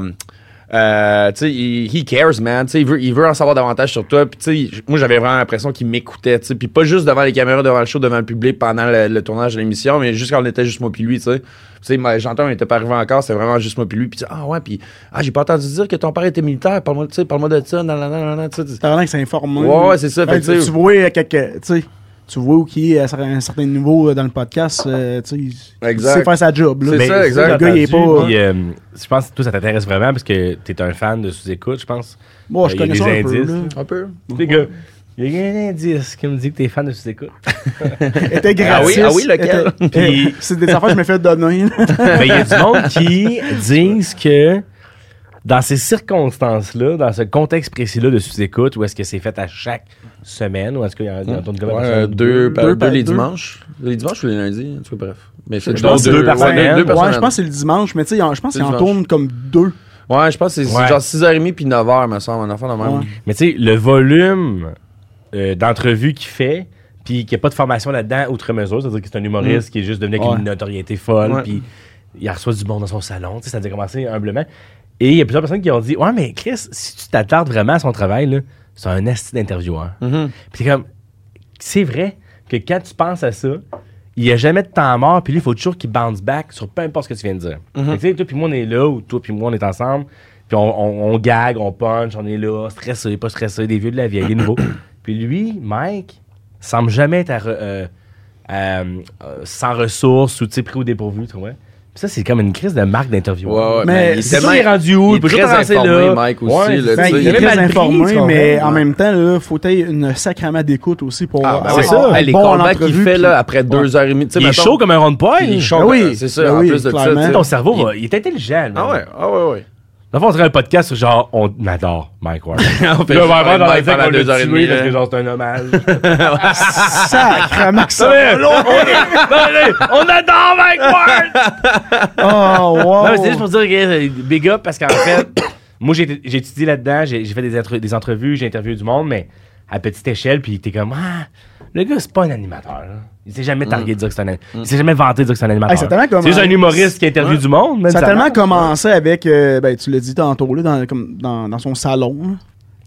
Euh, tu sais, il- he cares, man. Tu sais, il veut, il veut en savoir davantage sur toi. Puis, tu sais, j- moi, j'avais vraiment l'impression qu'il m'écoutait, tu sais. Puis pas juste devant les caméras, devant le show, devant le public, pendant le, le tournage de l'émission, mais juste quand on était juste moi puis lui, tu sais. Tu sais, ma- j'entends, on était pas arrivé encore, c'était vraiment juste moi puis lui. Puis, tu sais, ah ouais, puis, ah, j'ai pas entendu dire que ton père était militaire. Parle-moi, tu sais, parle-moi de ça, nan, nan, nan, nan, nan, tu sais.
T'as l'air que c'est informé.
Ouais, ouais, c'est ça,
Ben,
fait que
tu,
tu-
tu vois, euh, quelque- tu sais, tu vois où qui est à un certain niveau euh, dans le podcast. euh, tu sais, il-
Exact.
il sait faire sa job. Là.
C'est
Ben,
ça, exact.
Le gars, il est pas.
Puis, euh, je pense que toi, ça t'intéresse vraiment parce que t'es un fan de sous-écoute, je pense.
Moi, je
Ben, il
connais
y a
ça
des
un peu.
indices,
là.
Un peu.
Les gars, il y a un indice qui me dit que t'es fan de sous-écoute.
Elle était
Ah oui,
gratuite.
ah oui, lequel?
Elle était-
Puis-
C'est des affaires que je me fais donner. là.
Mais il y a du monde qui disent que dans ces circonstances-là, dans ce contexte précis-là de sous-écoute, où est-ce que c'est fait à chaque semaine, ou est-ce qu'il y en a
Ouais, euh, deux, par-
deux
deux,
par-
les
deux.
dimanches. Les dimanches ou les lundis, en tout cas, bref. Mais c'est
Je pense
donc
deux par
ouais,
semaine.
deux par
Ouais,
semaine.
je pense que c'est le dimanche, mais tu sais, il en- je pense
C'est
qu'il en
le
tourne comme deux.
Ouais, je pense que c'est
Ouais.
c'est genre 6h30 puis 9h, me semble, un enfant de même.
Ouais.
Mais tu sais, le volume euh, d'entrevues qu'il fait, puis qu'il n'y a pas de formation là-dedans, outre mesure, c'est-à-dire que c'est un humoriste qui est juste devenu avec
Mm. Ouais.
une notoriété folle,
Ouais.
puis il reçoit du monde dans son salon, tu sais, ça a commencé humblement. Et il y a plusieurs personnes qui ont dit Ouais, mais Chris, si tu t'attardes vraiment à son travail, là, c'est un esti d'intervieweur.
Mm-hmm.
Puis c'est comme C'est vrai que quand tu penses à ça, il n'y a jamais de temps mort, puis lui, il faut toujours qu'il bounce back sur peu importe ce que tu viens de dire.
Mhm.
Fait que, Tu sais, toi, puis moi, on est là, ou toi, puis moi, on est ensemble, puis on, on, on gag, on punch, on est là, stressé, pas stressé, des vieux de la vieille, des nouveaux. puis lui, Mike, semble jamais être à re- euh, à, euh, sans ressources ou tu sais, pris au dépourvu, tu vois. Puis ça, c'est comme une crise de marque d'interview.
Ouais, ouais,
Mais
mais il est
C'est
tellement-
ça, il est rendu où?
il est
peut
très
juste avancer
informé,
là.
Mike, aussi, là,
Ouais, c'est
Ben,
tu sais,
il
il
est
est
même
très
mal pris, tu
informé,
comprends?
mais en même temps, là, faut être une sacrament d'écoute aussi pour
Ah, ben
avoir
ouais.
un
Hey, les
bon en
combats qu'il
entrevue,
fait
puis-
là, après deux heures et demie. tu sais,
Il est
mettons,
chaud comme un rond de poil.
Il est chaud,
Ben oui,
euh, c'est ça,
ben
en
oui,
plus de ça.
clairement.
tu sais.
hein, Ton cerveau, va- il est intelligent. là.
Ah ouais, ah ouais, ouais.
Dans le fond, on ferait un podcast sur genre, on adore Mike Ward.
On fait
Là,
juste
on va avoir
parler de
dans la
Mike
tête
pendant
qu'on
deux heures
l'a
et
tué
demie,
parce
là.
que genre, c'est un hommage.
Sacrement que ça.
on adore Mike Ward!
Oh, wow.
Non, mais c'est juste pour dire que euh, big up parce qu'en fait, moi, j'ai j'ai étudié là-dedans, j'ai j'ai fait des, intre- des entrevues, j'ai interviewé du monde, mais à petite échelle, puis t'es comme, ah, le gars, c'est pas un animateur. là. Il s'est jamais targué de dire que c'est un
Mm.
animateur. Il s'est jamais vanté de dire que c'est un animateur.
Hey, c'est tellement comme
juste
un-
un humoriste qui interviewe du monde. même
Ça a tellement
marche.
commencé avec, euh, ben, tu l'as dit tantôt, là, dans, comme, dans, dans son salon. là.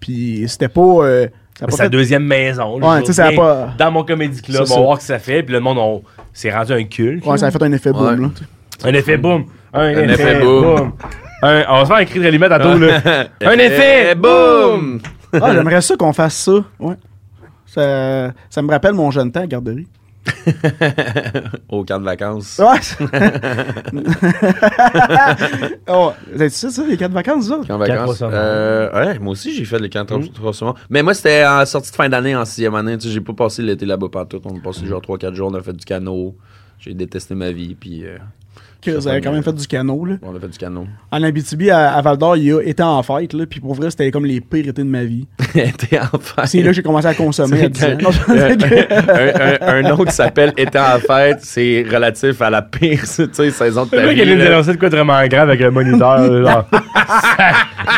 Puis c'était pas. euh, ça a
Mais
pas
sa
fait-
deuxième maison. là,
Ouais,
je
tu sais, ça a
viens
pas-
Dans mon comédie club,
C'est
on
ça.
va voir ce que ça fait. Puis le monde, on... c'est rendu un culte.
Ouais, ça a fait un effet boom. Là.
Un effet boum. Un, effet,
effet
boum.
boum.
Un- on va se faire un cri de rallye tantôt. là. un effet
Eh,
boum.
boum!
Ah, j'aimerais ça qu'on fasse ça. Ouais. Ça, ça me rappelle mon jeune temps à garderie.
Au camp de vacances.
Ouais. oh, vous avez ça, ça, les quatre vacances, ça?
Camp de
Quatre
vacances.
trois semaines.
Euh, ouais, moi aussi, j'ai fait le camp de trois- trois semaines. Mais moi, c'était en sortie de fin d'année, en sixième année. Tu sais, j'ai pas passé l'été là-bas partout. On a passé genre 3-4 jours, on a fait du canot. J'ai détesté ma vie, puis euh,
Que Vous avez quand même fait du canot, là.
on a fait du canot.
En Abitibi, à, à Val d'Or, il y a été en fête, là. Puis pour vrai, c'était comme les pires étés de ma vie.
T'es en fête.
C'est là que j'ai commencé à consommer. à 10 ans. Non, je-
un, un, un nom qui s'appelle Étant en fête, c'est relatif à la pire tu sais, saison de ta
Le gars qui
vie.
allait nous
là.
annoncer de quoi de vraiment grave avec un moniteur. là, genre.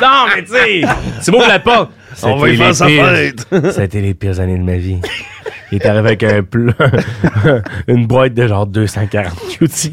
non, mais tu sais, tu m'ouvres la porte.
On va y
C'était
faire sa
les pires-
fête.
Ça a été les pires années de ma vie. Il est arrivé avec un pl- une boîte de genre 240 outils.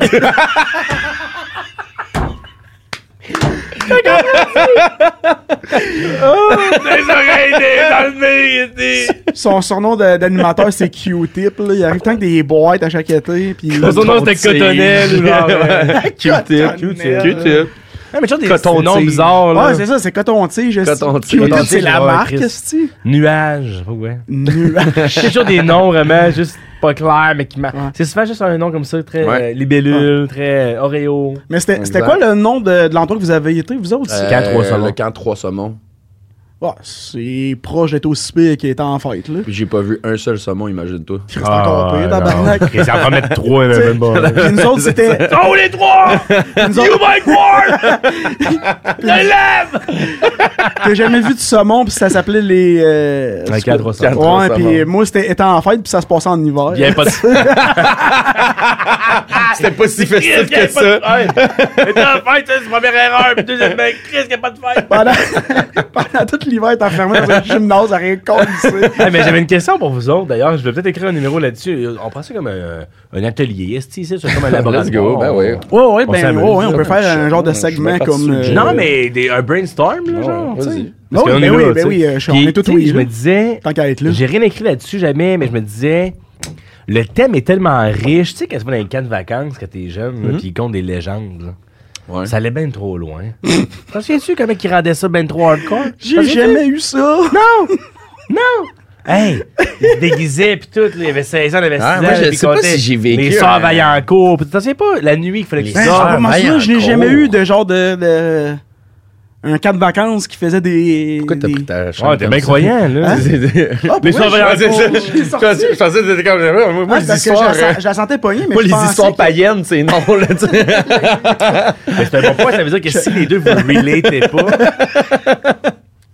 Son surnom de- d'animateur, c'est Q-Tip. là. Il arrive tant que des boîtes à chaque été. Puis...
Son nom, c'était Cotonnelle, ou genre, euh,
Q-tip.
Cotonnelle.
Q-tip.
Ah, mais tu vois, des
Coton
noms
tige.
bizarres, là.
Ouais, c'est ça, c'est coton-tige. esti.
Coton-tige.
Q-Tip, c'est
Coton-tige,
la
ouais,
marque,
Chris.
esti.
Nuage. Ouais.
Nu-
C'est toujours des noms vraiment juste pas clairs, mais qui m'a.
Ouais.
C'est souvent juste un nom comme ça, très
Ouais.
euh, libellule, très euh, Oreo.
Mais c'était c'était
Exact.
quoi le nom de, de l'endroit que vous avez été, vous autres?
Euh,
camp Trois Saumons.
Le camp 3 saumons.
Ouais, c'est proche d'être aussi pire qu'il était en fête, là.
Puis j'ai pas vu un seul saumon, imagine-toi.
Chris, c'est encore
Ah,
pire, tabarnak.
Ils en remettent trois, mais même pas.
Puis nous autres, c'était.
Oh, les trois!
nous autres,
Mike Ward!
T'as jamais vu du saumon, puis ça s'appelait les. Euh,
Un cadre au centre.
Ouais,
Saumon.
puis euh, moi, c'était étant en fête, puis ça se passait en hiver.
Il y avait pas de.
C'était pas si festif
Chris, qu'il y avait pas de fête. Mais t'as la fête, ça, c'est la première erreur. Puis deuxième, mec, Chris, qu'il y a pas de fête.
Pendant, pendant tout l'hiver, t'es enfermé dans un gymnase à rien colisser.
Hey, mais j'avais une question pour vous autres. D'ailleurs, je vais peut-être écrire un numéro là-dessus. On prend ça comme un, un atelier. Est-ce que c'est comme un laboratoire?
Let's go, ben oui.
Ouais, ouais,
On
ben,
s'amuse.
ouais, ouais, on peut
Ouais,
faire un
je-
genre de
je vais
segment
faire
comme.
ça,
euh,
je-
Non, mais des- un brainstorm, là,
Ouais,
genre, tu sais.
vas-y.
Parce
Oui,
qu'on
ben
est
oui,
là,
ben
tu sais.
oui, euh, je- on
Puis,
est tous
tu sais,
oui,
Je
là.
me disais,
Tant qu'à être là.
j'ai rien écrit là-dessus jamais, mais je me disais, le thème est tellement riche, tu sais, qu'à ce moment dans les camps de vacances, quand t'es jeune, là, puis ils comptent des légendes, là.
Mhm. Ouais.
Ça allait bien trop loin. T'en souviens-tu comment ils rendaient ça ben trop hardcore? T'en
J'ai
souviens-tu?
jamais eu ça.
Non! Non! Hey! Il se déguisait pis tout, là, il avait 16 ans, il avait 6
Ah,
ans.
moi, je
puis il
sais pas
comptait
si j'ai vécu
Les sœurs
un-
Vaillancourt, pis t'en souviens pas, la nuit qu'il fallait que
Les
tu
Ben,
sœurs
dors.
je comprends
Vaillancourt.
ça, je n'ai jamais eu de genre de. de- Un camp de vacances qui faisait des.
Pourquoi t'as
des-
pris ta chambre?
Ouais, t'es
comme
bien
ça? Hein?
croyant, là.
Ah,
Les
pour vrai,
surveillants,
je-
c'est ça.
je l'ai sorti.
Je pensais que c'était comme moi,
Ah,
moi,
c'est
les
parce que je
histoires,
la,
hein.
euh,
sen- je la sentais pognée, mais
moi,
je
les
pensais
histoires
que-
païennes, c'est non, là, tu sais.
Mais Ben, c'est un bon point, ça veut dire que si les deux vous relatez pas,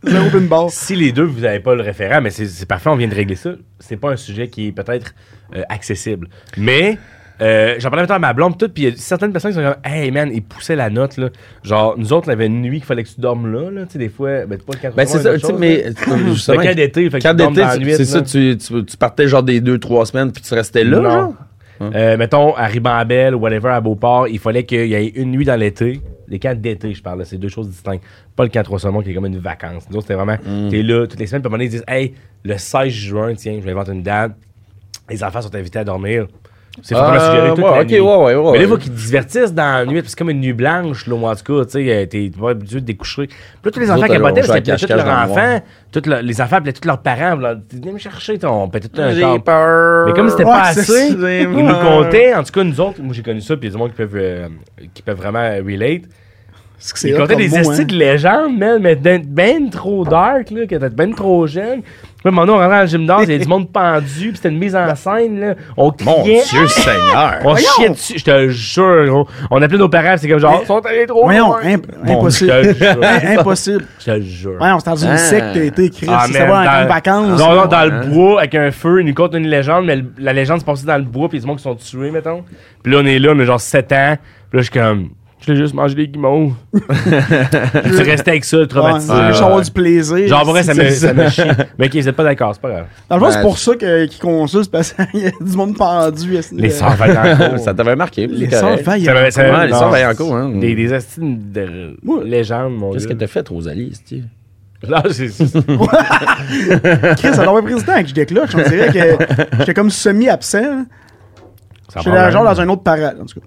Zéro pin bar.
si les deux vous avez pas le référent, mais c'est- c'est parfait, on vient de régler ça. C'est pas un sujet qui est peut-être euh, accessible. Mais. euh, J'en parlais maintenant à ma blonde, tout, puis il y a certaines personnes qui sont comme, hey man, ils poussaient la note, là. Genre, nous autres, on avait une nuit qu'il fallait que tu dormes là, là, tu sais, des fois, ben, pas le 4
Ben, c'est ça, tu sais, mais.
C'est
justement,
le cas d'été, fait que
Quand
tu dormes
d'été,
dans la
tu-
nuit,
c'est
là.
ça, tu, tu, tu partais genre des deux, trois semaines, puis tu restais là,
Non.
genre?
Euh, mettons, à Ribambelle ou whatever, à Beauport, il fallait qu'il y ait une nuit dans l'été. Les camps d'été, je parle, là, c'est deux choses distinctes. Pas le camp trois saumons qui est comme une vacance. Nous autres, c'était vraiment,
Mm.
t'es là toutes les semaines, puis à un moment donné, ils disent, hey, le 16 juin, tiens, je vais inventer une date. Les enfants sont invités à dormir. C'est
Ah,
vraiment suggéré toute
ouais,
la
ok,
nuit.
ouais, ouais, ouais,
Mais là,
ouais.
il faut qu'ils te divertissent dans la nuit, puis c'est comme une nuit blanche, là, moi, en tout cas, tu sais, euh, t'es t'es pas habitué de découcher. Puis là, tous les
Nous
enfants
autres,
qui
on
abattaient,
jouait à
c'était tous
cache-cache
leurs
dans le noir.
enfants, toutes leurs- les enfants appelaient tous leurs parents, puis leur disaient, viens me chercher ton petit un
peur.
mais comme c'était
Ouais,
pas
c'est
assez,
ça.
ils nous comptaient, en tout cas, nous autres, moi j'ai connu ça, puis il y a du monde qui peuvent, euh, qui peuvent vraiment relate.
C'est que c'est
Ils
hot
comptaient
comme
des
mot,
estis
hein.
de légende, man, mais ben, ben trop dark, là, que t'étais ben trop jeune. Puis maintenant, on rentrait dans le gymnase, il y a du monde pendu, puis c'était une mise en scène, là. On
Mon
criait.
Dieu Seigneur!
On chiait dessus, je te jure, gros. On appelait nos parents, c'est comme genre, ils sont allés trop
Voyons,
loin.
imp-
Mon
impossible.
hein. Dieu, je te jure.
Hein, Impossible.
Je te jure.
Ouais, on s'est dans une
Ah.
secte, t'as été écrit.
Ah,
c'est
man,
savoir
dans-
en vacances.
Non, non, dans
Hein?
le bois, avec un feu, ils nous content une légende, mais le- la légende se passait dans le bois, puis ils se montrent qu'ils sont tués, mettons. Puis là, on est là, on a genre 7 ans, puis là, je suis comme, je l'ai juste mangé des guimauves. Puis tu restais avec ça,
Ouais,
traumatisé.
je veux juste avoir
Ouais.
du plaisir.
Genre, en vrai, ça me,
C'est-
ça me chie. Mais qu'ils étaient pas d'accord, c'est pas grave.
Dans le fond, c'est
Ouais.
pour ça que- qu'ils consultent, parce qu'il y a du monde pendu. esti,
Les
euh,
sœurs Vaillancourt.
Ça t'avait marqué.
Les sœurs vaillent.
Ça me- ça me-
Ouais, les
non,
sœurs Vaillancourt, hein.
Des, des estimes de
Ouais.
légende, mon
Qu'est-ce que
dieu.
t'as fait, Rosalie, c'est-tu?
Là, c'est-
Chris, ça doit être président que je décloche. On dirait que j'étais comme semi-absent.
ça
J'étais
prend
dans- genre
rien.
dans un autre parade, en tout cas.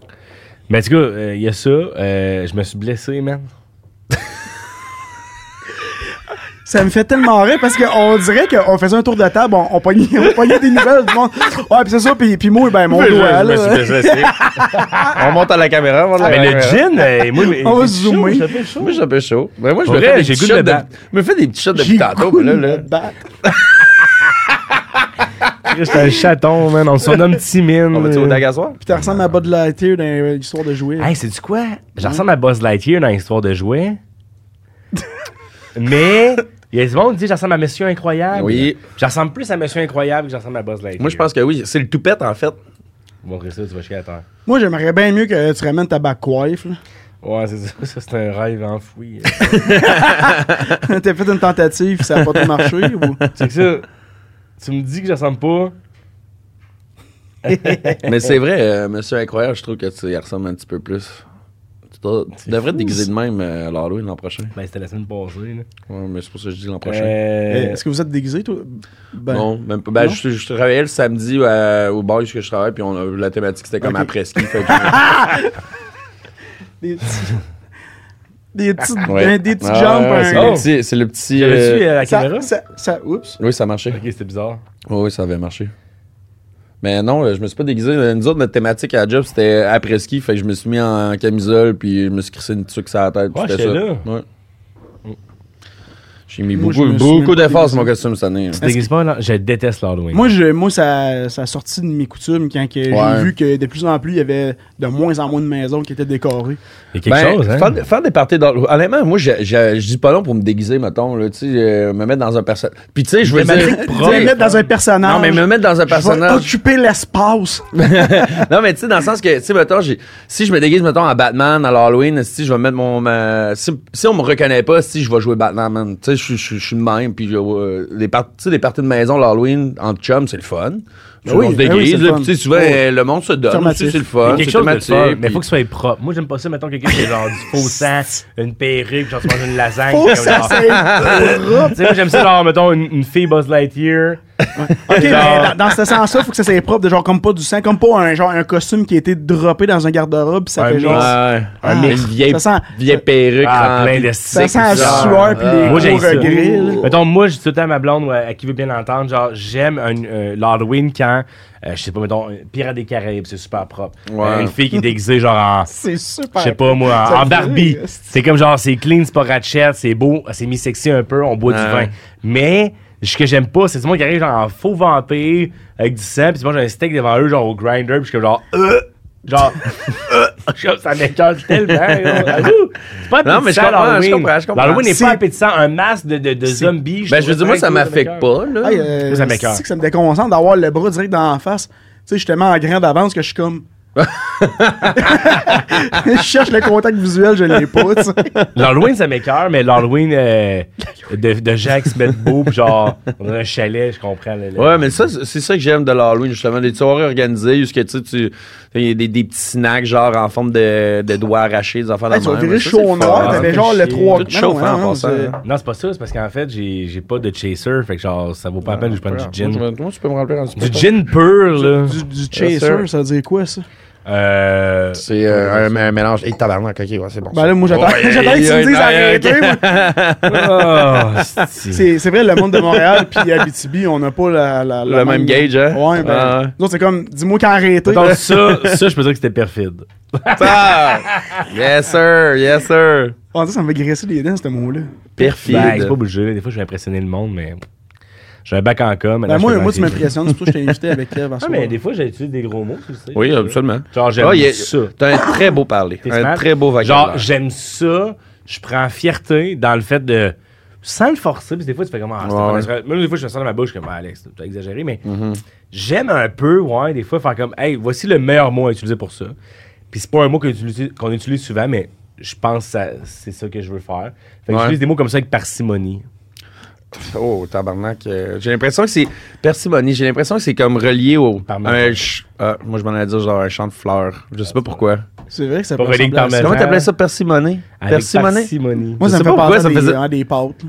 Mais en tout cas, euh, il y a ça, euh, je me suis blessé, man.
Ça me fait tellement rire parce qu'on dirait qu'on faisait un tour de table, on, on, pognait, on pognait des nouvelles du monde. Ouais, puis c'est ça, puis, puis moi, ben, mon
Je- je-
doigt,
je me
là.
suis blessé. on monte à la caméra, on monte à la
Ah, Mais le
caméra.
gin, euh, moi,
On va
il est
zoomer.
chaud, ça fait chaud.
Moi, j'ai un peu chaud. Mais moi, je
Pour
me
vrai,
fais des
j'ai
petits
goût de
shots
le
de-
battre.
je me fais des petits shots
J'ai
depuis tantôt,
goût
mais là,
de
là.
me battre.
Chris, c'est un chaton, man. On le surnomme Timine.
On va-tu au Dagasoir?
Puis tu ressembles à Bud Lighter dans euh, l'histoire de jouer.
Hey, c'est du quoi? Je ressemble à Buzz Lightyear dans l'histoire de jouets. Mais, il y a du monde qui dit que je ressemble à Monsieur Incroyable.
Oui.
Je ressemble plus à Monsieur Incroyable que je ressemble à Buzz Lightyear.
Moi, je pense que oui. C'est le toupette, en fait.
Montrer ça, tu vas chier à terre.
Moi, j'aimerais bien mieux que tu ramènes ta back coiffe. là.
Ouais, c'est ça. Ça, c'est un rêve enfoui.
T'as fait une tentative, ça n'a pas tout marché. ou- Euh,
c'est que ça, tu me dis que je ressemble pas
Mais c'est vrai, euh, Monsieur Incroyable, je trouve que tu y ressembles un petit peu plus. Tu, dois- tu devrais te déguiser de même euh, à l'Halloween l'an prochain.
Ben, c'était la semaine passée. Là.
Ouais, mais c'est pour ça que je dis l'an prochain.
Euh,
Eh, Est-ce que vous êtes déguisé, toi? Ben,
non, même pas. Ben,
non?
Je, je travaillais le samedi euh, au bar où je travaille, puis on a- la thématique c'était comme
Ok.
après ski. fait que-
Des petits. Des petits,
Ouais.
des petits
Ah,
jumps.
ouais,
un-
c'est le petit- C'est le petit. euh,
J'avais-tu euh, la
ça,
caméra?
ça, ça- oups.
Oui, ça marchait.
Ok, c'était bizarre.
Oui, oui, ça avait marché. Mais non, euh, je me suis pas déguisé. Nous autres, notre thématique à la job, c'était après-ski. Fait que je me suis mis en camisole, puis je me suis crissé une tuque sur la tête. puis
Ouais,
c'était
j'étais
ça.
là.
Ouais. J'ai mis
Moi, je
beaucoup,
me suis
beaucoup
même pas
d'efforts
déguisé.
sur mon costume cette année. hein. là.
Tu te déguises pas, là? Je déteste l'Halloween.
Moi, je, moi ça, ça a sorti de mes coutumes quand que
Ouais.
j'ai vu que de plus en plus, il y avait de moins en moins de maisons qui étaient décorées.
Il y a quelque
Ben,
chose, hein?
faire, des- faire des parties dans Honnêtement, moi, je, je, je dis pas non pour me déguiser, mettons, là, tu sais, euh, me mettre dans un personnage. Puis tu sais, je veux dire...
Thématique
Tu
tu
vas
sais,
mettre dans un personnage.
Non, mais me mettre dans un
Je vais
personnage...
occuper l'espace.
non, mais tu sais, dans le sens que, tu sais, mettons, j'ai- si je me déguise, mettons, à Batman, à l'Halloween, si je vais mettre mon. ma- si, si on me reconnaît pas, si je vais jouer Batman, man. Tu sais, je suis- je suis- je suis de même. Puis, euh, les, par- tu sais, les parties de maison, l'Halloween, en chum, c'est le fun.
Ben oui,
on se
ben oui,
déguise,
c'est le
là,
fun.
puis tu sais, souvent,
Oui.
euh, le monde se donne.
Affirmatif.
aussi, C'est le
Il y
fun.
a quelque
c'est
chose de
thématique,
fun, mais
puis-
faut que ce soit propre. Moi, j'aime pas ça, mettons, quelqu'un qui a genre du faux sang, une perruque, genre tu manges une lasagne.
Oh,
comme
ça,
genre-
c'est propre.
Tu sais, moi, j'aime ça, genre, mettons, une, une fille Buzz Lightyear.
OK, mais
Genre-
dans, dans ce sens-là, il faut que ça soit propre, de genre comme pas du sang, comme pas un, genre, un costume qui a été droppé dans un garde-robe, puis ça
Un
fait
mix.
genre...
Ouais.
Ah,
une vieille,
ça sent-
vieille perruque.
Ah,
remplie
plein de
de
Ça
sticks,
sent la
genre.
sueur puis les
Moi, j'ai
gros
ça.
regrets. là.
Mettons, moi, je dis tout le temps à ma blonde, ouais, à qui veut bien l'entendre, genre, j'aime un- euh, l'Halloween quand, euh, je sais pas, mettons, euh, Pirates des Caraïbes, c'est super propre.
Ouais.
Euh, une fille qui est déguisée, genre, en,
C'est super.
je sais pas moi, en-
Ça
en
fait
Barbie.
rire, c'est-
C'est comme genre, c'est clean, c'est pas ratchet, c'est beau, c'est mi-sexy un peu, on boit du
Ouais.
vin. Mais, ce que j'aime pas, c'est du monde qui arrive genre en faux vampire, avec du sang, pis tu manges un steak devant eux, genre au grinder, pis je suis comme genre, euh, genre, euh, je suis comme, ça m'écoeure tellement. là. Ouh, C'est pas
Non, mais je
appétissant,
comprends,
l'Halloween.
je comprends, je comprends.
L'Halloween n'est
C'est-
pas appétissant, un masque de, de, de zombies.
Ben, je veux dire, moi, ça m'affecte pas, là.
Hey, euh,
Moi, ça m'écoeure.
c'est que ça me déconcentre d'avoir le bras direct dans la face. Tu sais, je suis tellement en grand d'avance que je suis comme. je cherche le contact visuel, je l'ai pas, tu sais.
L'Halloween, ça m'écoeure, mais l'Halloween euh, de, de Jacques se mettre beau, pis genre, on a un chalet, je comprends. le- le-
Ouais, mais ça, c'est ça que j'aime de l'Halloween, justement. Des soirées organisées, où ce que, tu sais, tu- il y a des, des petits snacks, genre, en forme de, de doigts arrachés, des enfants
Hey,
de
tu vas
même.
virer
Ah, Ça, c'est
chaud
le
noir,
fun.
t'avais
fait
genre le
chier.
3.
Tout chauffe, hein, en passant.
Non, c'est pas ça, c'est parce qu'en fait, j'ai j'ai pas de chaser, fait que genre, ça vaut pas la peine que je prenne du
Moi,
gin.
je me- moi, tu peux me remplir en
Du gin pur, là.
Du, du
Yes,
chaser,
sir.
ça veut dire quoi, ça?
Euh.
C'est euh, un, un mélange. Hey, tabarnak, ok, ouais, c'est bon.
Ben là, moi, j'attends
Ouais,
j'attends que tu me
ouais,
dises
ouais,
arrêtez.
ok.
moi.
oh, c'est-
C'est c'est vrai, le monde de Montréal puis Abitibi, on n'a pas la, la- la
Le même gauge, hein?
Ouais,
Ah,
ben.
ouais.
nous autres, c'est comme, dis-moi quand arrêter.
Donc, ça, ça, je peux dire que c'était perfide.
Ah! yes, sir, yes, sir.
On dit, ça me fait graisser les dents, ce mot-là.
Perfide.
Ben, c'est pas obligé. Des fois, je vais impressionner le monde, mais. J'ai un bac en com.
Ben,
maintenant, je
moi,
fais
moi, tu
ma-
m'impressionnes, surtout je t'ai invité avec Kev à
Ah,
soir.
mais des fois, j'ai utilisé des gros mots, tu le sais.
oui, absolument.
Genre, j'aime
Ah, il y a-
ça.
T'as un très beau parler.
T'es
un
smart.
très beau vocabulaire.
Genre, j'aime ça. Je prends fierté dans le fait de. Sans le forcer, parce que des fois, tu fais comme. Ah, c'est
Ouais,
pas
ouais. Mm-hmm.
naturel. Même des fois, je me sens dans ma bouche comme. Ah, Alex, t'as exagéré, mais. J'aime un peu, ouais, des fois, faire comme. Hey, voici le meilleur mot à utiliser pour ça. Puis c'est pas un mot qu'on utilise, qu'on utilise souvent, mais je pense que ça- c'est ça que je veux faire. Fait que
Ouais.
j'utilise des mots comme ça avec parcimonie.
Oh, tabarnak. euh, j'ai l'impression que c'est persimonie. J'ai l'impression que c'est comme relié au.
Parmesan.
un ch- ah, moi, je m'en allais dire genre un champ de fleurs. Je sais pas pourquoi.
C'est vrai que ça
Pas
peut
relié
ressembler
par
à ça.
ma-
Comment t'appelais ça persimonie?
Avec
Persimonie?
parcimonie.
Moi,
Je
ça me
sais pas
fait
pourquoi
penser
ça
à des,
faisait-
à des pâtes. là.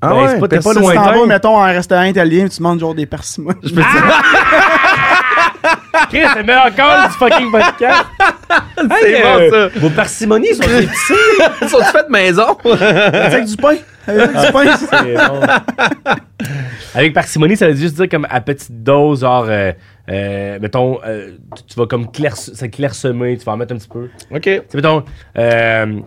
Ah
Ben,
ouais,
c'est pas
t'es
Si
pas
tu
loin.
t'en vas,
lointain.
mettons, à un restaurant italien, tu manges genre des persimmons.
Chris, c'est le meilleur call du fucking podcast. euh,
C'est bon, ça.
Vos parcimonies sont des
Ils sont faits maison.
Avec du pain. Avec du pain. ça.
Avec parcimonie, ça veut juste dire comme à petite dose, genre, euh, euh, mettons, euh, tu, tu vas comme clairse- ça clairsemer, tu vas en mettre un petit peu. Tu
OK.
sais, mettons, euh,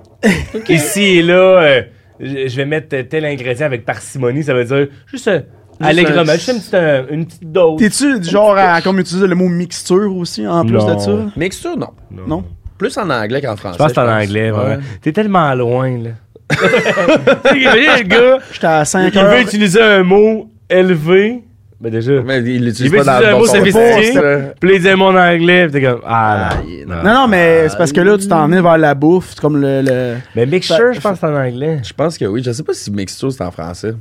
ici et là, euh, je je vais mettre tel ingrédient avec parcimonie, ça veut dire juste euh, allègrement,
un-
juste une petite, euh, une petite dose.
T'es-tu du genre à comme utiliser le mot mixture aussi, en plus
Non.
de ça?
Mixture, non.
Non?
Plus en anglais qu'en français.
Je pense que c'est en anglais, ouais.
Ouais.
T'es tellement loin, là. Tu sais, le gars,
J'étais à 5
il veut
heures.
utiliser un mot élevé, ben déjà...
Mais il
Il
l'utilise
veut
pas dans le
utiliser un
bon
mot
contexte,
sophistiqué,
là.
puis il dit mon anglais, puis t'es comme, ah, non.
Non, non, mais c'est parce que là, tu t'en es vers la bouffe, c'est comme le... le-
Mais mixture, je pense que c'est en anglais.
Je pense que oui. Je sais pas si mixture, c'est en français.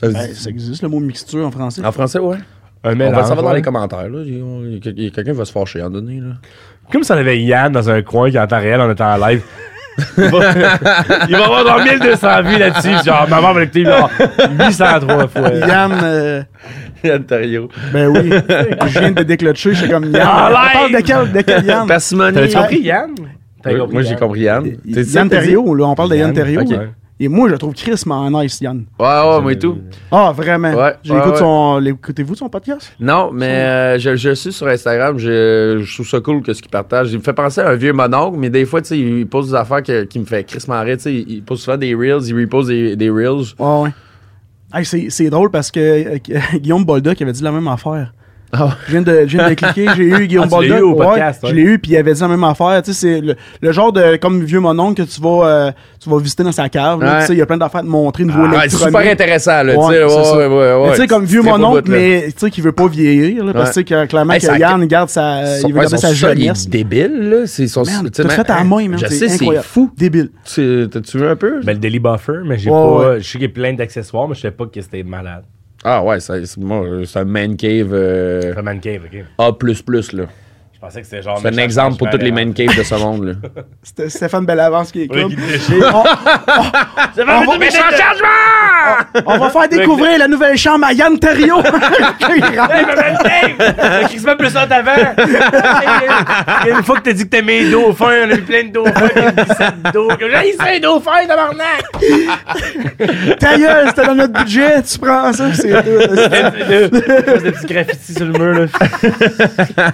Ça se
Ben,
dit- Ah
ça existe, le mot mixture en français.
En français, ouais.
Un
On
mélange,
va le savoir dans
ouais.
les commentaires. Là. Il y a- il y a- il y a Quelqu'un qui va se fâcher à un donné. Là.
Comme si on avait Yann dans un coin qui en temps réel en étant en live. il va il va avoir genre 1200 vues là-dessus. Genre, maman va l'écouter genre 803 fois.
Yann, euh,
Yann Thériault.
ben oui, je viens de déclencher, je suis comme Yann.
En
On parle
live!
de quel, de quel Yann?
Parcimonie.
T'as-tu compris, Yann? T'as
Euh,
hein?
Moi, j'ai
Yann?
compris Yann. T'es- t'es-
Yann Terriot, là, on parle de Yann
Yann,
Terriot.
ok.
Et moi, je le trouve Chris nice, Yann.
Ouais, ouais, moi et tout.
Ah, vraiment.
Ouais,
J'écoute
ouais,
son. L'écoutez-vous de son podcast?
Non, mais euh, je, je le suis sur Instagram. Je, je trouve ça cool que ce qu'il partage. Il me fait penser à un vieux mononcle, mais des fois, tu sais, il pose des affaires que- qui me fait Chris Marais. Tu sais, il il pose souvent des reels, il repose des, des reels.
Ouais, ouais. Hey, c'est, c'est drôle parce que euh, Guillaume Bolduc avait dit la même affaire.
Ah ouais.
Je viens de, je viens de cliquer, j'ai eu Guillaume
Ah, tu
Bolduc.
l'as eu au podcast,
ouais,
ouais.
Je l'ai eu, puis il avait dit la même affaire. Tu sais, c'est le, le genre de. Comme vieux mononcle que tu vas, euh, tu vas visiter dans sa cave. là,
Ouais.
tu sais, il y a plein d'affaires à te montrer, niveau
Ah, c'est
électronique.
super intéressant, là. tu
Ouais,
sais,
c'est ça.
ouais, ouais, ouais,
Mais
ouais.
tu sais, comme vieux
Très beau
mononcle,
bout, là.
mais euh, tu sais, qui veut pas vieillir, là, parce que,
Ouais.
tu sais que clairement,
Hey,
que
ça-
Yann garde sa,
Son-
il veut
ouais,
garder
son
sa
sol, il
jeunesse.
est débile, là. C'est son
Merde,
tu sais,
t'as
man,
fait à
hein,
main, man.
Je sais, c'est
incroyable.
fou.
Débile.
Tu- T'as-tu vu un peu?
Ben, le Daily Buffer, mais j'ai
Ouais,
pas.
ouais.
Je sais qu'il y a plein d'accessoires, mais je savais pas que c'était malade.
Ah, ouais, ça- c'est moi, euh, c'est un man cave euh,
C'est un man cave, ok.
A, là.
Je pensais que c'était genre.
C'est un exemple pour toutes
hein.
les man caves de ce monde, là.
C'était Stéphane Bellavance qui est
Ouais,
comme.
qui déchire.
On-
C'est vraiment
va-
tout méchant changement!
On va faire découvrir la nouvelle chambre à Yann Terriot. Il rentre.
Hey, ma man cave! Le Christmas plus haut avant! Il y a une fois que t'as dit que t'aimais les dauphins, on a eu plein de dauphins, il y a eu 17 dauphins. J'ai dit, c'est un dauphin, tabarnak!
Ta gueule, c'était dans notre budget, tu prends ça. C'est
Des petits graffitis sur le mur, là.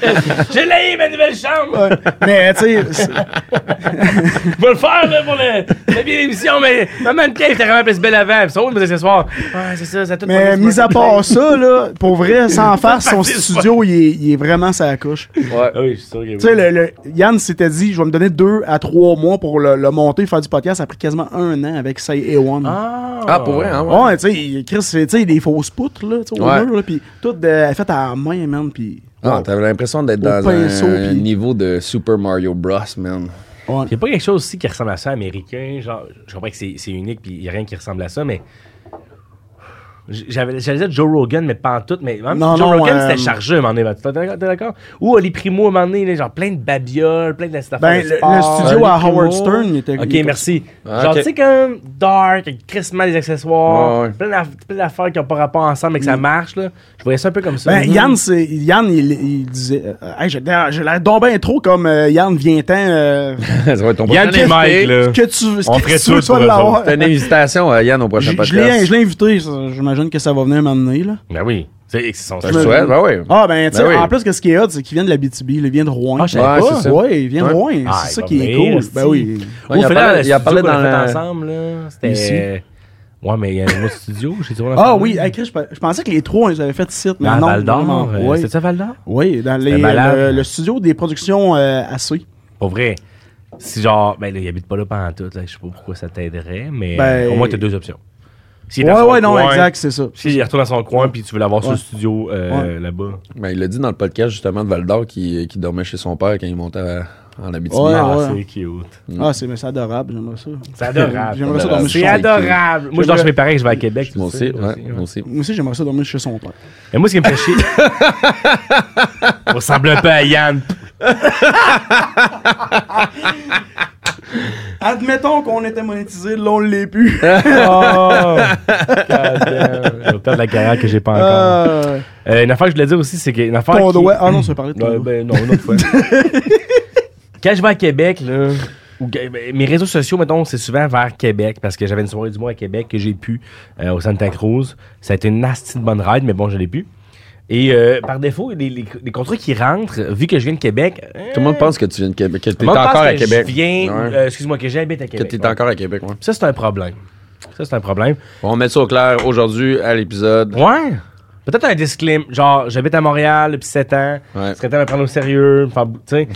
J'ai laï ma nouvelle chambre!
Ouais. Mais tu sais, c'est-
Je vais le faire, là, pour le, la vieille émission, mais ma man cave, t'as vraiment plus belle avant. Pis ça, mes accessoires. Ouais, c'est ça, ça a tout
mais mis à part ça, là, pour vrai, sans faire son
Facile,
studio, il est, il est vraiment sa couche.
Ouais.
Ah oui, je suis sûr que oui.
Tu sais, le, le- Yann s'était dit, je vais me donner deux à trois mois pour le, le monter, faire du podcast. Ça a pris quasiment un an avec Say A1.
Ah,
Ah, pour vrai, hein? ouais.
Ouais, tu sais, il- Chris, tu sais, des fausses poutres, là, tu sais, au
Ouais.
mur, là, pis tout euh, de, fait à la main, man, pis...
Ah, t'avais l'impression d'être
Au
dans
pinceau,
un
puis-
niveau de Super Mario Bros, man.
Ouais.
Il n'y a pas quelque chose aussi qui ressemble à ça américain. Genre, je comprends que c'est c'est unique puis il n'y a rien qui ressemble à ça, mais. J- J'avais, j'allais dire Joe Rogan, mais pas en tout. Mais même
Non,
si Joe
non,
Rogan,
euh,
c'était chargé à un moment donné. T'es d'accord? t'es d'accord? Ou Oli Primo à un moment donné, là, genre plein de babioles, plein de cette affaire
Ben,
de
le- le
sport.
studio à
Oli Primo.
Howard Stern, il était-
Ok,
il était-
merci.
Ah,
genre,
ok.
tu sais, comme Dark, avec Chris des accessoires,
Ouais, ouais.
plein, d'aff- plein d'affaires qui n'ont pas rapport ensemble et que ça marche. Là. Je voyais ça un peu comme ça.
Mm. Ben,
Mhm.
Yann, c'est, Yann, il, il disait, euh, hey, j'ai l'air j'ai l'air donc bien trop comme euh, Yann Vientan, euh,
ça va être ton
Yann
prochain
et Mike,
invité.
là.
que tu, ce
On
que
ferait
tu veux,
tout
tu vas
pour eux
l'avoir.
T'as une invitation, euh, Yann, au
Je
prochain
je l'ai,
podcast.
je l'ai invité, ça, j'imagine que ça va venir un moment donné, là.
Ben oui. C'est c'est son
Ben, je souhaite, ben oui.
Ah, ben, tu sais,
Ben oui.
en plus, que ce qui est hot, c'est qu'il vient de la BTB, il vient de Rouen.
Ah, je savais
Ouais, pas. c'est ça.
Ouais, il vient de
Ouais.
Rouen,
Ah,
c'est ça
il
qui
va
est
venir,
cool.
hostie.
Ben oui.
Ouais, il a
Au final,
parlé-
le
il a parlé
studio qu'on
dans
a fait
le-
ensemble, là, c'était...
Ici.
Ouais, mais il y a un autre studio, j'ai dit, on a
Ah
parlé.
oui, hey, Chris, je pe- je pensais que les trois, ils avaient fait site, mais
Dans
non.
Val
non,
d'Or,
non.
euh,
Ouais.
c'était ça Val d'Or?
Oui, dans les-
C'était malade.
le, le studio des productions euh, AC.
Pour vrai, si genre, ben là, il habite pas là pendant tout, là, je sais pas pourquoi ça t'aiderait, mais
Ben-
euh, au moins t'as deux options. S'il est
Ouais,
dans son
ouais, non,
coin-
exact, c'est ça.
S'il retourne dans son coin, puis tu veux l'avoir sur
Ouais.
le studio euh, là-bas.
Ben, il l'a dit dans le podcast, justement, de Valdor, qui, qui dormait chez son père quand il montait à- en Abitibi.
Ouais,
ah,
ouais.
c'est cute.
Ah, c'est mais c'est adorable, j'aimerais ça.
C'est adorable.
J'aimerais ça dormir chez
C'est
son
adorable.
adorable. Moi, je dors chez mes parents, je vais à Québec. tu
Moi
sais,
aussi,
je
ouais,
sais,
moi aussi.
Moi aussi, j'aimerais ça dormir chez son père.
Et moi, ce qui me fait chier. On ressemble un peu à Yann.
Admettons qu'on était monétisé, là, on l'est plus.
Oh! Je vais perdre la carrière que j'ai pas encore.
Euh,
Euh, une affaire que je voulais dire aussi, c'est qu'une affaire.
ton
qui-
doigt. Ah non, ça parlait de ton
Ouais,
doigt.
ben non, une autre fois. Quand je vais à Québec, là, ou que- ben, mes réseaux sociaux, mettons, c'est souvent vers Québec, parce que j'avais une soirée du mois à Québec que j'ai pu euh, au Santa Cruz. Ça a été une nasty de bonne ride, mais bon, je l'ai pu. Et euh, par défaut, les, les- les contrats qui rentrent, vu que je viens de Québec. euh,
Tout le monde pense que tu viens de Québec, que
tout
t'es
le monde
encore
pense
à
que
Québec.
Je viens,
Ouais.
euh, excuse-moi, que j'habite à
Que
Québec.
t'es
Ouais.
encore à Québec, ouais.
Ça, c'est un problème. Ça, c'est un problème.
On va mettre ça au clair aujourd'hui à l'épisode.
Ouais. Peut-être un disclaimer, genre j'habite à Montréal depuis 7 ans,
Ouais.
ce serait temps de me prendre au sérieux, me faire bou- tu sais.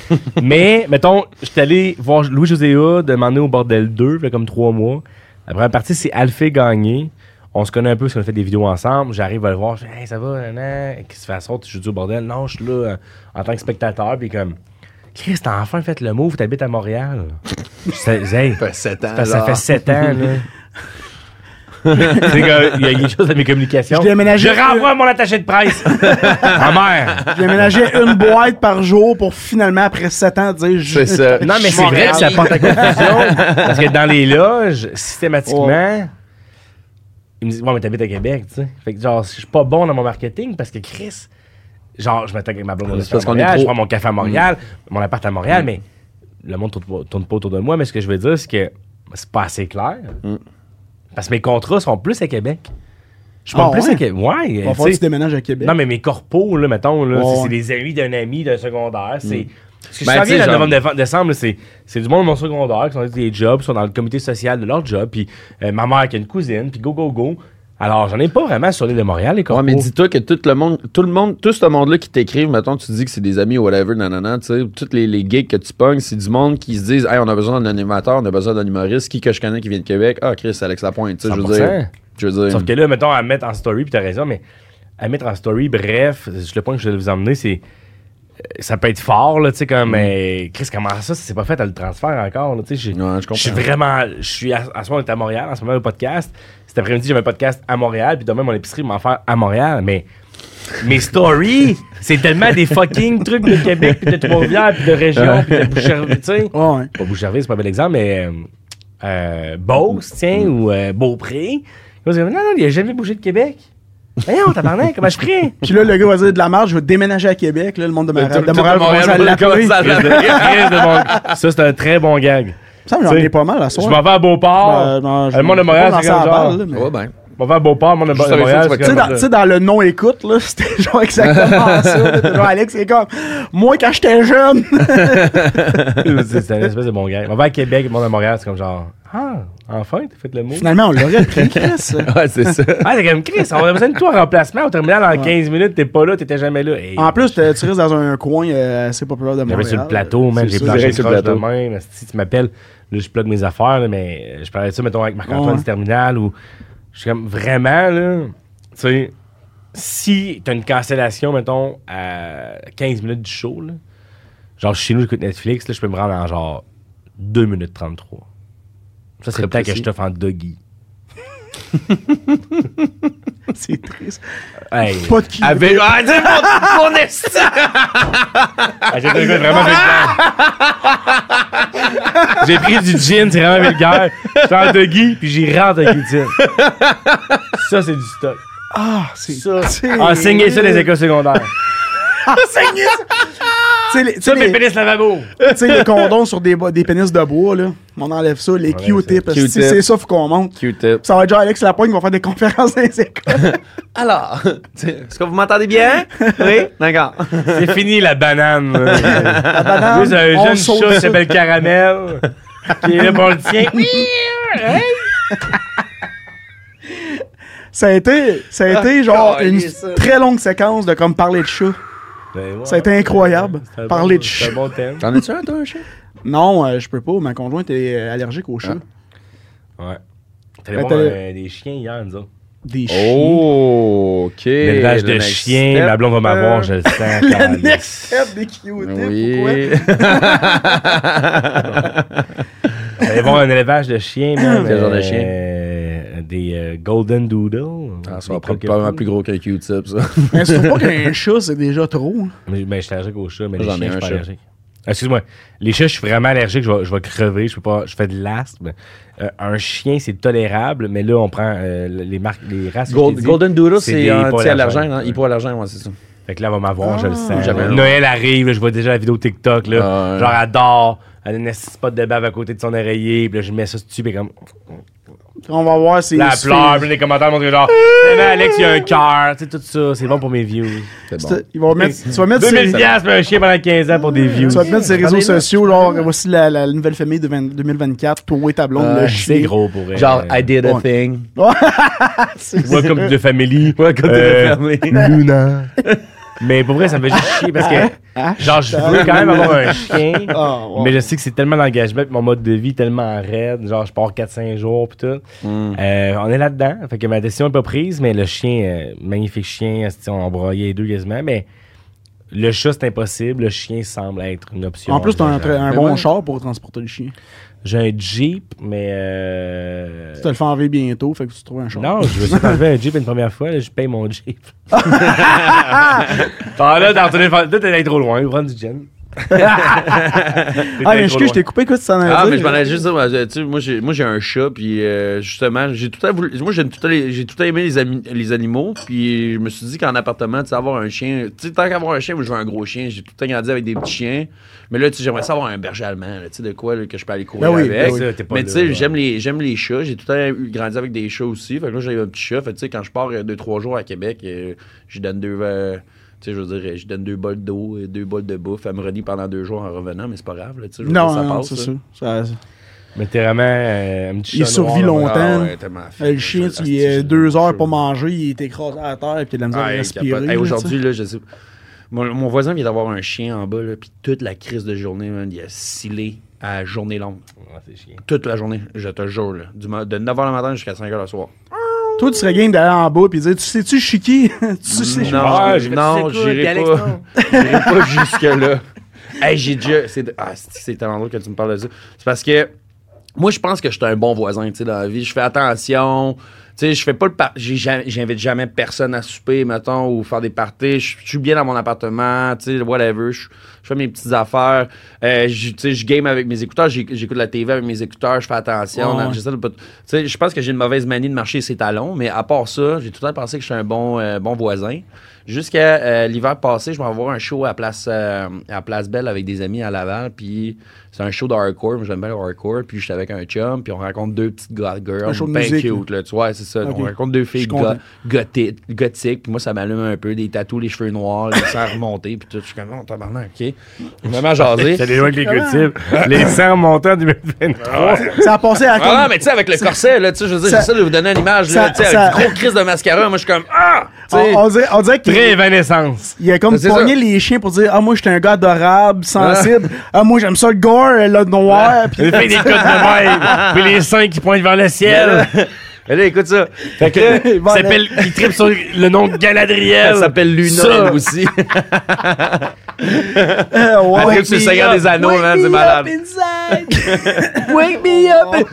Mais mettons, j'étais allé voir Louis-José Hood demander au bordel 2, fait comme 3 mois. La première partie c'est Alphé Gagné. On se connaît un peu parce qu'on a fait des vidéos ensemble. J'arrive à le voir, je dis Hey, ça va, nan? Qu'est-ce que tu fais à ça? Je dis au bordel, non, je suis là euh, en tant que spectateur, puis comme Chris, t'as enfin fait le move, t'habites à Montréal. Je dis, Hey,
Ça fait 7 ans.
ça fait 7 ans, là. C'est que, il y a quelque chose à mes communications.
Je déménageais-
Je renvoie mon attaché de presse. Ma mère.
J'ai ménagé une boîte par jour pour finalement, après 7 ans, dire je-
C'est ça.
Non, mais c'est vrai
Montréal.
que ça porte à confusion. parce que dans les loges, systématiquement, ils me disent Ouais, mais t'habites à Québec, tu sais. Fait que genre, je suis pas bon dans mon marketing parce que Chris, genre, je m'attaque avec ma blonde au
C'est
restaurant
parce
à
qu'on est
Montréal,
pro.
je prends mon café à Montréal,
Mm.
mon appart à Montréal, mais le monde tourne, pas- tourne pas autour de moi. Mais ce que je veux dire, c'est que c'est pas assez clair.
Mm.
Parce que mes contrats sont plus à Québec. Je suis
Ah
pas plus
ouais?
à Québec. Ouais,
Il va
tu
falloir que
sais.
tu déménages à Québec.
Non, mais mes corpos, là, mettons, là,
Ouais,
c'est-
ouais. Hmm.
c'est des amis d'un ami d'un secondaire. C'est. Parce que
Ben, tu
je me
sais,
souviens, le
genre-
novembre défe- décembre, là, c'est c'est du monde de mon secondaire qui sont dans des jobs, qui sont dans le comité social de leur job, puis euh, ma mère qui a une cousine, puis go, go, go. Alors, j'en ai pas vraiment sur l'île de Montréal, les
Ouais,
corpos.
mais dis-toi que tout le monde, tout le monde, tout ce monde-là qui t'écrivent, mettons, tu dis que c'est des amis ou whatever, nanana, tu sais, toutes les, les gigs que tu pognes, c'est du monde qui se disent, hey, on a besoin d'un animateur, on a besoin d'un humoriste, qui que je connais qui vient de Québec, ah, Chris, Alex Lapointe, tu sais, je veux dire,
100%.
je veux dire,
Sauf que là, mettons, à mettre en story, puis t'as raison, mais à mettre en story, bref, le point que je vais vous emmener, c'est. euh, Ça peut être fort, là, tu sais,
Mm.
comme. euh, Chris, comment ça, ça s'est pas fait à le transfert encore, là, tu sais. j'ai-
Ouais, je comprends.
Je suis vraiment. Je suis. À, à ce moment, on est à Montréal, en ce moment, le podcast. Cet après-midi, j'avais un podcast à Montréal, puis demain, mon épicerie m'en faire à Montréal, mais. Mes stories, c'est tellement des fucking trucs de Québec, puis de Trois-Rivières, puis de région, puis de Boucherville, tu sais
Ouais, Ah ouais.
pas Boucherville, c'est pas un bel exemple, mais euh, euh, Beauce, tiens, ou euh, Beaupré. Ils vont dire, non, non, il a jamais bougé de Québec. Voyons, tabarnak, comment je ferais?
Puis là, le gars va dire de la marge, je vais déménager à Québec. Là, le monde de, Mar-
Tout-
de
tout
Montréal va commencer à l'appeler. Ça,
Crise de- crise de mon- Ça, c'est un très bon gag.
j'en ai pas mal à
Je
soir.
m'en vais à Beauport.
Ben,
Euh,
non, je-
le monde de Montréal,
je vais
c'est
lancer
comme
la
genre.
balle, là, mais-
Ouais, ben.
Je m'en vais à Beauport, le monde de
Juste avec ça,
Montréal.
tu vas
c'est
Tu sais,
comme-
dans, tu sais, dans le non-écoute, là, c'était genre exactement ça. là. C'était genre, Alex, c'est comme, moi, quand j'étais jeune,
C'est c'est un espèce de bon gag. Je m'en vais à Québec, le monde de Montréal, c'est comme genre, ah, enfin, t'as fait le mot.
finalement, on l'aurait pris, Chris.
Ouais, c'est ça.
Ah, c'est comme Chris, on a besoin de toi en remplacement au terminal en 15 minutes, t'es pas là, t'étais jamais là. Hey,
En plus, t'es- tu restes dans un coin euh, assez populaire de Montréal.
J'avais sur le plateau, man. J'ai
C'est
planché
direct
sur
sur le
le
plateau.
demain. Si tu m'appelles, là, je plug mes affaires, là, mais euh, je parlais de ça, mettons, avec Marc-Antoine
Ouais.
du Terminal ou. Je suis comme vraiment, là. Tu sais, si t'as une cancellation, mettons, à 15 minutes du show, là, genre chez nous, j'écoute Netflix, là, je peux me rendre en genre 2 minutes 33. Ça, c'est le temps que
précis.
je t'offre en doggy.
C'est triste.
Hey,
Pas de cul.
Avec, ah, tu sais, mon- mon esti!
Ah, j'ai trouvé vraiment vulgaire. J'ai pris du gin, c'est vraiment vulgaire. J'étais en doggy, puis j'ai rendu avec du gin. Ça, c'est du stock.
Ah, c'est ça.
Enseignez Ah, ça les écoles secondaires.
Enseignez ça. Tu sais, les- tu sais,
Ça, mes
les,
pénis lavabo.
tu sais, les condoms sur des, bo- des pénis de bois, là. On enlève ça, les
Enlève ça.
Q-tips. Si
Q-tips.
c'est ça, faut qu'on monte.
Q-tip.
Ça va être genre Alex Lapointe qui va faire des conférences dans les écoles.
Alors, tu sais, est-ce que vous m'entendez bien? Oui? D'accord.
C'est fini la banane. La
banane,
Plus un
on
jeune
saute
chat
ça.
qui s'appelle Caramel. Qui est là pour le tien.
Ça a été, ça a été genre une très longue séquence de comme parler de chat. Ça a été incroyable. Parler de
C'est
chat.
un bon thème.
T'en as-tu un, toi, un chien?
Non, euh, je peux pas. Ma conjointe est euh, allergique aux chats.
Ah. Ouais. T'allais
Ben,
voir
t'allais-
euh, des chiens hier, nous autres.
Des chiens.
Oh, ok.
L'élevage
Le
de
next
chiens,
step. Euh,
ma blonde va m'avoir, je le sens.
Le
calice.
next step des Q-tips.
Oui.
pourquoi?
Allez voir un élevage de chiens, man.
Ah, Quel genre de chien?
Euh, Des euh, Golden Doodle.
Ah, ça
Des
va prendre
coquelicots.
probablement plus gros qu'un Q-tip, ça.
Mais je trouve pas qu'un chat, c'est déjà trop. hein.
Mais, mais je suis allergique aux chats, mais
Moi,
les
j'en ai
chiens, je suis
un chat.
pas allergique. Excuse-moi. Les chats, je suis vraiment allergique, je vais, je vais crever, je peux pas. Je fais de l'asthme. Euh, un chien, c'est tolérable, mais là, on prend euh, les marques, les races. que je t'ai dit,
Golden Doodle,
des
c'est un petit allergène, hein?
Ouais.
hypoallergène, ouais, c'est ça.
Fait que là, elle va m'avoir,
Ah.
je le sens.
Jamais.
Noël arrive, là, je vois déjà la vidéo TikTok, là.
Ah, ouais.
Genre, elle dort, elle a un petit spot de bave à côté de son oreiller, puis là, je mets ça dessus, puis comme.
On va voir si.
La
si-
pleure, puis les commentaires montrent genre, mais Alex, il y a un cœur, tu sais, tout ça, c'est bon pour mes views.
C'est
si-
bon.
il va mettre- tu vas mettre
2000
ses, tu
piastres, mais un chien pendant 15 ans pour des views.
vas mettre ses réseaux
Attendez, là.
sociaux, genre, voici la, la nouvelle famille de 20- 2024, toi et ta blonde,
Ah,
le
C'est
chien.
gros pour elle.
Genre, I did a
Ouais.
thing.
Welcome to the family.
Welcome to the
Euh,
family.
Luna. Mais pour vrai, ça me fait juste chier parce
Ah,
que, genre, je veux quand même avoir un chien.
Ah, wow.
Mais je sais que c'est tellement d'engagement, puis mon mode de vie est tellement raide. Genre, je pars 4-5 jours, puis tout. Euh, on est là-dedans. Fait que ma décision est pas prise, mais le chien, euh, magnifique chien, asti, on broyait les deux quasiment. Mais Le chat, c'est impossible. Le chien semble être une option.
En plus, t'as un,
envisageable.
tra- un
Mais
bon
ouais.
char pour transporter le chien.
J'ai un Jeep, mais. euh,
Tu te le fais enlever bientôt, fait que tu trouves un char.
Non, je me suis enlevé un Jeep une première fois, là, je paye mon Jeep. Ah là, t'as retourné faire- là, t'es allé trop loin, prends du gin.
Ah, mais excuse, je t'ai coupé, écoute, ça
Ah, mais je m'en allais juste dire, euh, tu sais, moi, j'ai, moi, j'ai un chat, puis euh, justement, j'ai tout à voulu- moi, j'aime tout à les- j'ai tout à aimé les, ami- les animaux, puis je me suis dit qu'en appartement, tu sais, avoir un chien, tu sais, tant qu'avoir un chien, moi, je veux un gros chien, j'ai tout le temps grandi avec des petits chiens, mais là, tu sais, j'aimerais ça avoir un berger allemand, là, tu sais, de quoi, là, que je peux aller courir
Ben oui,
avec.
ben oui.
Ça, t'es pas
mais
là,
tu sais,
ouais.
j'aime les, j'aime les chats, j'ai tout le temps eu- grandi avec des chats aussi, fait que là, j'ai un petit chat, fait que, tu sais, quand je pars 2-3 jours à Québec, euh, je donne deux... euh, tu sais, je veux dire, je donne deux bols d'eau, et deux bols de bouffe. Elle me renie pendant deux jours en revenant, mais c'est pas grave. Là, tu sais, je veux
Non,
dire, ça
non,
passe,
c'est
là.
ça. Ça-
Mais t'es vraiment euh, un petit
Il
chat noir,
survit
là.
longtemps.
Ah ouais, tellement
Euh,
fait.
Le chien, tu
Asti,
y es
j'ai
deux
le
heures
chaud.
pour manger, il est écrasé à terre, puis il a de la misère à
Ah, il
respirer. là,
capote. Hey,
tu sais.
Aujourd'hui, là, je sais. Mon, mon voisin vient d'avoir un chien en bas, là, puis toute la crise de journée, man, il a scellé à la journée longue.
Ah, c'est chiant.
Toute la journée, je te jure, là, du, ma- de 9h le matin jusqu'à 5h le soir.
Toi, tu serais game d'aller en bas, puis dire, tu sais-tu, je suis qui? tu sais,
non,
Ah,
je-
j'ai
non,
tu sais quoi, puis
j'irai
Alex,
pas,
non.
j'irai pas jusque-là. Hey, j'ai déjà. C'est de- ah, c'est- c'est tellement drôle que tu me parles de ça. C'est parce que moi, je pense que je suis un bon voisin, tu sais, dans la vie. Je fais attention. Tu sais, je fais pas le par- j'ai jamais- J'invite jamais personne à souper, mettons, ou faire des parties. Je je suis bien dans mon appartement, tu sais, whatever. Je je fais mes petites affaires. Euh, je- tu sais, je game avec mes écouteurs. J'ai- J'écoute la TV avec mes écouteurs. Je fais attention.
Ouais, ouais.
J'essaie de pas- Tu sais, je pense que j'ai une mauvaise manie de marcher ses talons, mais à part ça, j'ai tout le temps pensé que je suis un bon, euh, bon voisin. Jusqu'à euh, l'hiver passé, je m'en vais voir un show à Place, euh, à Place Belle avec des amis à Laval. Puis c'est un show de hardcore. Moi, j'aime bien le hardcore. Puis j'étais avec un chum. Puis on rencontre deux petites go- girls.
Un show de
bien
musique,
cute, là. Tu vois, c'est ça.
Ok.
On rencontre deux
Je
filles
suis content.
go- gothi- gothiques. Puis moi, ça m'allume un peu. Des tatous, les cheveux noirs, les sangs remontés. Puis tout. Je suis comme, oh, tabarnak, OK. Vraiment jasé.
Ça déloigne les cultives. Les sangs montants du 2023.
Ça a passé à
Ah non,
comme-
mais tu sais, avec le corset, là, tu sais, je veux dire,
Ça-
j'essaie de vous donner une image, là,
ça-
tu sais,
ça-
avec du gros crise de mascara, moi, je suis comme, ah! Tu sais,
on, on dirait, on dirait qu'il
Prévanescence.
il a comme
Ben, C'est
pogné
ça.
les chiens pour dire, ah, moi, j'étais un gars adorable, sensible. Ah, moi, j'aime ça le gore, le noir, puis
Il fait des cotes de même. Puis les seins qui pointent vers le ciel.
Allez, écoute ça. Fait que,
Bon, là-
Il s'appelle- il tripe sur le nom de Galadriel.
elle ben- s'appelle Luna,
Ça.
elle aussi.
Euh, ouais.
Elle tripe sur le Seigneur des Anneaux, man, c'est malade.
Wake me up!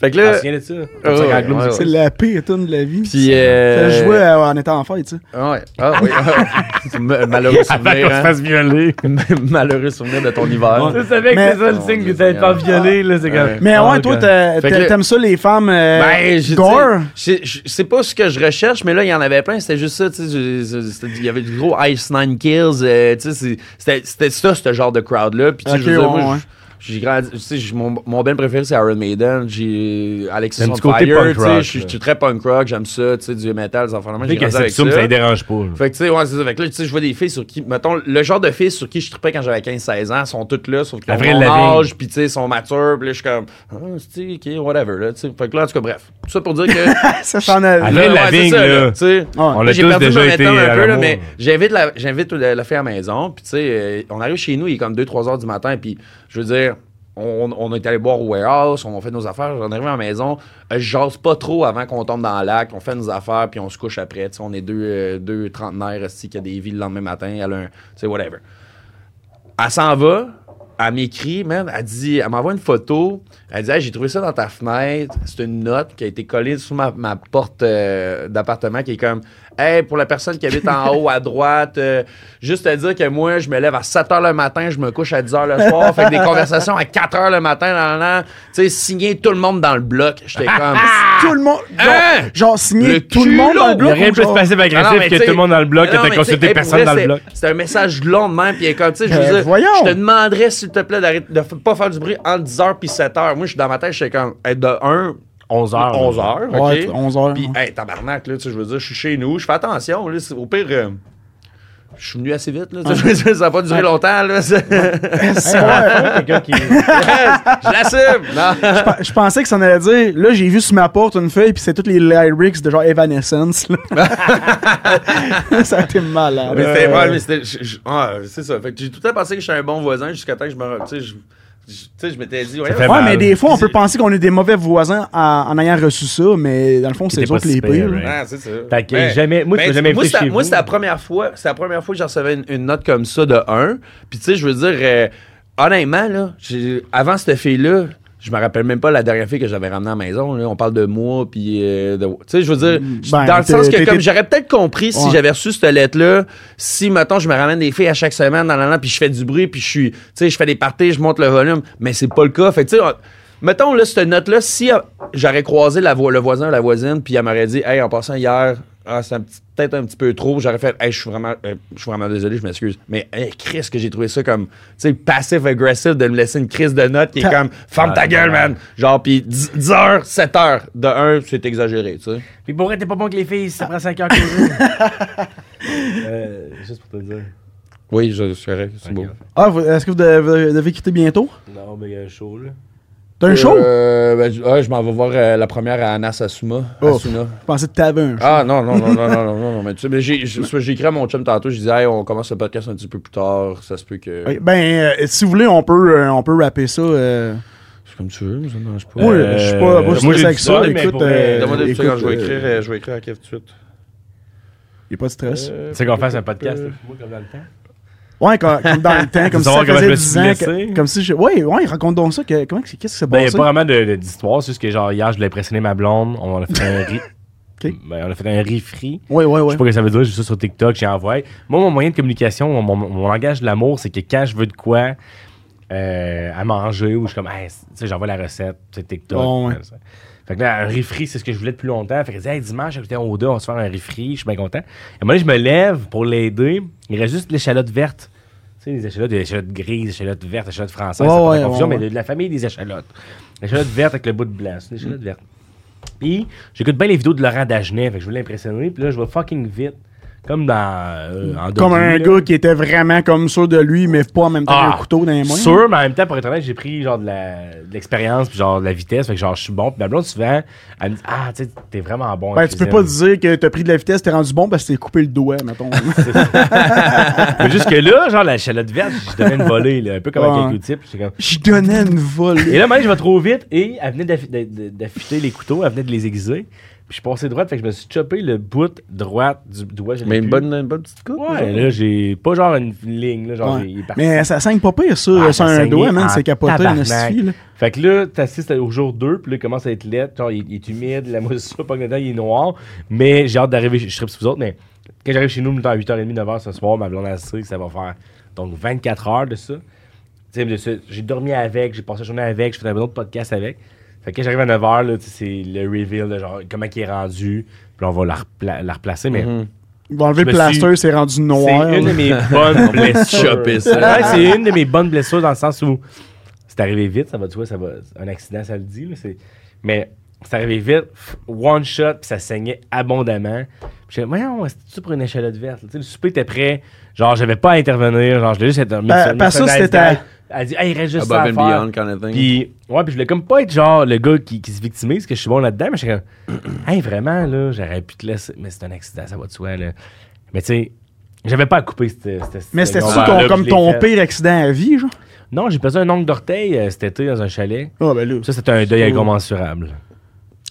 Fait que là,
Tu te souviens de ça?
Ah, ouais,
Ça, quand Gloom
ouais,
C'est
ouais.
la pire tune de la vie.
puis,
Ça
euh,
jouait euh, en étant enfant, tu sais.
Ah ouais. Ah oui. ah. C'est un malheureux
Avant qu'on
souvenir,
se
hein.
fasse violer.
Malheureux souvenir de ton hiver.
Tu savais
Mais-
que c'est ça le signe que t'allais te faire violer, là, c'est comme.
Mais
Ah,
ouais, toi,
ok.
t'as-
ben. Fait que
t'as-
le-
t'aimes ça, les femmes euh,
Ben, je-
gore?
tu sais, je- je- c'est pas ce que je recherche, mais là, il y en avait plein. C'était juste ça, tu sais. je- je- c'était- Il y avait du gros Ice Nine Kills. euh, tu sais, c'est- c'était- c'était ça, ce genre de crowd-là. Puis, tu sais,
Ok,
je veux dire,
ouais,
moi,
ouais.
j- j'ai grandi. Tu sais, j- mon, mon band préféré, c'est Iron Maiden. J'ai Alexis
Un
on
petit côté
Fire.
punk
tu sais,
rock,
je suis-
là.
je suis très punk rock. J'aime ça, tu sais, du metal, des enfants de même, J'ai
Tu sais que
grandi
cette
avec ça.
soum, ça les dérange pas. là.
Fait que, tu sais, ouais, c'est ça. Fait que là, tu sais, je vois des filles sur qui, mettons, le genre de filles sur qui je tripais quand j'avais 15-16 ans, sont toutes là, sauf qu'elles
Avril
ont mon
Lavigne.
âge, puis tu sais, sont matures, puis là, je suis comme, ah, c'est ok, whatever, là, tu sais. Fait que là, en tout cas, bref. Tout ça pour dire que.
Ça, j'en avais.
Avril
Là, ouais, c'est
Lavigne,
ça,
là.
tu sais.
On
Là,
l'a
j'ai
tous
perdu
déjà
mon
été
étang
à
un peu, là,
l'amour.
mais j'invite la, j'invite la, la fille à la maison, puis tu sais, euh, on arrive chez nous, il est comme 2-3 heures du matin, puis je veux dire, on, on est allé boire au warehouse, on a fait nos affaires, on arrive à la maison, euh, je jase pas trop avant qu'on tombe dans le lac, on fait nos affaires, puis on se couche après, tu sais, on est deux, euh, deux trentenaires, aussi, qui a des vies le lendemain matin, elle a un, tu sais, whatever. Elle s'en va, elle m'écrit, man, elle dit, elle m'envoie une photo, elle dit, Hey, j'ai trouvé ça dans ta fenêtre, c'est une note qui a été collée sur ma, ma porte euh, d'appartement qui est comme, hey, pour la personne qui habite en haut à droite, euh, juste te dire que moi, je me lève à 7 h le matin, je me couche à 10 h le soir, fait que des conversations à 4 h le matin, nan, nan, nan. tu sais, signé tout le monde dans le bloc, j'étais comme,
Tout le monde. genre-
Ah! Hein?
Genre, signé
Le
tout le monde dans le
culot.
Il y
bloc.
a rien
ou
de plus
genre-
Ah non,
passif-agressif
mais
que
t'sais-
tout le monde dans le bloc,
Mais
que
non,
t'as
mais
consulté
t'sais,
personne
hey, pour
dans
vrai,
le bloc. Euh,
c'est- C'est un message long de même, puis elle est comme, tu sais, je veux
Ben,
dire,
voyons.
je te demanderais, s'il te plaît, d'arrêter de f- pas faire du bruit entre 10h puis 7h. Moi, je suis dans ma tête, je suis comme, hey, de 1,
11 heures.
11h, OK?
Ouais, 11h.
Puis, hey, tabarnak, là, tu sais, je veux dire, je suis chez nous, je fais attention, là, c'est- au pire... euh, je suis venu assez vite, là. tu sais, je veux dire, Ça n'a pas duré longtemps, là. c'est-
Quelqu'un qui.
je l'assume. Non.
Pa- Je pensais que ça en allait dire. Là, j'ai vu sur ma porte une feuille, puis c'est toutes les lyrics de genre Evanescence. là. ça a été malade.
Euh, ah, Mais c'était, ouais, mais c'était- je- je- ah, c'est ça. Fait que j'ai tout le temps pensé que j'étais un bon voisin jusqu'à temps que je me. re- Tu sais, je- je- tu sais, je m'étais dit,
Ça
ouais,
fait
Ouais,
mal.
mais des fois, on peut penser qu'on est des mauvais voisins à- en ayant reçu ça, mais dans le fond, c'est
étaient
les
pas
autres
si
les
pires,
pires.
right.
là.
Ouais, Ah, c'est ça.
Fait que
Ben,
jamais- moi, tu
ben,
m'as jamais invité
c'est-
chez
Moi,
vous.
c'est la première fois, c'est la première fois que je recevais une, une note comme ça de 1. Puis, tu sais, je veux dire, euh, honnêtement, là, j'ai- avant cette fille-là, je me rappelle même pas la dernière fille que j'avais ramenée à la maison. là. On parle de moi, puis euh, de- Tu sais, je veux dire,
Mm.
je-
Ben,
dans le
t'es-
sens que
t'es-
comme
t'es-
j'aurais peut-être compris si
Ouais.
j'avais reçu cette lettre-là, si, mettons, je me ramène des filles à chaque semaine dans la puis je fais du bruit, puis je suis... Tu sais, je fais des parties, je monte le volume, mais c'est pas le cas. Fait que, tu sais... on- Mettons, là, cette note-là, si euh, j'aurais croisé la vo- le voisin ou la voisine, puis elle m'aurait dit, hey, en passant hier, ah, c'est un petit- peut-être un petit peu trop, j'aurais fait, hey, je suis vraiment, euh, je suis vraiment désolé, je m'excuse. Mais, hey, Chris, que j'ai trouvé ça comme, tu sais, passif-agressif de me laisser une crise de note qui est comme, ferme ta Ah, gueule, man. Genre, puis 10, heures, 7 heures de un, c'est exagéré, tu sais.
Puis pour t'es pas bon que les filles, ça prend 5 heures que Euh, Juste pour te dire.
Oui, je suis correct, c'est beau.
Ah, vous- est-ce que vous devez, vous devez quitter bientôt?
Non, mais il y a un show, là.
T'as un show?
Euh, ben, je- ouais, je m'en vais voir euh, la première à Anas Asuma.
Oh.
Asuna.
Je pensais que t'avais un show.
Ah non, non, non, non, non, non, non, non, mais tu sais, mais j'ai j'ai- c'est parce que j'ai écrit à mon chum tantôt, je disais, hey, on commence le podcast un petit peu plus tard, ça se peut que.
Oui, Ben, euh, si vous voulez, on peut, euh, on peut rapper ça. euh.
C'est comme tu veux, mais ça ne dérange pas.
Moi,
Euh,
je suis pas, moi, je suis stressé
moi, j'ai
avec
du
ça.
fun, mais
Écoute,
pour, euh,
Demandez
écoute,
tout ça quand je vais
euh,
écrire, euh, je vais écrire à Kev tout de suite.
y a pas de stress.
C'est qu'on fasse un podcast, moi, comme dans le temps.
Ouais, comme, comme dans le temps, comme si ça
savoir comment
faisait
je me suis
10 ans.
blessé.
que- Comme si je. Ouais, ouais, raconte donc ça. que- comment, que c'est- qu'est-ce qui s'est
Ben, il n'y a
passé?
pas vraiment de- de- d'histoire, c'est juste que, genre, hier, je voulais impressionner ma blonde, on a fait un riz.
Ok.
Ben, on a fait un riz free.
Ouais, ouais,
Je
ouais.
sais pas ce que ça veut dire, j'ai vu ça sur TikTok, j'ai envoyé. Moi, mon moyen de communication, mon, mon- mon langage de l'amour, c'est que quand je veux de quoi euh, à manger ou je suis comme, Hey, tu sais, j'envoie la recette, tu sais, TikTok.
Bon, ouais.
Fait que là, un riz frit, c'est ce que je voulais depuis longtemps. Fait que je disais, hey, dimanche, j'étais au dos, on va se faire un riz frit, je suis bien content. Et moi, je me lève pour l'aider. Il reste juste l'échalote verte. Tu sais, les échalotes, il y a des échalotes grises, des échalotes vertes, des échalotes
Ouais,
françaises. ça porte à
ouais,
confusion,
ouais,
mais
ouais.
de la famille des échalotes. L'échalote verte avec le bout de blanc, c'est une
Mm.
échalote verte. Puis, j'écoute bien les vidéos de Laurent Dagenet, fait que je voulais l'impressionner. Puis là, je vais fucking vite. Comme dans. euh, en
Comme un
Dobby, là.
gars qui était vraiment comme sûr de lui, mais pas en même temps
Ah,
un couteau dans les mains.
Sûr, mais en même temps, pour être honnête, j'ai pris genre de la- de l'expérience, puis genre de la vitesse. Fait que genre, je suis bon. Puis ma blonde, souvent, elle me dit Ah, tu sais, t'es vraiment bon. en
Ben, tu peux
cuisine.
pas dire que t'as pris de la vitesse, t'es rendu bon parce que t'es coupé le doigt, mettons.
Mais jusque-là, genre, la chalotte verte, je donnais une volée, là, un peu comme
Ouais.
avec un Q-tip. j'étais comme-
Je donnais une volée.
Et là, même, je vais trop vite et elle venait d'affi- d'a- d'a- d'affûter les couteaux, elle venait de les aiguiser. Puis je suis passé droite, fait que je me suis chopé le bout droit du doigt. je l'ai
Mais une
plus.
bonne, une bonne petite coupe.
Ouais, là, j'ai pas genre une ligne, là, genre,
Ouais.
il est parti.
Mais ça saigne pas pire, ça,
Ah,
sur
ça
un
saignait
doigt, man.
en
C'est capoté, une
tabarnak.
estifie, là.
Fait que là, t'assistes au jour 2, puis là, il commence à être laid, genre, il, il est humide, la moussure pogne dedans, il est noir. Mais j'ai hâte d'arriver, je serai sur vous autres, mais quand j'arrive chez nous, mettons, à 8h30, 9h ce soir, ma blonde a sait que ça va faire donc 24 heures de ça. Tu sais, de ça, j'ai dormi avec, j'ai passé la journée avec, j'ai fait un bon autre podcast avec. Fait que quand j'arrive à 9h, là, tu sais, c'est le reveal de genre comment il est rendu, puis là, on va la, repla- la replacer, mais.
Mm-hmm. Ils vont enlever
Je
le
me suis-
plaster, c'est rendu noir.
C'est une de
là.
mes bonnes blessures.
Choper
Ouais, c'est une de mes bonnes blessures dans le sens où c'est arrivé vite, ça va, tu vois, ça va. Un accident, ça le dit. là, c'est- mais c'est arrivé vite, one shot, puis ça saignait abondamment. Puis j'ai voyons, c'était-tu pour une échalote verte? Tu sais, le souper était prêt. Genre, j'avais pas à intervenir. Genre, je l'ai juste être mis
Ben,
sur- mis
parce
sur
que
un
ça, c'était
iceberg. Elle dit, hey, il reste juste ça à
Above and
faire.
beyond kind of thing.
Puis, ouais, puis je voulais comme pas être genre le gars qui, qui se victimise, que je suis bon là-dedans, mais je suis comme, hey, vraiment, là, j'aurais pu te laisser. Mais c'est un accident, ça va de soi, là. Mais tu sais, j'avais pas à couper cette. cette-
Mais
cette
c'était-tu
gambade-là,
ton-
puis
comme
je l'ai
ton
fait.
pire accident à vie, genre?
Non, j'ai perdu un ongle d'orteil euh, cet été dans un chalet.
Ah, ben là.
Ça, c'était un deuil incommensurable.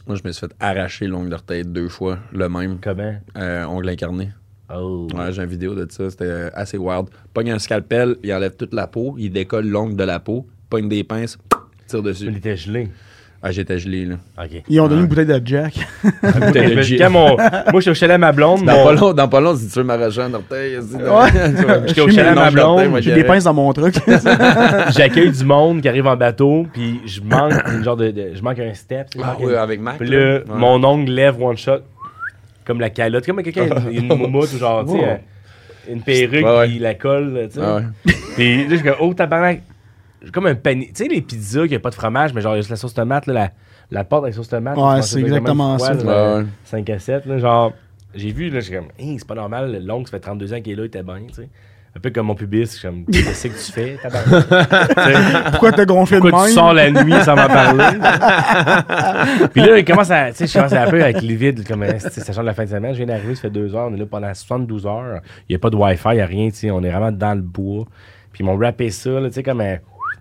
Moi, je me suis fait arracher l'ongle d'orteil deux fois, le même,
Comment?
euh, ongle incarné.
Oh.
Ouais, j'ai une vidéo de ça, c'était euh, assez wild. Pogne un scalpel, il enlève toute la peau, il décolle l'ongle de la peau, pogne des pinces, tire
Il
dessus.
était gelé.
Ah, j'étais gelé, là.
OK.
Ils ont donné une bouteille de Jack.
T'es
Ah, Mais
legit.
quand mon- Moi, j'étais au chalet à ma blonde.
Dans
mon-
pas long, dans pas long, si tu veux m'arracher un orteil, si-
J'étais au chalet à ma
L'ongle d'orteil,
blonde.
moi, j'y
J'ai des
allais.
pinces dans mon truc.
J'accueille du monde qui arrive en bateau, puis je manque une genre de, de- je manque un step. tu sais, je
Ah
manque
oui,
une-
avec Mac.
Puis
là.
là,
Ouais.
mon ongle lève one shot, comme la calotte, comme quelqu'un qui a une, une moumoute ou genre, tu sais, euh, une perruque,
Ouais, ouais.
puis la colle, tu sais.
Ah ouais.
Puis là, je suis comme, oh tabarnak, J'ai comme un panier. Tu sais, les pizzas qui a pas de fromage, mais genre, juste la sauce tomate, là, la, la pâte avec sauce tomate.
Ouais,
je pense
c'est
que
exactement
une fois,
ça.
là,
Ouais, ouais.
5 à 7, là, genre, j'ai vu, là, je suis comme, hey, c'est pas normal, le long, ça fait 32 ans qu'il est là, il était bien, tu sais. Un peu comme mon pubis, je suis comme, qu'est-ce que tu fais, tabarnak? Tu sais,
Pourquoi t'as gonflé de
pourquoi tu
même?
sors la nuit sans m'en parler? puis là, il commence à, tu sais, je commence à un peu avec les vides, comme, hein, c'est- ça change la fin de semaine. Je viens d'arriver, ça fait deux heures, on est là pendant 72 heures. Il n'y a pas de Wi-Fi, il n'y a rien, tu sais, on est vraiment dans le bois. Puis ils m'ont rappé ça, là, tu sais, comme un.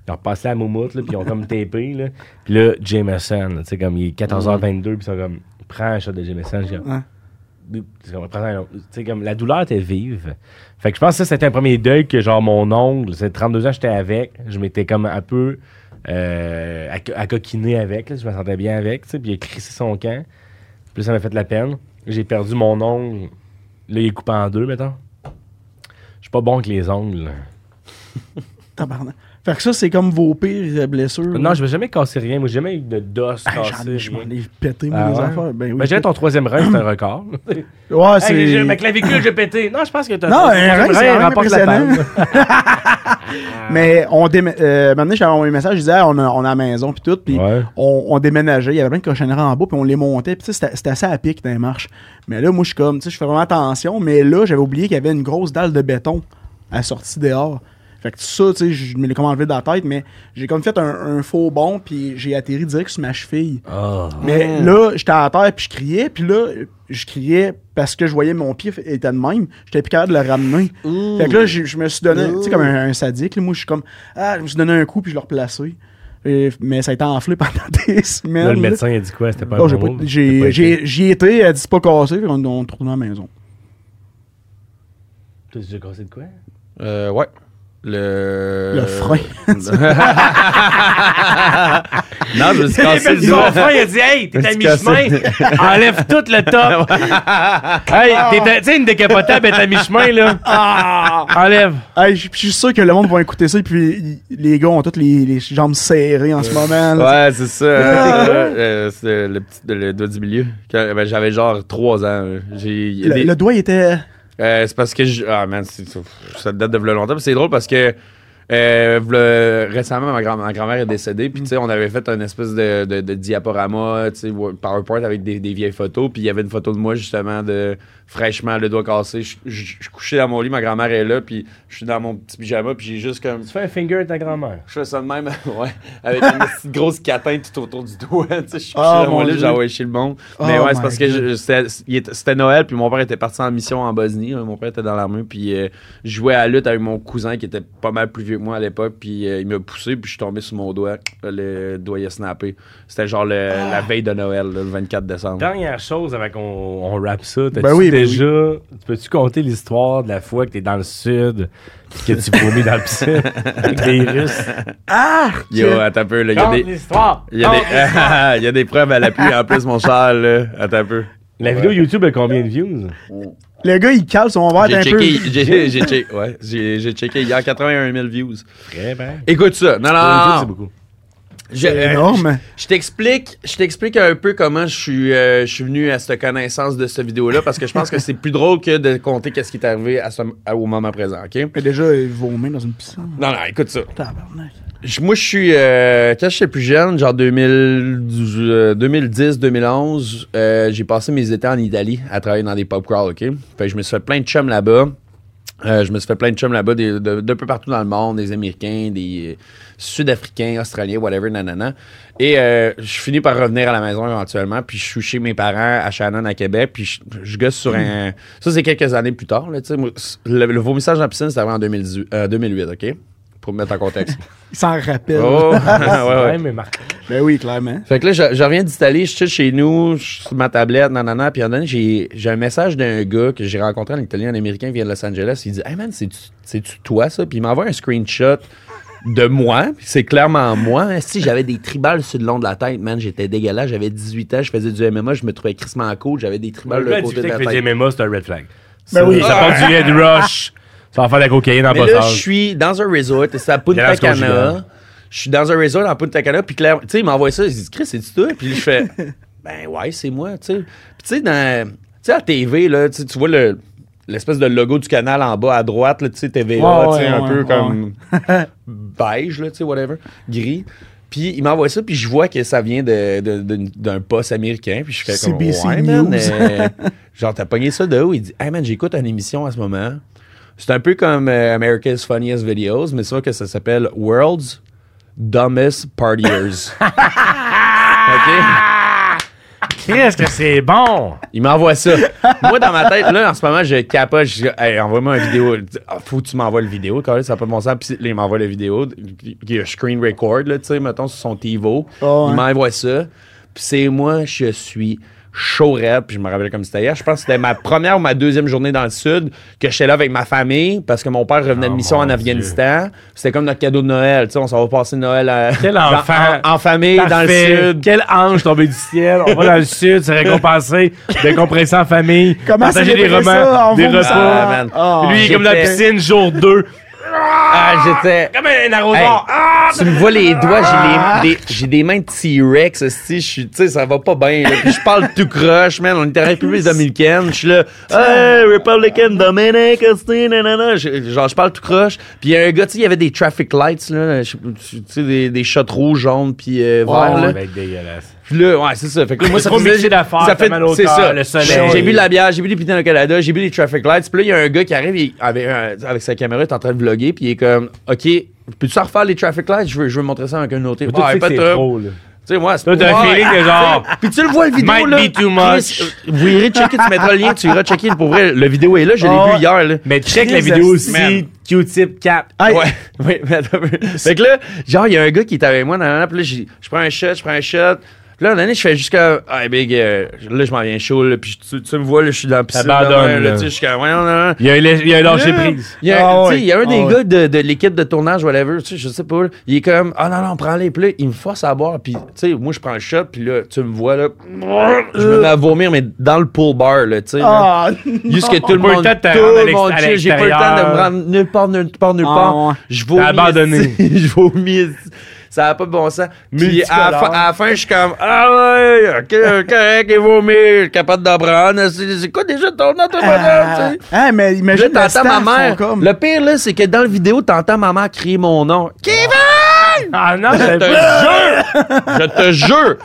Ils ont passé à la moumoute, là, puis ils ont comme tapé. Là. Puis là, Jameson, là, tu sais, comme il est 14h22, puis ils sont comme, prends un shot de Jameson. Je suis comme,
Ouais.
Bip, c'est comme, prends un autre. Tu sais, comme, la douleur était vive. Fait que je pense que ça, c'était un premier deuil que, genre, mon ongle, c'est 32 ans, j'étais avec. Je m'étais comme un peu euh, acco- accoquiné avec. là, je me sentais bien avec. tu sais, Puis il a crissé son camp. Puis là, ça m'a fait de la peine. J'ai perdu mon ongle. Là, il est coupé en deux, mettons. Je suis pas bon avec les ongles.
Mmh. Tabarnak. Fait que ça, c'est comme vos pires euh, blessures.
Non, je vais jamais casser rien. Moi, j'ai jamais eu de dos
Ah, j'en
cassé.
ai- je m'en
rien.
ai pété, moi,
Ah
les
ouais?
affaires. Ben oui.
Ben, j'ai ton troisième rein, c'est un record.
Ouais, c'est.
Hey, j'ai- ma clavicule, j'ai pété. Non, je pense que t'as.
Non,
ton
un rein,
troisième
c'est quand même
rapporte la
impressionnant.
palme.
Mais on déme... euh, maintenant, j'avais envoyé un message, je disais, Ah, on, a, on a la maison, puis tout, puis
Ouais.
on, on déménageait. Il y avait plein de cochonneries en bas, puis on les montait, puis tu sais, c'était c'était assez à pic dans les marches. Mais là, moi, je suis comme, tu sais, je fais vraiment attention, mais là, j'avais oublié qu'il y avait une grosse dalle de béton à la sortie dehors. Fait que ça, tu sais, je me l'ai comme enlevé de la tête, mais j'ai comme fait un, un faux bond, puis j'ai atterri direct sur ma cheville.
Ah.
Mais là, j'étais à terre, puis je criais, puis là, je criais parce que je voyais mon pied f- était de même. J'étais plus capable de le ramener. Fait que là, j'ai- je me suis donné, tu sais, comme un, un sadique, là, moi, je suis comme, ah, je me suis donné un coup, puis je l'ai replacé. Et- mais ça a été enflé pendant des semaines.
Là, le
là.
médecin, il a dit quoi? C'était pas un
Non, j'ai
bon
pas-
mot? T'as
j'ai-
pas été.
j'ai- J'y étais, elle dit c'est pas cassé, puis on, on le trouve dans la maison.
T'as déjà cassé de quoi?
Euh, ouais. Le.
Le frein.
Non, je me suis cassé le doigt.
frère, il a dit Hey, t'es à
suis cassé.
mi-chemin, enlève tout le top. hey,
Ah.
t'es à- tu sais, une décapotable est à mi-chemin, là. Enlève.
Hey, je je suis sûr que le monde va écouter ça, puis il- les gars ont toutes les, les jambes serrées en ce moment. là.
Ouais, c'est ça.
Ah
hein. Euh, c'est le, petit, le doigt du milieu. Quand- ben, J'avais genre 3 ans. là. J'ai- il y a
Le,
des-
le doigt il était.
Euh, c'est parce que je. Ah, man, c'est- ça date de v'là longtemps. puis C'est drôle parce que. euh, v'là- récemment, ma, grand- ma grand-mère est décédée, puis tu sais, on avait fait un espèce de, de, de diaporama, tu sais, wo- PowerPoint avec des, des vieilles photos, puis il y avait une photo de moi justement de fraîchement le doigt cassé. Je je- je couchais dans mon lit, ma grand-mère est là, puis je suis dans mon petit pyjama, puis j'ai juste comme
Tu fais un finger à ta grand-mère.
je fais ça de même, ouais, avec une petite grosse catane tout autour du doigt. Tu sais, je suis
Oh,
couché
mon
dans mon lit,
Dieu.
j'ai envoyé chez le monde.
Oh,
Mais ouais,
my
c'est parce que
God.
je- c'était- il était- c'était Noël, puis mon père était parti en mission en Bosnie. hein, Mon père était dans l'armée, puis euh, je jouais à la lutte avec mon cousin qui était pas mal plus vieux que moi à l'époque, puis euh, il m'a poussé, puis je suis tombé sur mon doigt. euh, Le doigt, il a snappé. C'était genre le-
Ah.
la veille de Noël, là, le 24 décembre.
Dernière chose avant qu'on on rappe ça, t'as-tu
Ben oui, ben
déjà. tu Peux-tu compter l'histoire de la fois que t'es dans le sud pis que tu vomis dans le piscine avec des Russes?
Yo, attends un peu, là, il y a
Compte
des...
l'histoire!
Il y, a
Compte
des, il y a des preuves à l'appui, en plus, mon cher, là. Attends un peu.
La vidéo YouTube a combien de views?
Le gars, il cale son verre d'un
J'ai
peu.
checké, j'ai- j'ai checké, ouais, j'ai j'ai checké. Il y a 81 000 views.
Très bien.
Écoute ça. Non,
YouTube,
non,
c'est
non, non.
beaucoup.
Je, euh,
Énorme. hein.
je- je t'explique, je t'explique un peu comment je suis, euh, je suis venu à cette connaissance de cette vidéo-là parce que je pense que c'est plus drôle que de compter qu'est-ce qui est arrivé à ce- à- au moment présent, ok?
Mais déjà, il vomit dans une piscine.
Non, non, écoute ça.
Ah, Tabarnak.
Je- moi, je suis. euh, quand j'étais plus jeune, genre euh, 2010-2011, euh, j'ai passé mes étés en Italie à travailler dans des pop crawls, OK? Fait que je me suis fait plein de chums là-bas. Euh, je me suis fait plein de chums là-bas, des- de, de peu partout dans le monde, des Américains, des euh, Sud-Africains, Australiens, whatever, nanana. Et euh, je finis par revenir à la maison éventuellement, puis je suis chez mes parents à Shannon, à Québec, puis je, je gosse sur un... Ça, c'est quelques années plus tard, là, tu sais. moi, c- Le, le vomissage dans la piscine, c'était avant en 2018, euh, 2008, OK? Pour me mettre en contexte.
Il s'en rappelle.
Oh, ouais, ouais.
Ouais, mais Marc-
Ben oui, clairement.
Fait que là, je, je reviens d'Italie, je suis chez nous, je suis sur ma tablette, nanana. Puis à un moment donné, j'ai, j'ai un message d'un gars que j'ai rencontré en Italie, un Américain qui vient de Los Angeles. Il dit Hey man, c'est-tu, c'est-tu toi ça Puis il m'envoie un screenshot de moi. Puis c'est clairement moi. Si j'avais des tribales sur le long de la tête, man, j'étais dégueulasse. J'avais 18 ans, je faisais du MMA, je me trouvais crissement cool, j'avais des tribales
Le
de
gars
côté de
discutait
la
que
tête.
fait du MMA, c'est un red flag.
Ben oui.
Ça porte du Red Rush. Ça va faire de la cocaïne en
Mais là, je
passage.
suis dans un resort, c'est à Punta
Violence conjugale.
Cana. Je suis dans un resort en Punta Cana, puis clairement, tu sais, il m'envoie ça, il dit Chris, c'est-tu toi Puis je fais Ben ouais, c'est moi, tu sais. Puis tu sais, dans. Tu sais, à TV, là, tu sais, tu vois le. L'espèce de logo du canal en bas à droite, là, tu sais, TVA,
Ouais,
tu sais,
ouais,
un
ouais,
peu
ouais.
comme beige, là, tu sais, whatever, gris. Puis il m'envoie ça, puis je vois que ça vient de- de- de- d'un poste américain, puis je fais comme,
CBC
ouais, man,
News.
euh, genre, t'as pogné ça de où? Il dit, hey man, j'écoute une émission à ce moment, c'est un peu comme euh, America's Funniest Videos, mais sauf que ça s'appelle World's Dumbest Partiers. OK?
Qu'est-ce que c'est bon!
Il m'envoie ça. Moi, dans ma tête, là, en ce moment, je capote. Je dis, hey, envoie-moi une vidéo. Ah, faut que tu m'envoies le vidéo, quand ça n'a pas de bon sens. Puis là, il m'envoie la vidéo. Puis Il y a screen record, là, tu sais, mettons, sur son TiVo.
Ah,
Oh, ouais.
Il m'envoie ça. Puis c'est moi, je suis chaurette. Puis je me rappelle comme c'était hier. Je pense que c'était ma première ou ma deuxième journée dans le Sud que j'étais là avec ma famille parce que mon père revenait de
Oh,
mission en
mon
Afghanistan. C'était comme notre cadeau de Noël. Tu sais, on s'en va passer Noël à-
Quel
en-
enfant.
en, en famille,
Parfait.
dans le Sud.
Quel ange tombé du ciel. On va dans le sud, se récompenser, décompresser en famille,
Comment
partager des
célébrer
romans,
ça en
des
vomissant?
repas.
Ah, man.
Ah.
Lui, comme dans la
J'étais-
piscine, jour 2.
Ah, j'étais.
Comme un arrosoir. Ah,
Hey, Tu me vois les doigts, j'ai les- des, j'ai des mains de T-Rex, esti, je suis, tu sais, ça va pas bien. là. Puis Je parle tout croche, man. On était en République dominicaine. Je suis là, hey, Republican Dominic, esti, nanana. Je- Genre, je parle tout croche. Puis il y a un gars, tu sais, il y avait des traffic lights, là. je- Tu sais, des, des shots rouges, jaunes, puis euh, verts, là.
ben, dégueulasse.
Puis là, ouais, c'est ça. Fait que là, moi, ça
Trop
faisait-
mixé d'affaires,
ça
t'as mal au
c'est
cœur,
ça.
le soleil.
J'ai bu de la bière, j'ai bu des putains au Canada, j'ai bu des traffic lights. Puis là, il y a un gars qui arrive il- avec, un- avec sa caméra, il est en train de vlogger, puis il est comme, OK, peux-tu refaire les traffic lights? Je veux, je veux montrer ça avec un autre.
Toi,
Ouais,
tu sais que
pas
c'est
top.
trop, là.
Tu sais, moi, c'est
Toi, t'as un
Ouais.
feeling que genre...
Puis tu le vois, le vidéo,
Might
là.
be too much.
Chris, Vous irez checker, tu mettras le lien, tu iras checker pour vrai. Le vidéo est là, je l'ai
Oh,
Ah.
vu hier, là.
Mais check la
Christ,
vidéo
man.
aussi, Q-tip cap.
Hey,
Ouais, oui, mais attends un peu. Fait que là, genre, il y a un gars qui est avec moi, nanana, puis là, j'ai- je prends un shot, je prends un shot. Puis là, à un moment donné, je fais juste comme, hey, big, euh, là, je m'en viens chaud, là, puis tu, tu me vois, là, je suis dans la piscine.
T'abandonnes,
là,
là.
tu sais, je suis comme, ouais, non, non, non.
Il y a un lâ- il y a un lâcher
Là,
prise.
Il y a,
Ah
tu sais,
ouais.
il y a un
Ah
des
ouais.
gars de, de l'équipe de tournage, whatever, tu sais, je sais pas, là, il est comme, ah non, non, prends-les. Puis là, il me force à boire. Puis, tu sais, moi, je prends le shot, puis là, tu me vois, là, je me mets à vomir, mais dans le pool bar, là, tu sais. là.
Ah,
Juste que tout le
Pas le
monde,
temps de te
tout
rendre à
le monde
l'ex- à
chill, j'ai pas le temps de
l'extérieur.
me rendre nulle part, nulle part, nulle
Ah,
part.
ouais.
Je vomis.
T'as abandonné.
esti. je vomis. esti. Ça a pas de bon sens. Puis à la, fin,
Multicolore.
à la fin, je suis comme, ah ouais, ok, correct, il vomit, je suis capable d'en prendre. esti. C'est quoi déjà ton nom, toi, madame, tu sais?
Ah, mais
Puis
imagine
Là,
le
t'entends
staff,
ma mère.
sont comme-
Le pire, là, c'est que dans la vidéo, t'entends ma mère crier mon nom. Kevin!
Ah non,
Je
j'avais
te
pas...
jure! Je te jure!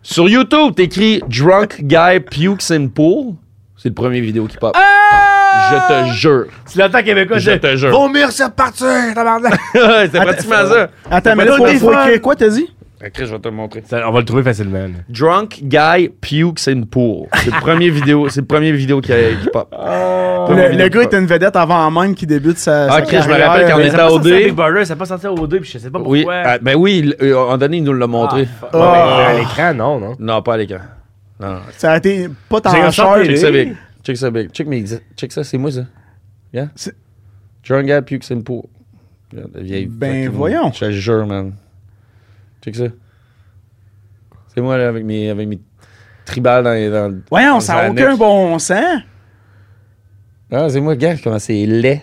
Sur YouTube, t'écris Drunk Guy Pukes in Pool. C'est le premier vidéo qui pop.
Ah!
Je te jure.
Tu l'entends québécois,
Je
je...
te jure.
Vomir, c'est reparti, tabarnak.
c'est pratiquement ça.
Attends, mais là, faut, faut écrire quoi, t'as dit?
Chris, je vais te le montrer.
Ça, On va le trouver facilement. là.
Drunk Guy Pukes in Pool. C'est le premier vidéo, c'est le premier vidéo qui, qui pop.
Le,
Premier
Oh. le
vidéo
gars
qui pop.
était une vedette avant même qui débute sa. sa
Ok, je me
carrière.
rappelle quand
Euh,
on était à
Ça, c'est
OD.
Big Brother, ça a pas sorti au 2 puis je sais pas pourquoi.
Oui, ah, ben oui, il- euh, à un moment donné, il nous l'a montré.
Ah,
Ah. À l'écran, non, non.
Non, pas à l'écran. Non, non.
Ça a été pas
C'est
tant
comme ça,
cher.
t'es-
Check ça, big. Check ça, big. Check, mes... Check ça, c'est moi, ça. Yeah?
C'est-
Drunk Guy Pukes in Pool. Regarde, la vieille
Ben,
fucking-
voyons.
Je te jure, man. Check ça. C'est moi, là, avec mes, avec mes tribales dans les... Dans...
Voyons, ça n'a
Dans
aucun
l'annexe.
bon sens.
Ah, c'est moi, regarde comment c'est laid.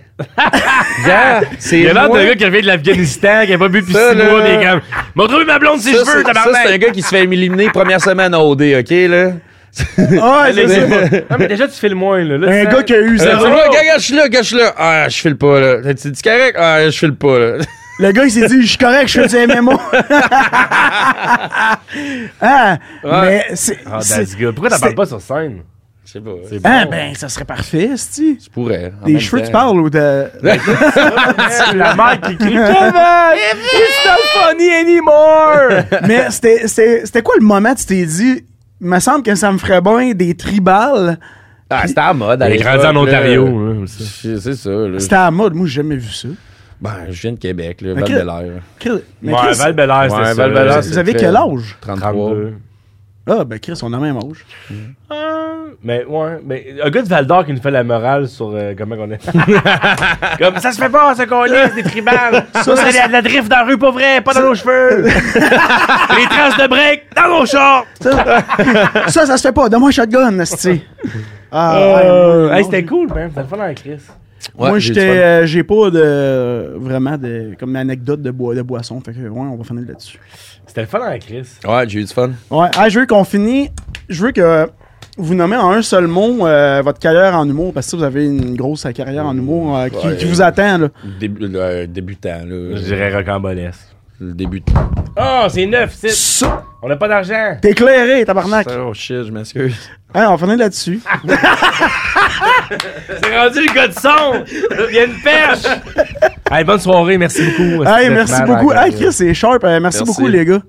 regarde, c'est
Il y a l'air
moi.
d'un gars qui revient de l'Afghanistan, qui a pas bu depuis
Ça,
six mois,
là.
pis il est comme. M'a trouvé ma blonde si
Ça,
je veux,
c'est- ça, c'est un
tabarnak! Euh,
gars qui se fait éliminer première semaine à OD, OK, là?
Ah, c'est ça.
Non, mais déjà, tu fais le moins, là. Là,
Un
tu-
gars qui a eu
Euh,
zéro.
tu vois,
oh!
regarde, regarde, je suis là, regarde, je suis là. Ah, je file pas, là. Tu dis correct? Ah, je file pas, là.
Le gars, il s'est dit, je suis correct, je fais du MMO. ah, mais c'est.
Ah,
c'est-
that's good. Pourquoi t'en
c'est-
parles pas sur scène?
Je sais pas.
C'est bon.
ah, ben, ça serait parfait, c'ti.
Je pourrais. en
Des
même
cheveux,
temps.
tu parles ou de.
la mère qui crie Kevin! It's not funny anymore!
mais c'était- c'était c'était quoi le moment que tu t'es dit, il me semble que ça me ferait bien des tribales.
Ah, c'était à la mode. à
Elle est
l'époque,
grandie en
là.
Ontario, hein. là, aussi.
C'est c'est ça, là.
C'était à la mode, moi, j'ai jamais vu ça.
Ben, je viens de Québec, là.
Ok.
Val-de-L'air.
Chris- mais
Ouais, ben-
Chris,
Val Belair,
Ouais,
c'était ça.
Val-Belair,
là.
c'est-
vous avez
fait-
quel âge?
33.
32.
Ah, ben Chris, on a même âge.
Ah, Mais ouais, mais un gars de Val d'Or qui nous fait la morale sur euh, comment on est. Comme ça se fait pas, ce qu'on lit, des tribales. Ça, c'est de la drift dans la rue, pas vrai, pas dans nos cheveux. Les traces de break dans nos shorts.
Ça, ça, ça se fait pas. Donne-moi un shotgun, c'ti.
Euh,
Ah, ouais, non,
Euh, hey, c'était cool, man. C'était le fun dans la crise.
Ouais,
Moi,
j'ai
j'étais,
du fun.
euh, j'ai pas de vraiment de comme une anecdote de, bois, de boisson. Fait que, ouais, on va finir là-dessus.
C'était le fun dans la crise.
Ouais, j'ai eu du fun.
Ouais, ah, je veux qu'on finisse. Je veux que vous nommez en un seul mot euh, votre carrière en humour parce que vous avez une grosse carrière en humour euh, qui,
Ouais.
qui vous attend. Là.
Début- le, euh, débutant, là.
Je dirais rocambolesque.
Le débutant.
Oh, c'est neuf, c'est.
Ça,
On n'a pas d'argent.
t'es éclairé, tabarnak.
Oh shit, je m'excuse.
Hein, on va finir là-dessus.
C'est rendu le gars de son. Il y a une pêche. hey, bonne soirée, merci beaucoup. hein,
Hey, merci beaucoup. Hey, Chris, c'est sharp. Euh, merci,
Merci.
beaucoup, les gars.